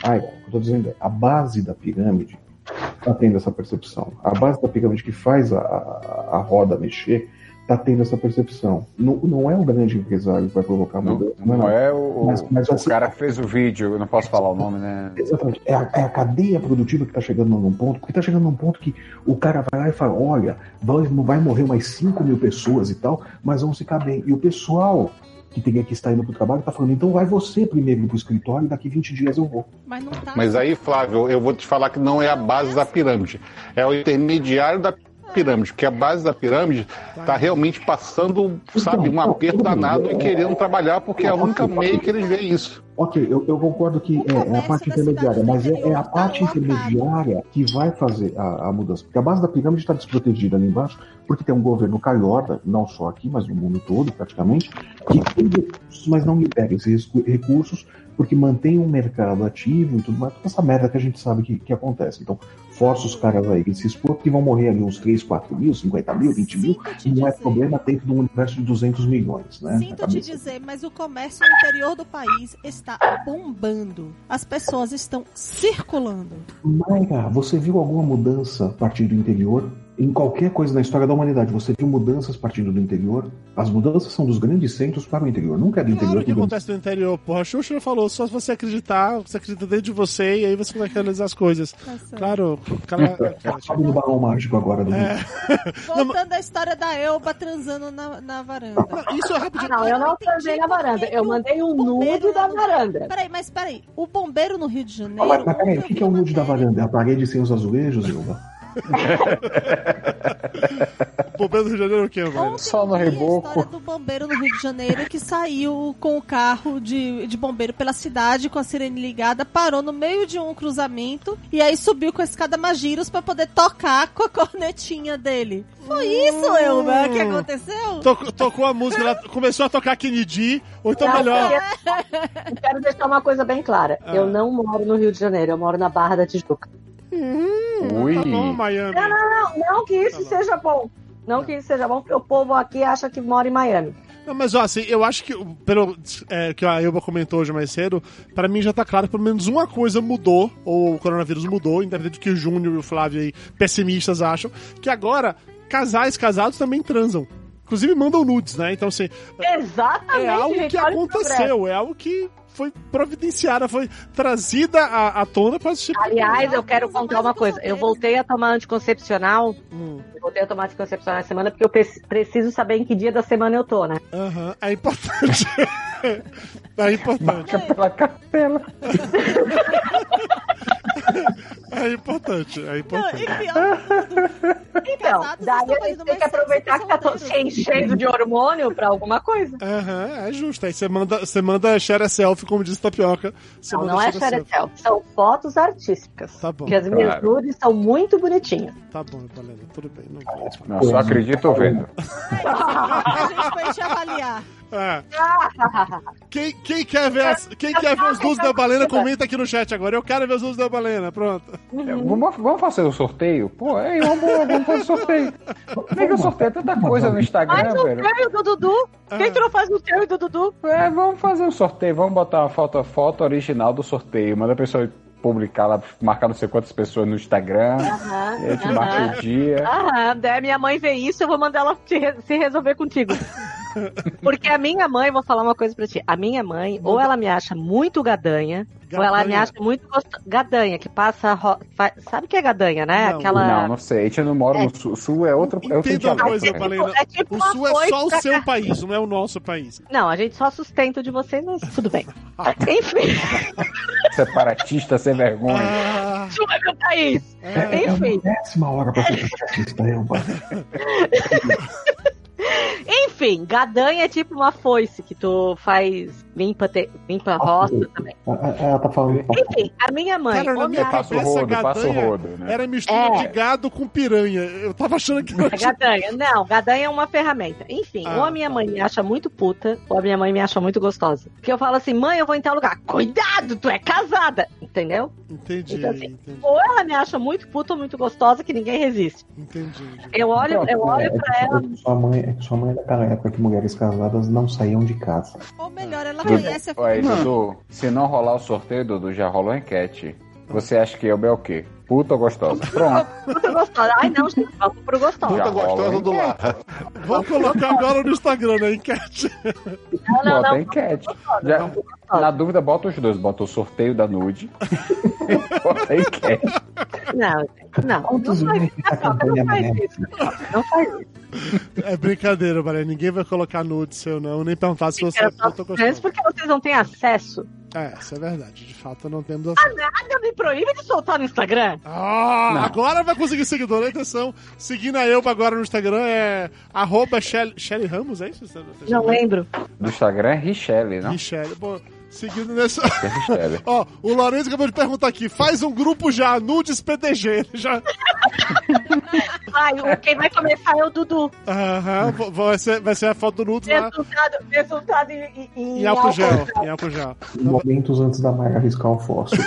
ai, o que eu estou dizendo é a base da pirâmide está tendo essa percepção. A base da pirâmide que faz a, a, a roda mexer está tendo essa percepção. Não, não é o grande empresário que vai provocar
Não,
mudança.
não é o,
Mas- mas
o
assim-
cara que fez o vídeo, eu não posso falar o nome, né?
Exatamente. É a, é a cadeia produtiva que está chegando num ponto, porque está chegando num ponto que o cara vai lá e fala: olha, vai, vai morrer mais 5 mil pessoas e tal, mas vão ficar bem. E o pessoal que teria que estar indo para o trabalho está falando: então vai você primeiro para o escritório e daqui 20 dias eu vou.
Mas não tá.
Mas aí, Flávio, eu vou te falar que não é a base da pirâmide. É o intermediário da pirâmide, porque a base da pirâmide está realmente passando, sabe, um aperto danado e querendo trabalhar, porque é o único meio que eles veem isso.
Ok, eu, eu concordo que
O
é- é, a
comércio
parte
da cidade
intermediária, mas é, é a
interior
parte
tá alocado.
intermediária que vai fazer a, a mudança. Porque a base da pirâmide está desprotegida ali embaixo, porque tem um governo calhorda, não só aqui, mas no mundo todo, praticamente, que tem recursos, mas não libera esses recu- recursos, porque mantém um mercado ativo e tudo mais, toda essa merda que a gente sabe que, que acontece. Então, força os caras aí que se expor, porque vão morrer ali uns 3, 4 mil, 50 mil, 20 mil,
Sinto te
não é
dizer.
problema dentro de um universo de 200 milhões, né? Na
Sinto te
cabeça.
dizer, mas o comércio no interior do país está bombando. As pessoas estão circulando.
Mayra, você viu alguma mudança partindo do interior? Em qualquer coisa na história da humanidade, você viu mudanças partindo do interior? As mudanças são dos grandes centros para o interior, nunca é
Claro
do
que
interior. para o grande-
acontece no interior, porra. A Xuxa falou, só se você acreditar, você acredita dentro de você e aí você consegue realizar as coisas. Claro, cara.
Sabe no balão mágico agora do
É.
Voltando à história da Elba transando na, na varanda.
Isso é rápido.
Ah, não, eu não transei na varanda. Eu mandei um nude da varanda.
Peraí, mas peraí. O bombeiro no Rio de
Ah,
Janeiro.
mas, mas peraí, o
ontem
que,
eu
que é o
vi
nude da
matéria-
varanda? É a parede sem os azulejos, Ilva?
Bobeira do Rio de Janeiro é o quê, velho?
Ontem
Só no
eu vi
reboco.
A história do bombeiro no Rio de Janeiro que saiu com o carro de, de bombeiro pela cidade com a sirene ligada, parou no meio de um cruzamento e aí subiu com a escada Magiros pra poder tocar com a cornetinha dele. Foi
Hum.
isso, Elba, que aconteceu?
Tocou, tocou a música, ela começou a tocar Kennedy, ou então
Não,
melhor.
eu Quero deixar uma coisa bem clara.
Ah.
Eu não moro no Rio de Janeiro, eu moro na Barra da Tijuca.
Ui.
Tá bom, Miami.
Não que
Tá
isso seja bom. Não que isso seja bom, porque o povo aqui acha que mora em Miami.
Não, mas ó, assim, eu acho que, pelo é, que a Elba comentou hoje mais cedo, pra mim já tá claro que pelo menos uma coisa mudou, ou o coronavírus mudou, independente do que o Júnior e o Flávio aí, pessimistas, acham, que agora casais casados também transam. Inclusive mandam nudes, né? Então, assim,
Exatamente,
é algo
gente,
que
olha o progresso.
aconteceu, é algo que foi providenciada, foi trazida à, à tona pra assistir.
Aliás, eu quero contar uma coisa. Eu voltei a tomar anticoncepcional.
Hum,
Eu voltei a tomar anticoncepcional essa semana porque eu pre- preciso saber em que dia da semana eu tô, né?
aham, é importante. é importante.
Pela capela.
É importante, é
Não, e
importante.
pior,
Então,
Casados
daí
estão fazendo
a gente tem
mais
que aproveitar que
sexo
tá to-
solteiro.
se enchendo de hormônio pra alguma coisa.
Aham, é justo. Aí você manda, você manda share a selfie, como diz tapioca. Você
Não,
manda
não é
share a selfie.
xeretel, são fotos artísticas.
Tá bom,
Porque as minhas
claro.
nudes são muito bonitinhas.
tá bom, Helena, tudo bem. Não vou discutir.
Não, só acredito vendo.
a gente foi te avaliar.
É. Quem, quem quer ver, as- quem quer ver os nudes da balena, comenta aqui no chat agora. Eu quero ver os nudes da balena, pronto.
É, Vamos, vamos fazer o sorteio? Pô, é uma boa, vamos fazer o sorteio. Nem que eu sorteio tanta coisa no Instagram,
Faz o
É, velho.
treino do Dudu. Quem tu não faz o treino do Dudu?
É, vamos fazer um sorteio, vamos botar uma foto, a foto original do sorteio. Manda a pessoa publicar lá, marcar não sei quantas pessoas no Instagram.
Aham,
E aí te
aham.
marca o dia.
Aham, daí minha mãe vê isso, eu vou mandar ela te re- se resolver contigo. Porque a minha mãe, vou falar uma coisa pra ti. A minha mãe, ou ela me acha muito gadanha, ou ela me
Gadanha.
acha muito gostosa. Gadanha, que passa. ro- fa- Sabe o que é gadanha, né?
Não.
Aquela.
Não, não sei. A gente não mora no sul. Sul é outro. É outro
Entenda uma
dialeto,
coisa,
velho.
Valena.
Tipo, é tipo
O
uma
Sul é só o
coisa-
seu país, não é o nosso país.
Não, a gente só sustenta o de vocês, mas tudo bem.
Ah.
Enfim,
Separatista sem vergonha.
Ah,
isso é meu país.
É, é
Enfim.
uma décima hora para ser protagonista, tá, Elba. É,
Enfim, gadanha é tipo uma foice que tu faz limpa, te- limpa roça também.
Ela- Ela tá falando.
Enfim, a minha mãe.
Cara, na
ou
minha
me
Passa o
Essa
É rodo, passa o
gadanha
rodo. Né?
era mistura
É.
de gado com piranha. Eu tava achando que
É gadanha. Não, gadanha é uma ferramenta. Enfim,
Ah,
ou a minha
tá.
mãe me acha muito puta, ou a minha mãe me acha muito gostosa. Porque eu falo assim, mãe, eu vou em tal lugar. Cuidado, tu é casada. Entendeu?
Entendi,
Então, assim,
entendi,
Ou ela me acha muito puta ou muito gostosa que ninguém resiste.
entendi. entendi.
Eu olho, eu
É, é
olho
que
pra ela.
sua- é que sua mãe, é que sua mãe é daquela época que mulheres casadas não saíam de casa.
Ou melhor, ela
Dudu,
conhece a
olha aí,
Hum.
filha.
Dudu, se não rolar o sorteio, Dudu, já rolou a enquete. Você acha que Elba é o quê? Puta ou gostosa? Pronto.
Puta gostosa. Ai, não, gente, vamos pro gostosa.
Puta
Já rola,
gostosa
hein?
do lar.
Vou colocar agora no Instagram, na enquete.
Não, não,
bota
não.
a enquete. Já- na dúvida, bota os dois. Bota o sorteio da nude. e bota a enquete.
Não, gente, não. Não
Quantos
faz,
likes a campanha
não faz
merece?
isso. Não faz isso.
É brincadeira, Maria. Ninguém vai colocar nude seu, não. Nem perguntar se você é
Era só
puta ou
trans
gostosa.
porque vocês não têm acesso.
É, isso é verdade. De fato, não temos acesso.
Nada me proíbe de soltar no Instagram.
Ah,
Não.
agora vai conseguir seguidor. Atenção, seguindo a Elba agora no Instagram é arroba Shelly Shelly Ramos, é isso? Você- você
Não
chama?
lembro.
Do Instagram é Richelle, não? é
Michelle. Bom, Seguindo nessa.
Hashtag.
Ó, o Lourenço acabou de perguntar aqui: faz um grupo já, nudes PDG. Ele já.
Ai, o- quem vai começar é o Dudu.
Aham, vo- vai, ser, vai ser a foto do nudes lá
Resultado, resultado em, em-
em álcool gel. Em álcool gel.
Momentos antes da Maia arriscar o fósforo.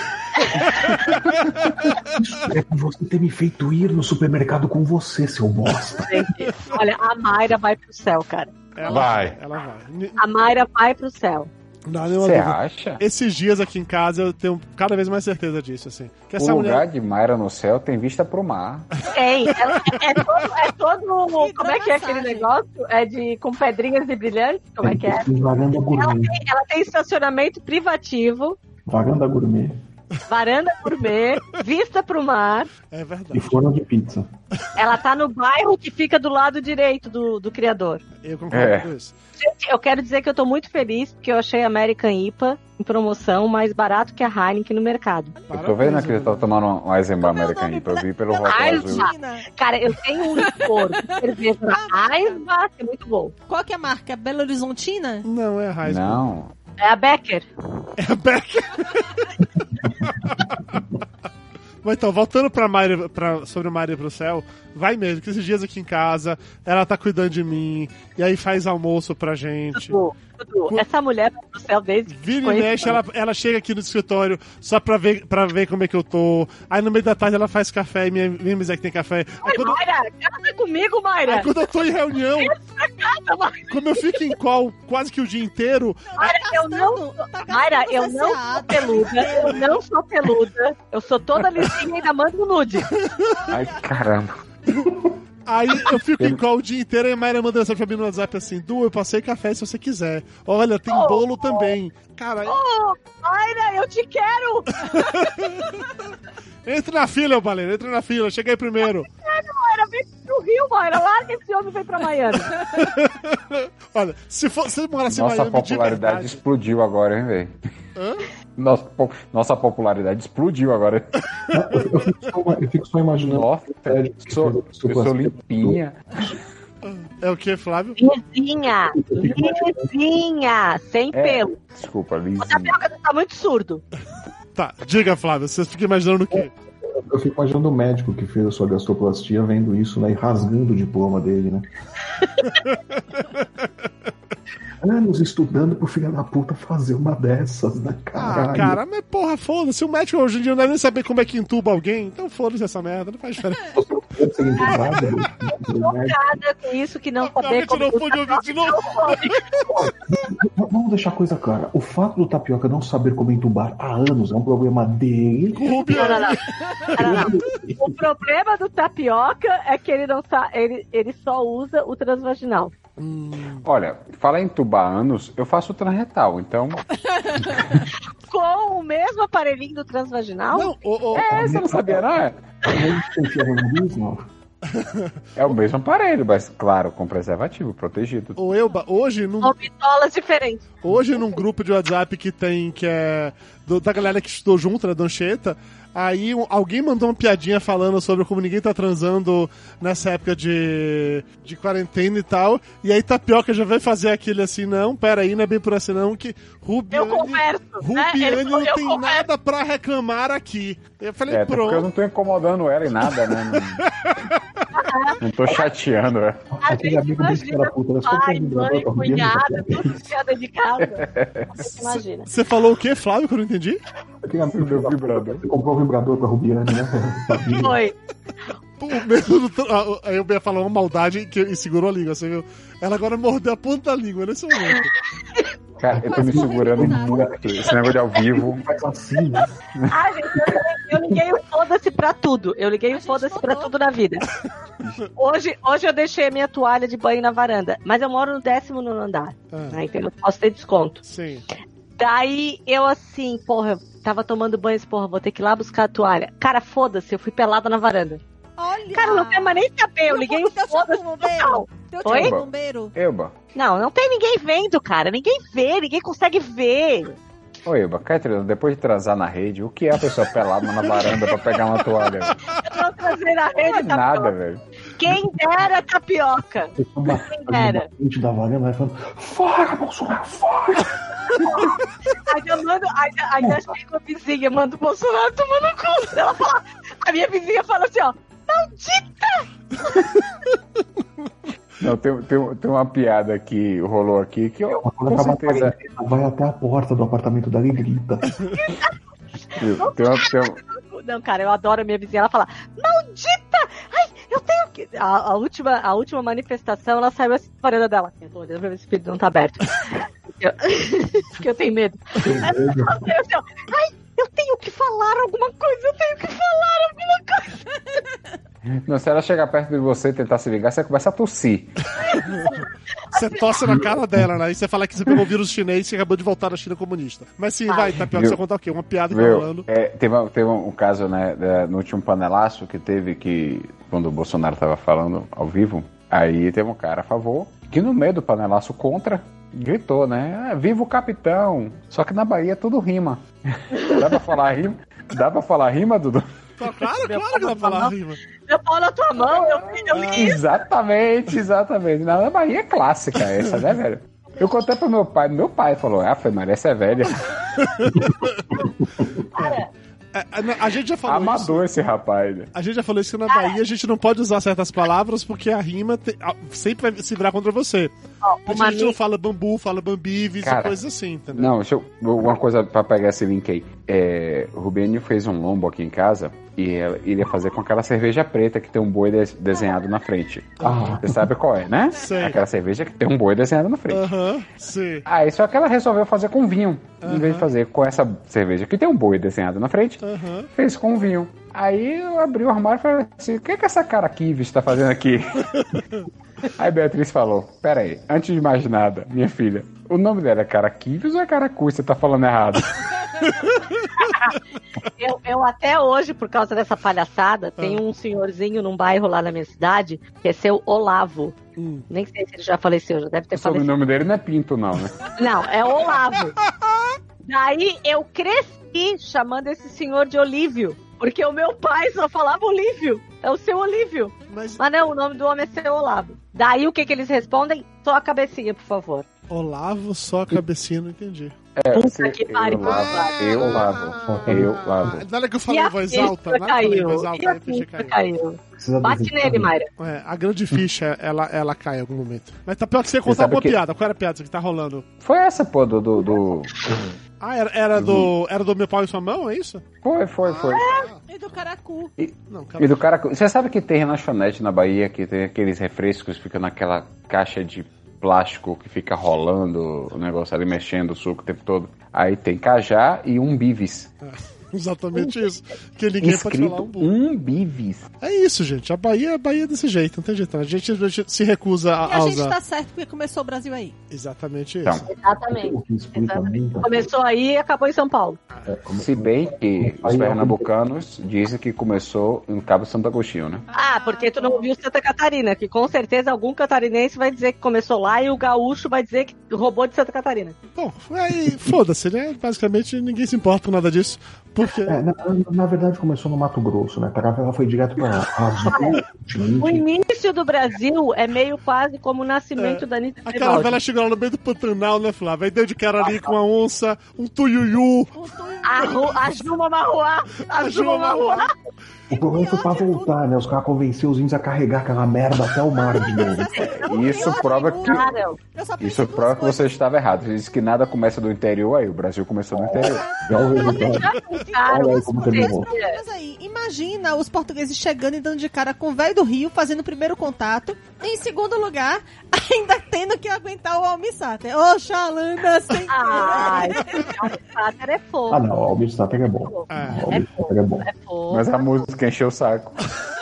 Isso é por você ter me feito ir no supermercado com você, seu bosta.
gente.
Olha, a Mayra vai pro céu, cara.
Ela
Vai.
Ela vai. Ni-
A Mayra vai pro céu.
Não há nenhuma
Você
dúvida.
acha?
Esses dias aqui em casa eu tenho cada vez mais certeza disso, assim. Que essa
o
mulher.
lugar de Mayra no céu tem vista pro mar.
Tem. ela- É, é todo. é todo- como é que é aquele
Hidromassagem.
negócio? É de com pedrinhas e brilhantes? Como é que é?
Varanda gourmet.
Ela tem estacionamento privativo,
Varanda gourmet.
varanda gourmet, vista pro mar.
É
E
verdade.
forno de pizza.
Ela tá no bairro que fica do lado direito do, do criador.
Eu concordo
É.
com isso.
Gente, eu quero dizer que eu tô muito feliz porque eu achei a American IPA em promoção mais barato que a Heineken no mercado.
eu tô vendo aqui que eu tava tomando um Eisenbahn
Como é o nome?
americano. Eu vi pelo rótulo
Ai,
azul.
Belarina.
Cara, eu tenho um licor de cerveja na Aisba, que é muito bom.
Qual que é a marca? Belo Horizontina?
Não é raiz.
Não.
É a Becker.
É Beck. Mas então, voltando pra Mari, pra, sobre Mari pro céu, vai mesmo, que esses dias aqui em casa, ela tá cuidando de mim, e aí faz almoço pra gente.
Dudu, Dudu, essa mulher vai pro céu desde que
Vira e
conheci
mexe, ela, ela chega aqui no escritório só pra ver, pra ver como é que eu tô. Aí no meio da tarde ela faz café, e minha, minha mesa que tem café. Aí quando,
Mayra, casa comigo, Mayra.
aí quando eu tô em reunião,
Casa, Mayra.
como eu fico em call quase que o dia inteiro,
Mayra, eu não
Tá
Mayra,
gastando
eu não sou
saciado.
peluda, eu não sou peluda, eu sou toda lisinha e ainda mando nude.
Ai, caramba.
Aí eu fico em call o dia inteiro e a Mayra manda mensagem pra mim no WhatsApp assim: Du, eu passei café se você quiser. Olha, tem bolo também. Cara,
Mayra, eu te quero!
entra na fila, ô baleiro, entra na fila, cheguei primeiro.
Mayra, vem pro Rio, Mayra, larga esse homem e vem pra Miami.
Olha, se for, se morasse em
Nossa
Miami
popularidade
é de verdade.
explodiu agora, hein, velho?
Hã?
Nossa, po- nossa popularidade explodiu agora.
Não, Eu eu fico só, eu fico só imaginando.
Nossa, eu sou, eu sou limpinha.
É o que, Flávio?
Lisinha, lisinha, sem
É.
pelo.
Desculpa,
O Gabriel
lisinha.
Cadu tá muito surdo.
Tá, diga, Flávio, você fica imaginando o quê?
Eu fico imaginando o médico que fez a sua gastroplastia vendo isso, né? E rasgando o diploma dele, né? Anos estudando pro filho da puta fazer uma dessas, né? Caralho.
Ah, cara, mas porra, foda-se. O médico hoje em dia não deve nem saber como é que entuba alguém, então foda-se essa merda, não faz diferença.
Eu um sei entubado, eu- eu- um médico.
Nada com isso que não
Não,
saber
me tirou
como
o fone de ouvido de novo.
Vamos deixar a coisa clara. O fato do tapioca não saber como entubar há anos é um problema dele.
O Rubiano.
Não, não, não. Não, não, não. O problema do tapioca é que ele não sa... ele, ele só usa o transvaginal.
Olha, falar em tubanos, eu faço transretal, então.
Com o mesmo aparelhinho do transvaginal?
Não, ô, ô,
É, você não sabia, não é?
Ele enfia no nariz, não.
É o mesmo aparelho, mas claro, com preservativo, protegido.
ô, Elba, hoje não
Com bitolas diferentes.
Hoje, num grupo de WhatsApp que tem, que é do- da galera que estudou junto, da Doncheta, aí um- alguém mandou uma piadinha falando sobre como ninguém tá transando nessa época de, de quarentena e tal, e aí Tapioca já vai fazer aquele assim, não, peraí, não é bem por assim não, que
Eu
Rubiane,
converso. Né?
Rubiane
Ele-
não
eu
tem
converso.
nada pra reclamar aqui. Eu falei,
É, até porque eu
pronto.
não tô incomodando ela em nada, né? Não- Não tô chateato, né?
A
Aquele
gente
amigo desse filho
imagina
da puta, nós
pai,
compramos um gravador
mãe,
pra né? Rubiano,
cunhada,
cara.
tudo criada de casa. A gente imagina.
Você falou o quê, Flávio, que eu não entendi?
Aquele amigo
Meu
da puta,
vibrador.
Você comprou um vibrador pra Rubiane, né? Sabia.
Foi.
O mesmo do tra- ah, Aí eu ia falar uma maldade que, e segurou a língua, você viu? Ela agora mordeu a ponta da língua nesse momento.
Cara, eu tô me segurando muito. Esse negócio de ao vivo.
Faz assim, né?
Ah, gente, eu, também- eu liguei o foda-se pra tudo. Eu liguei
A
o
gente
foda-se
mudou.
pra tudo na vida. Hoje, hoje eu deixei a minha toalha de banho na varanda, mas eu moro no décimo nono andar,
Ah,
né? Então eu posso ter desconto.
sim.
Daí eu assim, porra, eu tava tomando banho, esse porra, vou ter que ir lá buscar a toalha. Cara, foda-se, eu fui pelada na varanda.
Olha!
Cara, eu não quero mais nem saber, eu
Ah. Não
é liguei
vou-
o
teu tio
foda-se total.
bombeiro. Teu tio
Oi?
bombeiro.
Eba,
Não, não tem ninguém vendo, cara. Ninguém vê, ninguém consegue ver.
ô Eba, Catarina, depois de transar na rede, o que é a pessoa pelada na varanda pra pegar uma toalha?
Eu não trazer na
Não é
rede, tá
nada, velho.
Quem dera tapioca.
Eu sou uma-
Quem dera.
a gente da vaga vai falando, fora, Bolsonaro, fora!
Ainda mando, ainda, ainda achei que a vizinha manda o Bolsonaro tomar no cu. Ela fala, a minha vizinha fala assim, ó. Maldita!
Não, tem, tem, tem uma piada que rolou aqui que eu
Quando
com
acabar a
certeza.
quarentena, tá vai até a porta do apartamento dela e grita.
Tem uma, tem uma-
Não, cara, eu adoro a minha vizinha. Ela fala, maldita! Ai, eu tenho que. A, a última, a última manifestação, ela saiu assim, parada dela. Eu tô olhando pra ver se o espírito não tá aberto. Eu- Porque eu tenho medo. Ela saiu assim, ó, Ai, eu tenho que falar alguma coisa, eu tenho que falar alguma coisa.
não, se ela chegar perto de você e tentar se ligar, você começa a tossir.
Você tosse na cara dela, né? Aí você fala que você pegou o vírus chinês e acabou de voltar da China comunista. Mas sim, vai, Tapioca,
Viu?
você contar o quê? Uma piada que tá
Viu?
rolando.
É, teve, um- teve um caso, né, da- no último panelaço que teve que, quando o Bolsonaro tava falando ao vivo, aí teve um cara a favor, que no meio do panelaço contra, gritou, né, ah, viva o capitão! Só que na Bahia é tudo rima. dá pra falar rima? Dá pra falar rima, Dudu?
Tá claro, claro que dá pra falar rima.
Eu falo na tua mão, eu, eu li
Exatamente, exatamente. Na Bahia é clássica essa, né, velho? Eu contei pro meu pai, meu pai falou, ah, foi Maria, essa é velha.
É, a- a gente já falou isso.
Amador esse rapaz. né?
A gente já falou isso que na Bahia a gente não pode usar certas palavras porque a rima te- a- sempre vai se virar contra você. Por isso a gente
amiga-
não fala bambu, fala bambives e
Cara,
coisas assim, entendeu?
Não, deixa eu. Uma coisa pra pegar esse link aí. É, o Rubênio fez um lombo aqui em casa e ela- ele ia fazer com aquela cerveja preta que tem um boi de- desenhado na frente.
Ah.
Você sabe qual é, né?
Sei. Ah.
Aquela cerveja que tem um boi desenhado na frente. Ah,
Aham, sim.
Aí só que ela resolveu fazer com vinho. Em vez
Aham.
de fazer com essa cerveja que tem um boi desenhado na frente,
Aham.
fez com vinho. Aí eu abri o armário e falei assim: o que, que essa cara Kivis tá fazendo aqui? aí Beatriz falou: Pera aí, antes de mais nada, minha filha, o nome dela é cara Kivis ou é cara Cus? Você tá falando errado.
Eu, eu até hoje, por causa dessa palhaçada,
Ah.
tem um senhorzinho num bairro lá na minha cidade, que é seu Olavo.
Hum.
Nem sei se ele já faleceu, já deve ter
o sobrenome dele não é Pinto, não, né?
falecido. Não, é Olavo. Daí eu cresci chamando esse senhor de Olívio, porque o meu pai só falava Olívio. É o seu Olívio.
Mas
Mas não, o nome do homem é seu Olavo. Daí o que, que eles respondem? Só a cabecinha, por favor.
Olavo só a cabecinha, não entendi.
É,
Puta
você-
que
eu
pariu. Ah.
lavo, eu lavo, eu lavo.
Nada Ah, que eu
E
falei
a
em voz
ficha
alta, nada que eu falei em
caiu.
voz
E
alta, aí
a
a ficha
ficha
caiu.
caiu.
Precisa
Bate
desenhar.
nele, Mayra.
É, a grande ficha, ela, ela cai em algum momento. Mas tá pior que você ia
Você
contar
sabe
uma
que-
piada. Qual era a piada que tá rolando?
Foi essa, pô, do. do, do-
Ah, era, era
Uhum.
do. Era do meu pau em sua mão, é isso?
Foi, foi, foi.
E do caracu.
Não,
E
cara.
do cara. Você sabe que tem lanchonete na Bahia que tem aqueles refrescos que ficam naquela caixa de plástico que fica rolando o negócio ali mexendo o suco o tempo todo? Aí tem cajá e um bivis.
Exatamente isso. Que ninguém pode falar
Escrito
um burro.
um bivis.
É isso, gente. A Bahia, a Bahia é desse jeito, não tem jeito. não. A gente, a gente se recusa
E a
a, a
gente
usar.
tá certo porque começou o Brasil aí.
Exatamente isso.
Então.
Exatamente.
O que explica
Exatamente.
muito.
Começou aí e acabou em São Paulo.
é, como-
Se bem que os
Aí, ó.
pernambucanos dizem que começou em Cabo Santo Agostinho, né?
Ah, porque tu não viu Santa Catarina, que com certeza algum catarinense vai dizer que começou lá e o gaúcho vai dizer que roubou de Santa Catarina.
Bom, aí foda-se, né? Basicamente ninguém se importa com nada disso. Porque.
É, na, na verdade começou no Mato Grosso, né? Ela foi direto pra
O
Azul,
início do Brasil é meio quase como o nascimento da Anitta
Aquela
Garibaldi.
velha chegou lá no meio do Pantanal, né, Flávio? Aí deu de cara ali com uma onça, um tuiuiu,
A, Ru- a Juma Marruá! A Juma Marruá!
O problema foi pra voltar, né? Os caras convenceram os índios a carregar aquela merda até o mar de
Mas
novo.
assim, eu não
Isso
tenho
prova
nenhum-
que-
Cara,
Eu só penso
Isso é
em duas
prova que
coisas.
você estava errado. Você disse que nada começa do interior aí. O Brasil começou do interior.
Já o resultado.
um cara,
Olha aí
Duas
como
coisas,
terminou.
dois problemas aí. Imagina os portugueses chegando e dando de cara com o velho do Rio, fazendo o primeiro contato. Em segundo lugar, ainda tendo que aguentar o Almi Sater. Ô, Xalanda, sem
Ai, o Sáter é
Ah,
fofo.
não, o Almir Sater é bom.
É.
O Almir Sater é bom.
É fofo.
Mas a música encheu o saco.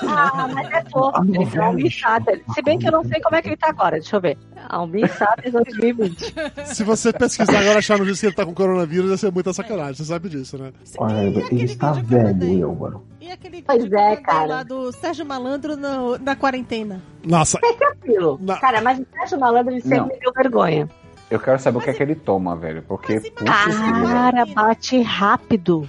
Ah, mas é fofo. Ele é um Sáter. Se bem que eu não sei como é que ele tá agora, deixa eu ver. Almir Sáter 2020.
Se você pesquisar agora e achar no disco que ele tá com coronavírus, ia ser muita sacanagem, você sabe disso, né?
Olha,
é
ele está velho, eu, mano.
E aquele
Pois
vídeo que
é,
eu mandei
cara.
lá do Sérgio Malandro no- na quarentena.
Nossa,
Tranquilo.
Não.
Cara, mas o Sérgio Malandro ele sempre
Não.
me deu vergonha.
Eu quero saber o que é que ele toma, velho. Porque,
Mas
putz,
imagina-
grilo, velho.
Cara, bate rápido.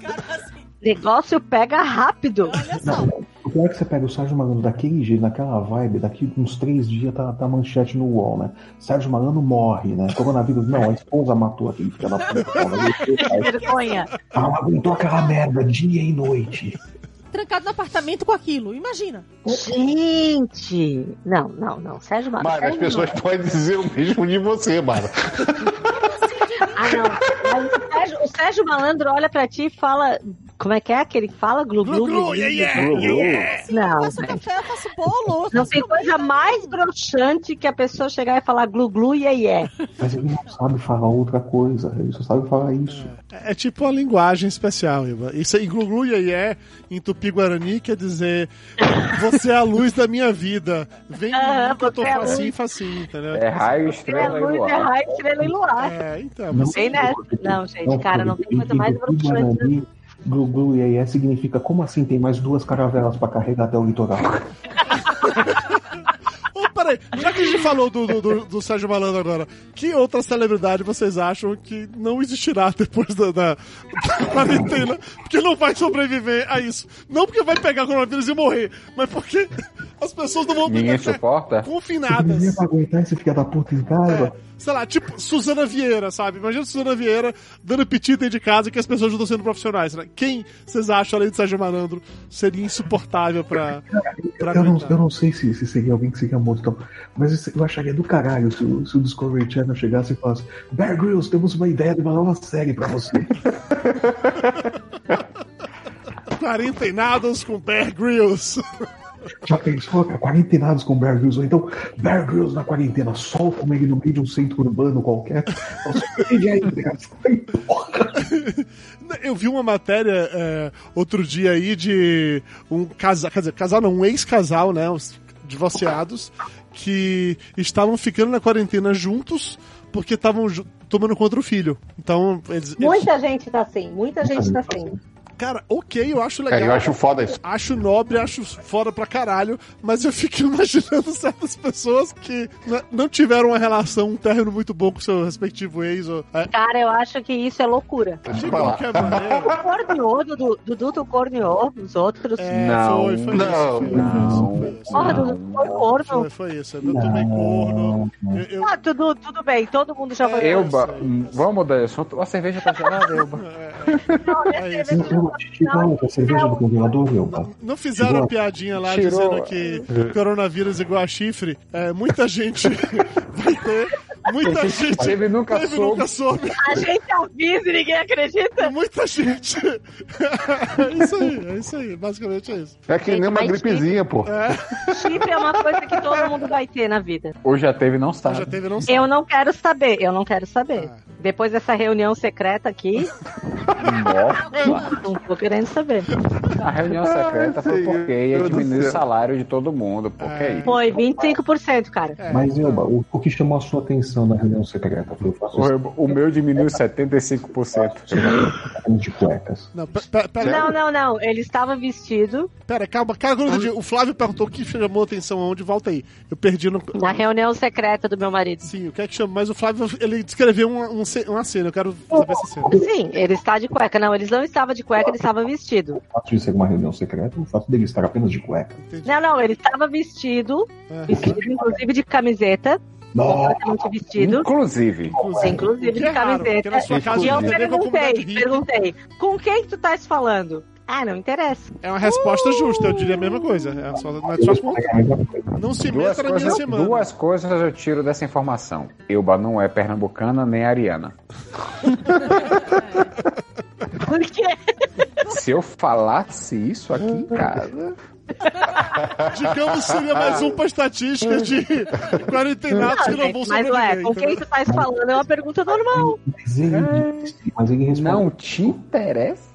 Cara, assim,
Negócio pega rápido.
olha só.
Não, o O pior é que você pega o Sérgio Malandro daquele jeito, naquela vibe, daqui uns três dias tá, tá manchete no UOL, né? Sérgio Malandro morre, né? Coronavírus, não, a esposa matou aquele filho da puta. né?
Que vergonha.
Ela aguentou aquela merda dia e noite.
Trancado no apartamento com aquilo, imagina.
Gente! Não, não, não. Sérgio Malandro.
Mara, as
Sérgio
pessoas podem dizer o mesmo de você, Mara.
Ah, não. Mas o Sérgio, o Sérgio Malandro olha pra ti e fala. Como é que é aquele que fala? Glu, glu, glu,
yeah, yeah,
glu, glu,
yeah,
glu.
yeah.
Não,
faço
velho.
café, faço bolo.
Não
faço
tem coisa
comida.
mais broxante que a pessoa chegar e falar glu glu e yeah, yeah.
Mas ele não sabe falar outra coisa, ele só sabe falar isso.
É tipo uma linguagem especial, Iba. Isso aí, glu é em tupi-guarani quer dizer você é a luz da minha vida. Vem
Ah,
comigo que eu tô
você é a
facinho, facinho, entendeu?
É raio,
É
estrela e
luz, é
luar.
raio, estrela e luar.
É, então.
Não,
mas-
Sei, né? Não, gente, cara, não tem coisa mais broxante. né?
Guarani, Glu glu né? e aí significa como assim tem mais duas caravelas pra carregar até o litoral?
Ô, peraí, já que a gente falou do, do, do- do Sérgio Malandro agora, que outra celebridade vocês acham que não existirá depois da, da- da quarentena? Porque não vai sobreviver a isso. Não porque vai pegar coronavírus e morrer, mas porque as pessoas não vão
Ninguém
ficar
suporta?
confinadas.
Ninguém vai aguentar esse filho da puta em casa?
Sei lá, tipo Suzana Vieira, sabe? Imagina Suzana Vieira dando piti dentro de casa que as pessoas não estão sendo profissionais. Né? Quem vocês acham, além de Sérgio Malandro, seria insuportável pra, É, pra
Eu não,
aguentar?
eu não sei se, se seria alguém que seria morto, então, mas eu acharia do caralho se, o- se o Discovery Channel chegasse e falasse: Bear Grylls, temos uma ideia de uma nova série pra você.
Quarentenados com Bear Grylls.
Já pensou, cara? Quarentenados com Bear Grylls, ou então Bear Grylls na quarentena, soltam ele no meio de um centro urbano qualquer. Nossa, e aí, cara?
Eu vi uma matéria é, outro dia aí de um casal, quer dizer, casal não, um ex-casal, né? Os divorciados, que estavam ficando na quarentena juntos porque estavam ju- tomando contra o filho. Então, eles, eles-
Muita gente tá assim, muita gente tá assim.
Cara, ok, eu acho legal.
É, eu acho foda isso.
Acho nobre, acho fora pra caralho, mas eu fico imaginando certas pessoas que n- não tiveram uma relação, um término muito bom com seu respectivo ex. Ou, é,
Cara, eu acho que isso é loucura.
Deixa
de
eu falar.
qualquer maneira.
O corneou, Dudu, Dudu tu corneou os outros.
É,
Não,
foi, foi
não,
isso. Foi,
não,
foi isso, foi
Porra,
isso.
não.
Dudu, tu foi corno.
Foi, foi isso. Eu tomei corno. Eu, eu-
Ah, Dudu, tudo bem, todo mundo já foi.
Euba,
Eu sei.
hum, vamos mudar de assunto. A cerveja tá gelada, Euba.
é isso.
Não, não, Igual a cerveja do congelador, meu pai.
Não, não fizeram a piadinha lá
Tirou-
dizendo que coronavírus igual a chifre. É, muita gente vai ter. Muita gente.
Teve nunca
teve,
soube.
nunca soube.
A gente avisa e ninguém acredita.
Muita gente. é isso aí, é isso aí. Basicamente é isso.
É que nem uma
Mas
gripezinha, pô.
Chifre é uma coisa que todo mundo vai ter na vida.
Ou já teve, não
Eu Já
sabe.
teve, não sei.
Eu não quero saber, eu não quero saber.
Ah.
Depois dessa reunião secreta aqui,
Nossa,
não tô querendo saber.
a reunião secreta foi
Senhor
porque ia
do
diminuir o
céu.
salário de todo mundo. Pô, que isso?
Foi 25%, cara.
É,
Mas, Elba, o, o que chamou a sua atenção na reunião secreta foi o fato de
O, o meu diminuiu 75%.
estar de cuecas.
Não, pe- pe- pera,
Não, não, não. Ele estava vestido
pera, calma, calma. um minutinho. O Flávio perguntou o que chamou atenção aonde, volta aí. Eu perdi no.
na reunião secreta do meu marido.
Sim, o que é que chama? Mas o Flávio, ele descreveu uma, um ce- uma cena, eu quero saber essa cena.
Sim, ele está de cueca. Não, eles não estavam de cueca, ele estava vestido.
O fato de ser uma reunião secreta, é o fato dele estar apenas de cueca.
Entendi.
Não, não, ele estava vestido,
Aham.
vestido, inclusive de camiseta,
Nossa,
completamente vestido.
Inclusive,
Inclusive
O que
de
é raro,
camiseta.
porque na sua casa
E eu
você vê com a comunidade
perguntei,
hippie.
perguntei, com quem tu estás falando? Ah, não interessa.
É uma resposta justa, eu diria a mesma coisa. É só, não, é só contar. não se
duas
meta na minha
coisas,
semana.
duas coisas eu tiro dessa informação. Euba não é pernambucana nem ariana.
Por quê?
Se eu falasse isso aqui em casa,
Digamos seria mais um pra estatística de quarentenados que
Não,
não vão
gente, mas ué,
sobreviver.
com quem
entendeu?
tu estás falando é uma pergunta normal.
mas ele, mas ele respondeu.
É. não te interessa?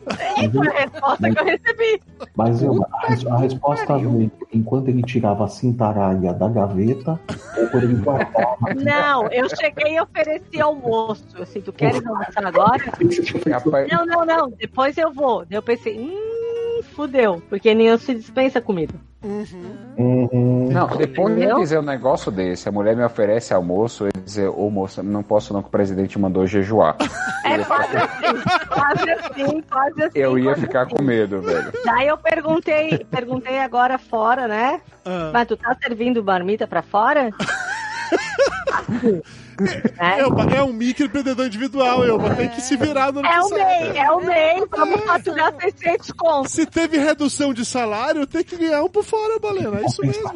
Foi a resposta que eu recebi.
Mas eu, a, res- a resposta veio enquanto ele tirava a cintaralha da gaveta ou quando ele guardava.
Não, eu cheguei e ofereci almoço. Eu assim, tu queres almoçar agora?
Rapaz,
Não, não, não. Depois eu vou. Daí Eu pensei, hum, fudeu. Porque nem eu se dispensa comida.
Uhum.
Não, depois de
Entendeu?
dizer um negócio desse, a mulher me oferece almoço, eu dizer, ô moça, não posso não que o presidente mandou jejuar.
É quase assim, quase assim, quase assim.
Eu ia
quase
ficar
assim.
com medo, velho.
Daí eu perguntei, perguntei agora fora, né?
Ah.
Mas tu tá servindo marmita pra fora? é,
Elba, é um microempreendedor individual, Elba. Tem que se virar no ano
é
que
o
sai.
MEI, é o MEI, vamos faturar 600 contos.
Se teve redução de salário, tem que ganhar um por fora, Balena. É isso mesmo.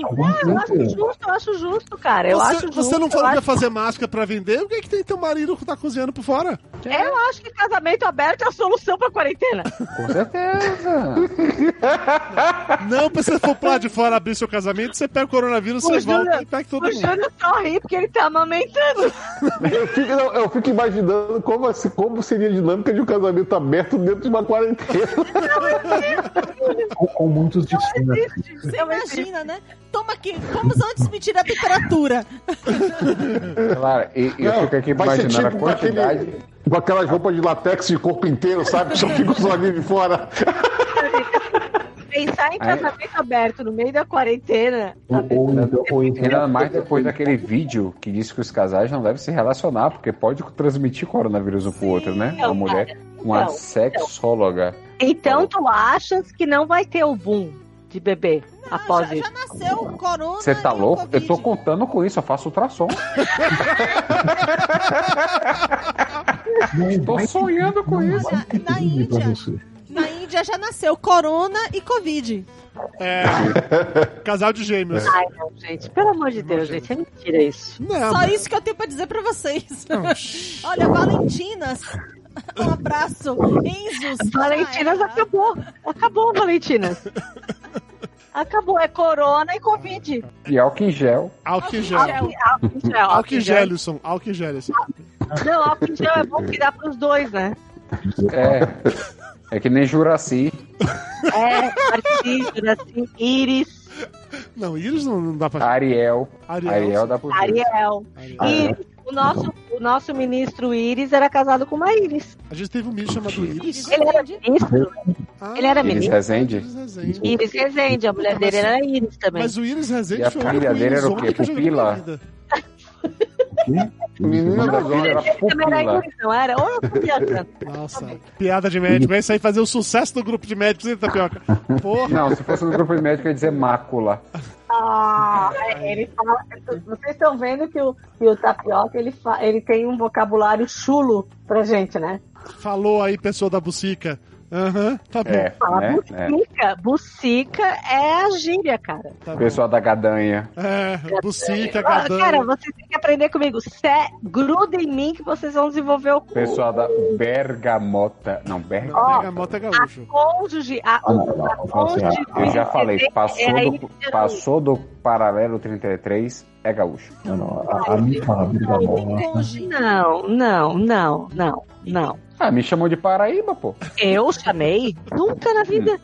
Eu acho justo, eu acho justo, cara. Eu
você,
acho justo.
você não
eu
falou que
acho-
ia fazer máscara pra vender? Por que, é que tem teu marido que tá cozinhando por fora?
Eu acho que casamento aberto é a solução pra quarentena.
Com certeza.
Não, pra você for pro lado de fora abrir seu casamento, você pega o coronavírus, você
Ô, Júlia,
volta e pega todo
O
mundo.
Júnior só ri porque ele tá amamentando.
Eu fico, não, eu fico imaginando como, assim- como seria a dinâmica de um casamento aberto dentro de uma quarentena.
Com, com muitos destinos.
é um
Você imagina, né? Toma aqui, vamos antes medir a temperatura. Ah,
Claro, e e eu fico aqui
Vai ser
imaginando a
tipo
quantidade.
aquele- com aquelas roupas de latex de corpo inteiro, sabe? Só fica os amigos fora.
Pensar em
Aí-
casamento aberto no meio da quarentena.
Ou, ou, então- ou
E
então
nada mais depois né? daquele vídeo que disse que os casais não devem se relacionar, porque pode transmitir coronavírus um pro outro, né? Uma
não,
mulher, uma
não,
sexóloga.
Então tu achas que não vai ter o boom de bebê após
já,
isso?
já nasceu o corona.
Você tá
e o
louco? Eu
Covid.
tô contando com isso, eu faço ultrassom.
Não,
Tô
vai
sonhando com
ter-
isso.
vai ter
Na
crime pra
Índia.
você.
Na Índia já nasceu corona e Covid.
É. Casal de gêmeos.
Ai, não, gente. Pelo amor de Deus, gente. É mentira isso.
Não,
Só isso que eu tenho pra dizer pra vocês. Olha, Valentinas. Um abraço. Enzos.
Valentinas
Ah, é.
acabou. Acabou, Valentinas. Acabou. É corona e covid.
E álcool em gel.
álcool em
Álcool-
gel.
álcool em gel,
É. Álcool em
em
gel, Lisson. Álcool em gel, assim. Lisson.
Não, álcool em gel é bom que dá pros dois, né?
É. É que nem Juraci.
É, Marcinho, assim, Iris,
Não, íris não, não dá pra...
Ariel.
Ariel.
Ariel dá pro Júlio.
Ariel.
Ariel.
Iris. O nosso, o nosso ministro Iris era casado com uma Iris.
A gente teve um bicho chamado
é.
Íris.
Ele é era ministro.
Ah,
Ele era
Iris
ministro.
Rezende.
Íris Rezende.
Iris Rezende, a mulher dele era Iris também.
Mas o Íris
E
Rezende
a
foi o
filha
único
dele era o
lobisomem
quê?
que eu já vi na
Pupila?
minha vida.
Não,
Menina da
não,
zona.
era
Também era
pupila.
Iris, não era? Ou eu tô viajando?
Nossa, piada de médico. É isso aí, fazer o sucesso do grupo de médicos, hein, Tapioca? Porra.
Não, se fosse no grupo de médico, eu ia dizer mácula.
Ah, ele fala. Vocês estão vendo que o, que o tapioca ele, fa- ele tem um vocabulário chulo pra gente, né?
Falou aí, pessoa da bucica. Aham, tá bom.
É,
Fala
né? É.
bucica. Bucica é a gíria, cara.
Tá bom.
Pessoal da gadanha.
É, bucica,
Ah, Cara,
gadanha.
vocês têm que aprender comigo. Cé, gruda em mim que vocês vão desenvolver o cu.
Pessoal da bergamota. Não, bergamota.
Não, pega a moto é gaúcho.
cônjuge. A,
Ah, não, não, não, fala assim,
cônjuge
Eu já
do
falei,
CD
passou,
é a
do,
Iris
passou do paralelo 33, é gaúcho.
Não, não, a, a minha fala, a
é
bola.
né?
Conge.
Não, não, não, não, não.
Ah, me chamou de Paraíba, pô.
Eu chamei? Nunca na vida.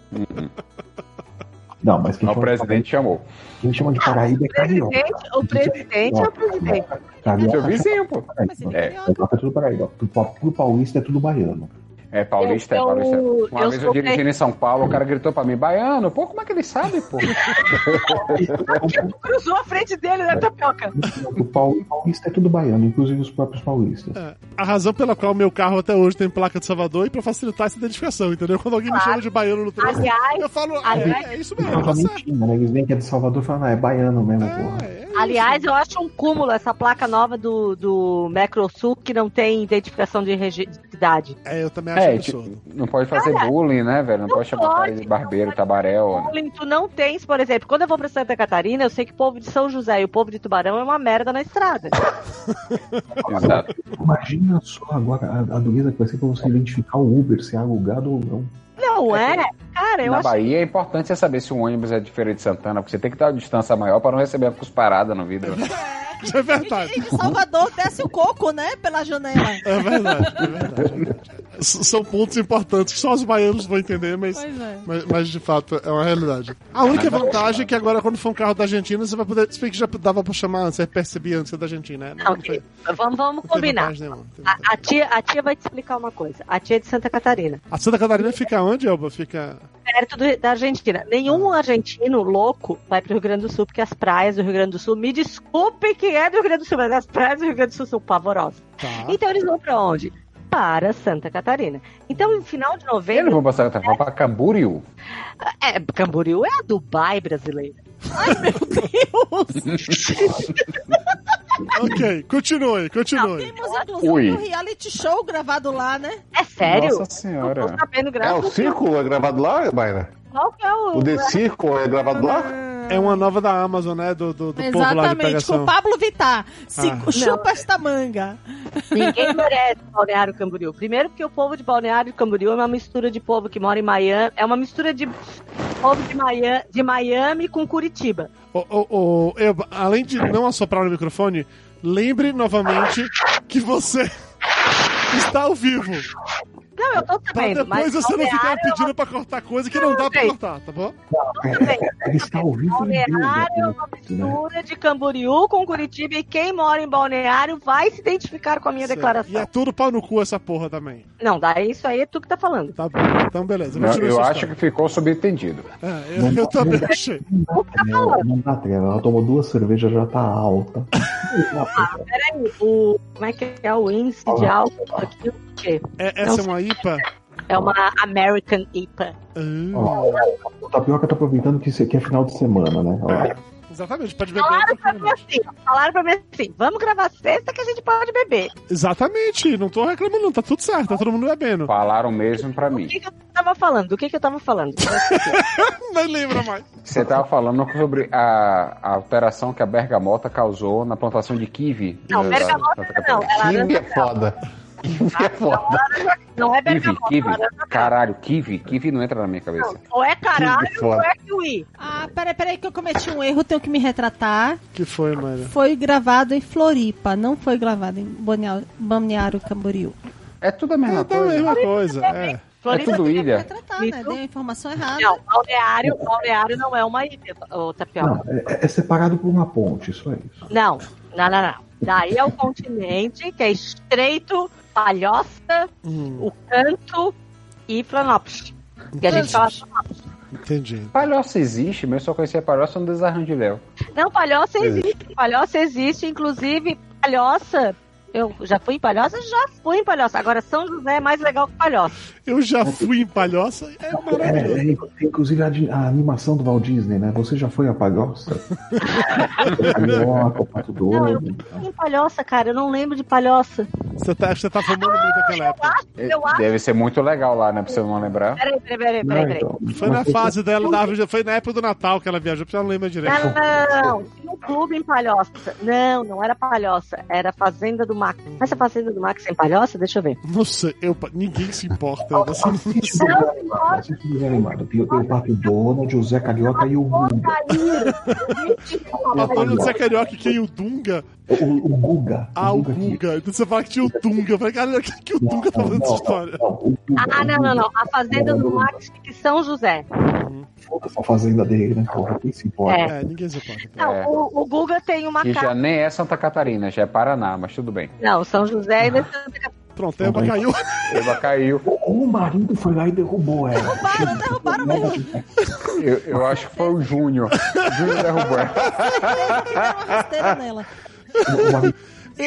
Não, mas quem
Não, o
chama,
presidente chamou.
quem chama de Paraíba é carioca.
Presidente, o presidente é o presidente.
Carioca
Seu vizinho, pô.
é
Mas ele
Paraíba.
é
É.
carioca.
Carioca é tudo Paraíba. Tudo pa- Tudo paulista é tudo baiano.
É paulista,
Eu-
é paulista.
eu-
Uma
eu
vez
sou
eu dirigi em São Paulo, o cara gritou pra mim, baiano, pô, como é que ele sabe, pô?
Cruzou a frente dele, né, tapioca?
O pau- paulista é tudo baiano, inclusive os próprios paulistas.
Ah,
A razão pela qual meu carro até hoje tem placa de Salvador é pra facilitar essa identificação, entendeu? Quando alguém me chama de baiano no trânsito,
Aliás,
eu falo, ah,
aliás-
é, é isso
Eu
mesmo, tá
também
certo.
tinha, né? Eles nem que é de Salvador falam, ah, é baiano mesmo,
É,
porra.
é.
aliás, eu acho um cúmulo essa placa nova do, do Mercosul que não tem identificação de regi- de cidade.
É, eu também acho
É,
absurdo.
tipo, não pode fazer bullying, né, velho? Não,
não
pode chamar o cara
pode,
de barbeiro, tabarel. né?
Bullying, Tu não tens, por exemplo, quando eu vou pra Santa Catarina, eu sei que o povo de São José e o povo de Tubarão é uma merda na estrada.
Exato.
Imagina só agora a, a doença que vai ser pra você identificar o Uber, se é alugado ou não.
Não é? Cara, eu
Na
acho
Bahia é importante você saber se um ônibus é de Feira de Santana, porque você tem que dar uma distância maior pra não receber a cusparada no vidro. tipo,
Isso é
E de,
Tá.
verdade.
e de Salvador desce o coco, né? Pela janela.
É verdade, é verdade. s- são pontos importantes que só os baianos vão entender, mas,
Pois é.
mas, mas, de fato é uma realidade. A única vantagem é que agora, quando for um carro da Argentina, você vai poder. Se bem que já dava pra chamar antes, é perceber antes que é da Argentina, né?
Não,
tem-
vamos, vamos
tem
combinar.
vantagem nenhuma, tem vantagem.
A, a tia, a tia vai te explicar uma coisa. A tia é de Santa Catarina,
A Santa Catarina fica onde, Elba? Fica.
perto do- da Argentina. Nenhum
Ah.
argentino louco vai pro Rio Grande do Sul, porque as praias do Rio Grande do Sul, me desculpe quem é do Rio Grande do Sul, mas as praias do Rio Grande do Sul são pavorosas.
Ah.
Tá.
Então eles vão pra onde? Para Santa Catarina. Então, no final de
Eles
novembro,
vão passar pra, pra Camboriú.
é, Camboriú é a Dubai brasileira.
Ok, continue, continue.
Temos, inclusive,
Ui.
um reality show gravado lá, né?
É sério?
Nossa
Não tô
senhora.
sabendo,
É,
graças
o Círculo é gravado lá, Baina?
Qual que é o.
O The Circle é gravado lá?
É uma nova da Amazon, né? Do, do, do povo lá de
Exatamente, com
pegação.
o Pablo Vittar. Se
Ah.
chupa esta manga.
Ninguém assim, merece Balneário Camboriú. Primeiro porque o povo de Balneário Camboriú é uma mistura de povo que mora em Miami, é uma mistura de povo de Miami, de Miami com Curitiba.
Ô, ô, ô, Eba, além de não assoprar no microfone, lembre novamente que você está ao vivo.
Não, eu tô
Pra
sabendo,
depois
mas
você não ficar
Balneário,
pedindo pra cortar coisa que não dá pra
gente.
cortar, tá bom?
Ele está ao vivo em Deus, né?
Balneário é uma mistura de Camboriú com Curitiba e quem mora em Balneário vai se identificar com a minha
Certo. E
declaração.
é tudo pau no cu essa porra também.
Não, daí isso aí é tu que tá falando.
Tá bom, então beleza.
Não,
continua
eu
sua
acho
história.
que ficou subentendido.
É, eu, eu também achei.
Não, não dá trela. Ela tomou duas cervejas, já tá alta.
O, como é que é o índice de álcool aqui? O quê?
É, essa é uma IPA?
É uma American IPA.
Ah,
Ó, o tapioca tá aproveitando que isso aqui é final de semana, né? Ó,
exatamente, pode beber.
Falaram
tranquilamente.
assim, falaram pra mim assim, vamos gravar sexta que a gente pode beber.
Exatamente, não tô reclamando, não. Tá tudo certo, tá todo mundo bebendo.
Falaram mesmo pra
Do
mim.
que, que eu tava falando? Do que, que eu tava falando?
Não lembra mais.
Você tava falando sobre a, a alteração que a bergamota causou na plantação de kiwi.
Não,
da- da-
bergamota
da- da-
não, é
King
laranja.
é foda. King é foda.
Não é
Kiwi,
bergamota, é
kiwi.
laranja.
Caralho, kiwi. Kiwi não entra na minha cabeça.
Ou é
Kiwi,
caralho
foda.
ou é kiwi.
Ah, peraí, peraí, que eu cometi um erro, tenho que me retratar.
Que foi, mano?
Foi gravado em Floripa, não foi gravado em Balneário- Balneário Camboriú.
É tudo a
Ah,
mesma
É a
coisa.
mesma coisa, é.
É tudo ilha.
Retratar, né?
Isso.
Deu a informação errada.
Não, balneário, balneário não é uma ilha, ô
não,
tapioca.
é, é separado por uma ponte, só isso.
Não. não, não, não. Daí é o continente, que é estreito, palhoça,
Hum,
o canto e Florianópolis. Que a gente fala
entendi.
Palhoça existe, mas eu só conhecia palhoça no desarranjo de Léo.
Não, palhoça existe. Palhoça existe, inclusive, palhoça. Eu já fui em palhoça? Já fui em palhoça. Agora, São José é mais legal que palhoça.
Eu já fui em palhoça, é
É,
maravilhoso.
é, inclusive a, di- a animação do Walt Disney, né? Você já foi a Palhoça? Palhoça, o Pato tá.
Não, eu
Doido.
fui em palhoça, cara. Eu não lembro de palhoça.
Você tá, acho que você tá fumando muito
Ah,
naquela época.
Eu acho-
Deve ser muito legal lá, né? Pra você não lembrar.
Peraí, peraí, peraí,
Não,
peraí. peraí.
então,
Foi na
mas-
fase dela, da árvore, foi na época do Natal que ela viajou, porque ela não lembra direito.
Não, não, não. Tinha um clube em palhoça. Não, não era palhoça. Era Fazenda do Max. Essa Fazenda do Max é em palhoça? Deixa eu ver.
Nossa, eu, ninguém se importa. Você não
Assiste o desenho é animado, assiste o desenho animado. Tem, tem o Pato Donald, o Zé Carioca e o Guga.
tá falando do Zé Carioca que tinha o Dunga.
O, o Guga.
Ah, o
que-
Guga. Então você fala que tinha o Dunga. Eu falei, cara, o que, que o
Não,
Dunga tá
não,
falando dessa
não,
história?
não, o Guga,
Ah,
o
não, não,
Guga.
não. A Fazenda do Max fica em São José.
Foda-se a fazenda dele, né? Porra, quem se importa?
É.
É, ninguém se importa.
Não,
É.
o, o Guga tem uma
Que já
casa.
nem é Santa Catarina, já é Paraná, mas tudo bem.
Não, São José ainda é Santa
Pronto, a Eva caiu.
Eba caiu.
Ou o marido foi lá e derrubou ela.
Derrubaram, derrubaram mesmo.
Eu, eu acho que foi o Júnior. Júnior derrubou ela.
Deram uma rasteira nela.
O marido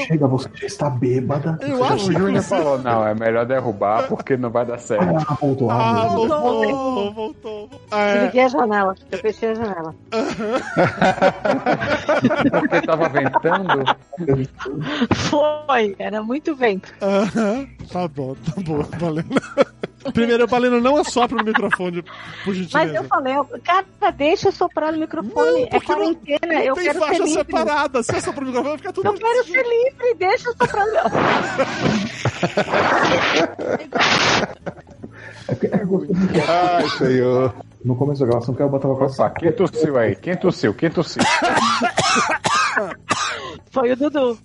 chega, você já está bêbada.
Eu
Você já-
acho
O Júnior falou: não, é melhor derrubar porque não vai dar certo.
Ah, voltou.
Ah,
Ah, meu Deus.
voltou, voltou.
Eu
É,
liguei a janela, eu fechei a janela.
Porque tava ventando.
Foi, era muito vento.
aham. tá bom, tá bom, Valena. Primeiro, Valena, não assopra no microfone, por
Mas
gentileza.
eu falei, eu- cara, deixa eu soprar no microfone. é
porque não-
quarentena, eu
tem
quero ser
faixa
livre.
separada. Se essa pro microfone, vai ficar tudo.
Eu quero ser livre, deixa eu soprar. no-
É porque- é porque
Ai, senhor.
No começo da gravação, que eu botava com a
Opa, quem tossiu aí? Quem tossiu? Quem tossiu?
Foi o Dudu.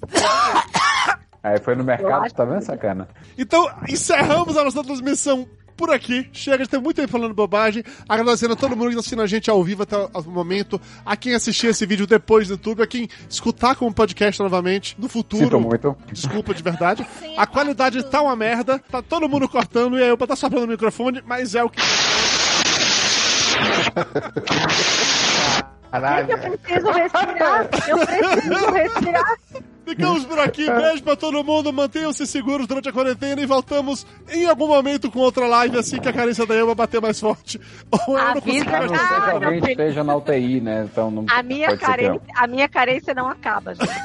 Aí foi no mercado, tá vendo, sacana?
Então, encerramos a nossa transmissão por aqui. Chega de ter muito tempo falando bobagem. Agradecendo a todo mundo que assina a gente ao vivo até o momento, a quem assistir esse vídeo depois no YouTube, a quem escutar como podcast novamente no futuro.
Sinto muito.
Desculpa de verdade. A qualidade tá uma merda, tá todo mundo cortando e aí eu vou estar soprando o microfone, mas é o que.
Gente, eu preciso respirar. Eu preciso respirar.
Ficamos por aqui. Beijo pra todo mundo. Mantenham-se seguros durante a quarentena e voltamos em algum momento com outra live assim que a carência da Elba bater mais forte. Ou eu não consigo
Avisa,
A
mais
não ser que
Ah,
alguém
não,
esteja na UTI, né? Então não
A minha,
pode ser que
carência,
eu-
a minha carência não acaba, gente.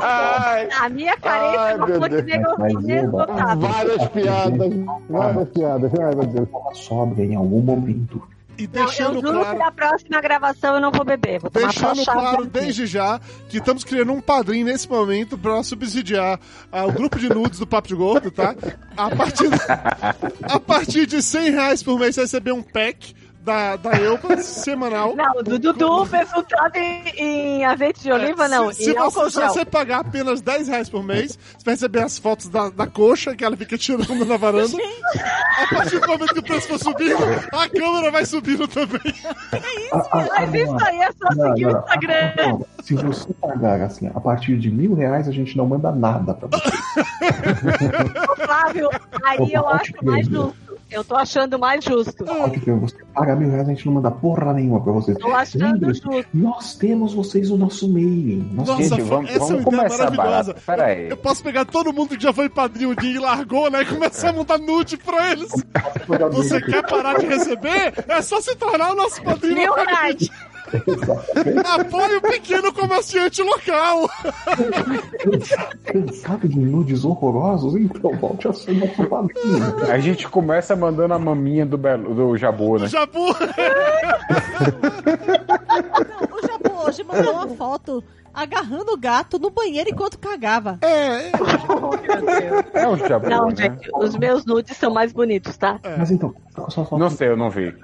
Ai,
A minha carência
Ai,
é uma
meu
fonte
Deus.
de energia
Mas eu-
esgotável.
várias piadas. Várias piadas. Ai, meu Deus.
Ela sobra em algum momento.
E
Não, eu
deixando
juro que
claro.
na próxima gravação eu não vou beber. Vou tomar
Deixando
só chá
claro
branquinho.
desde já que estamos criando um padrinho nesse momento para subsidiar ah, o grupo de nudes do Papo de Gordo, tá? A partir, a partir de 100 reais por mês você vai receber um pack da, da Elba semanal.
Não, do Dudu, resultado em, em azeite de oliva, não.
É, Se, se
em álcool
você, se
gel.
você pagar apenas 10 reais por mês, você vai receber as fotos da, da coxa que ela fica tirando na varanda. A partir do momento que o preço for subindo, a câmera vai subindo também.
Ah, ah, ah,
Mas isso
não,
aí é só
não,
seguir o
não.
Instagram.
Não, se você pagar assim, a partir de mil reais, a gente não manda nada pra você.
Flávio, aí eu
Opa,
acho mais justo. Eu tô achando mais justo.
Hum.
Pode ver, você paga mil reais, a gente não manda porra nenhuma pra vocês.
Uhum. Tô achando
Lembre-se,
justo.
nós temos vocês no nosso meio. hein? Nós
Nossa,
temos.
Gente, vamos,
essa é uma
vamos
ideia
começar
maravilhosa.
barato. Pera aí.
Eu posso pegar todo mundo que já foi padrinho um dia e largou, né? E começar a montar nude pra eles. Você quer parar de receber? É só se tornar o nosso padrinho.
Mil reais.
Apoie o pequeno comerciante local.
Cansado de nudes horrorosos? Então volte a ser nosso padrinho.
A gente começa mandando a maminha do, Belo, do Jabu, né?
Jabu.
Não, o Jabu hoje mandou uma foto agarrando o gato no banheiro enquanto cagava.
É,
É o Jabu,
Não,
né?
gente, os meus nudes são mais bonitos, tá?
Ah.
Mas então, só, só, só
Não sei, eu não vi.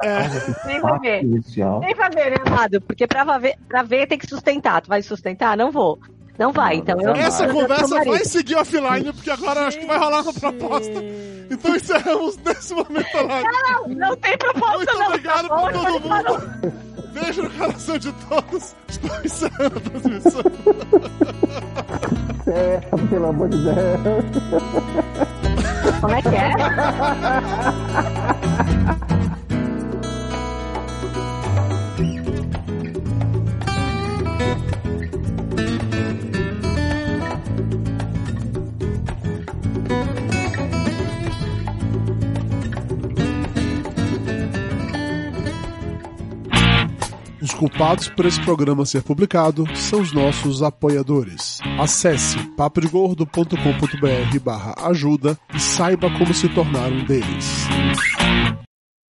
Nem vai
fato
ver.
Ah.
inicial.
Nem vai ver, né, amado? Porque pra ver, pra ver tem que sustentar. Tu vai sustentar? Não vou. Não vai,
Não,
então
não
eu
vai.
essa
eu- eu- meu
conversa
marido.
vai seguir offline, porque agora eu acho que vai rolar uma proposta. Então encerramos nesse momento a live.
Não, não tem proposta,
Muito
não.
obrigado
tá bom?
por todo mundo. Beijo no coração de todos. Estou encerrando a transmissão.
Pelo amor de Deus.
Como é que é?
Os culpados por esse programa ser publicado são os nossos apoiadores. Acesse papodegordo.com.br barra ajuda e saiba como se tornar um deles.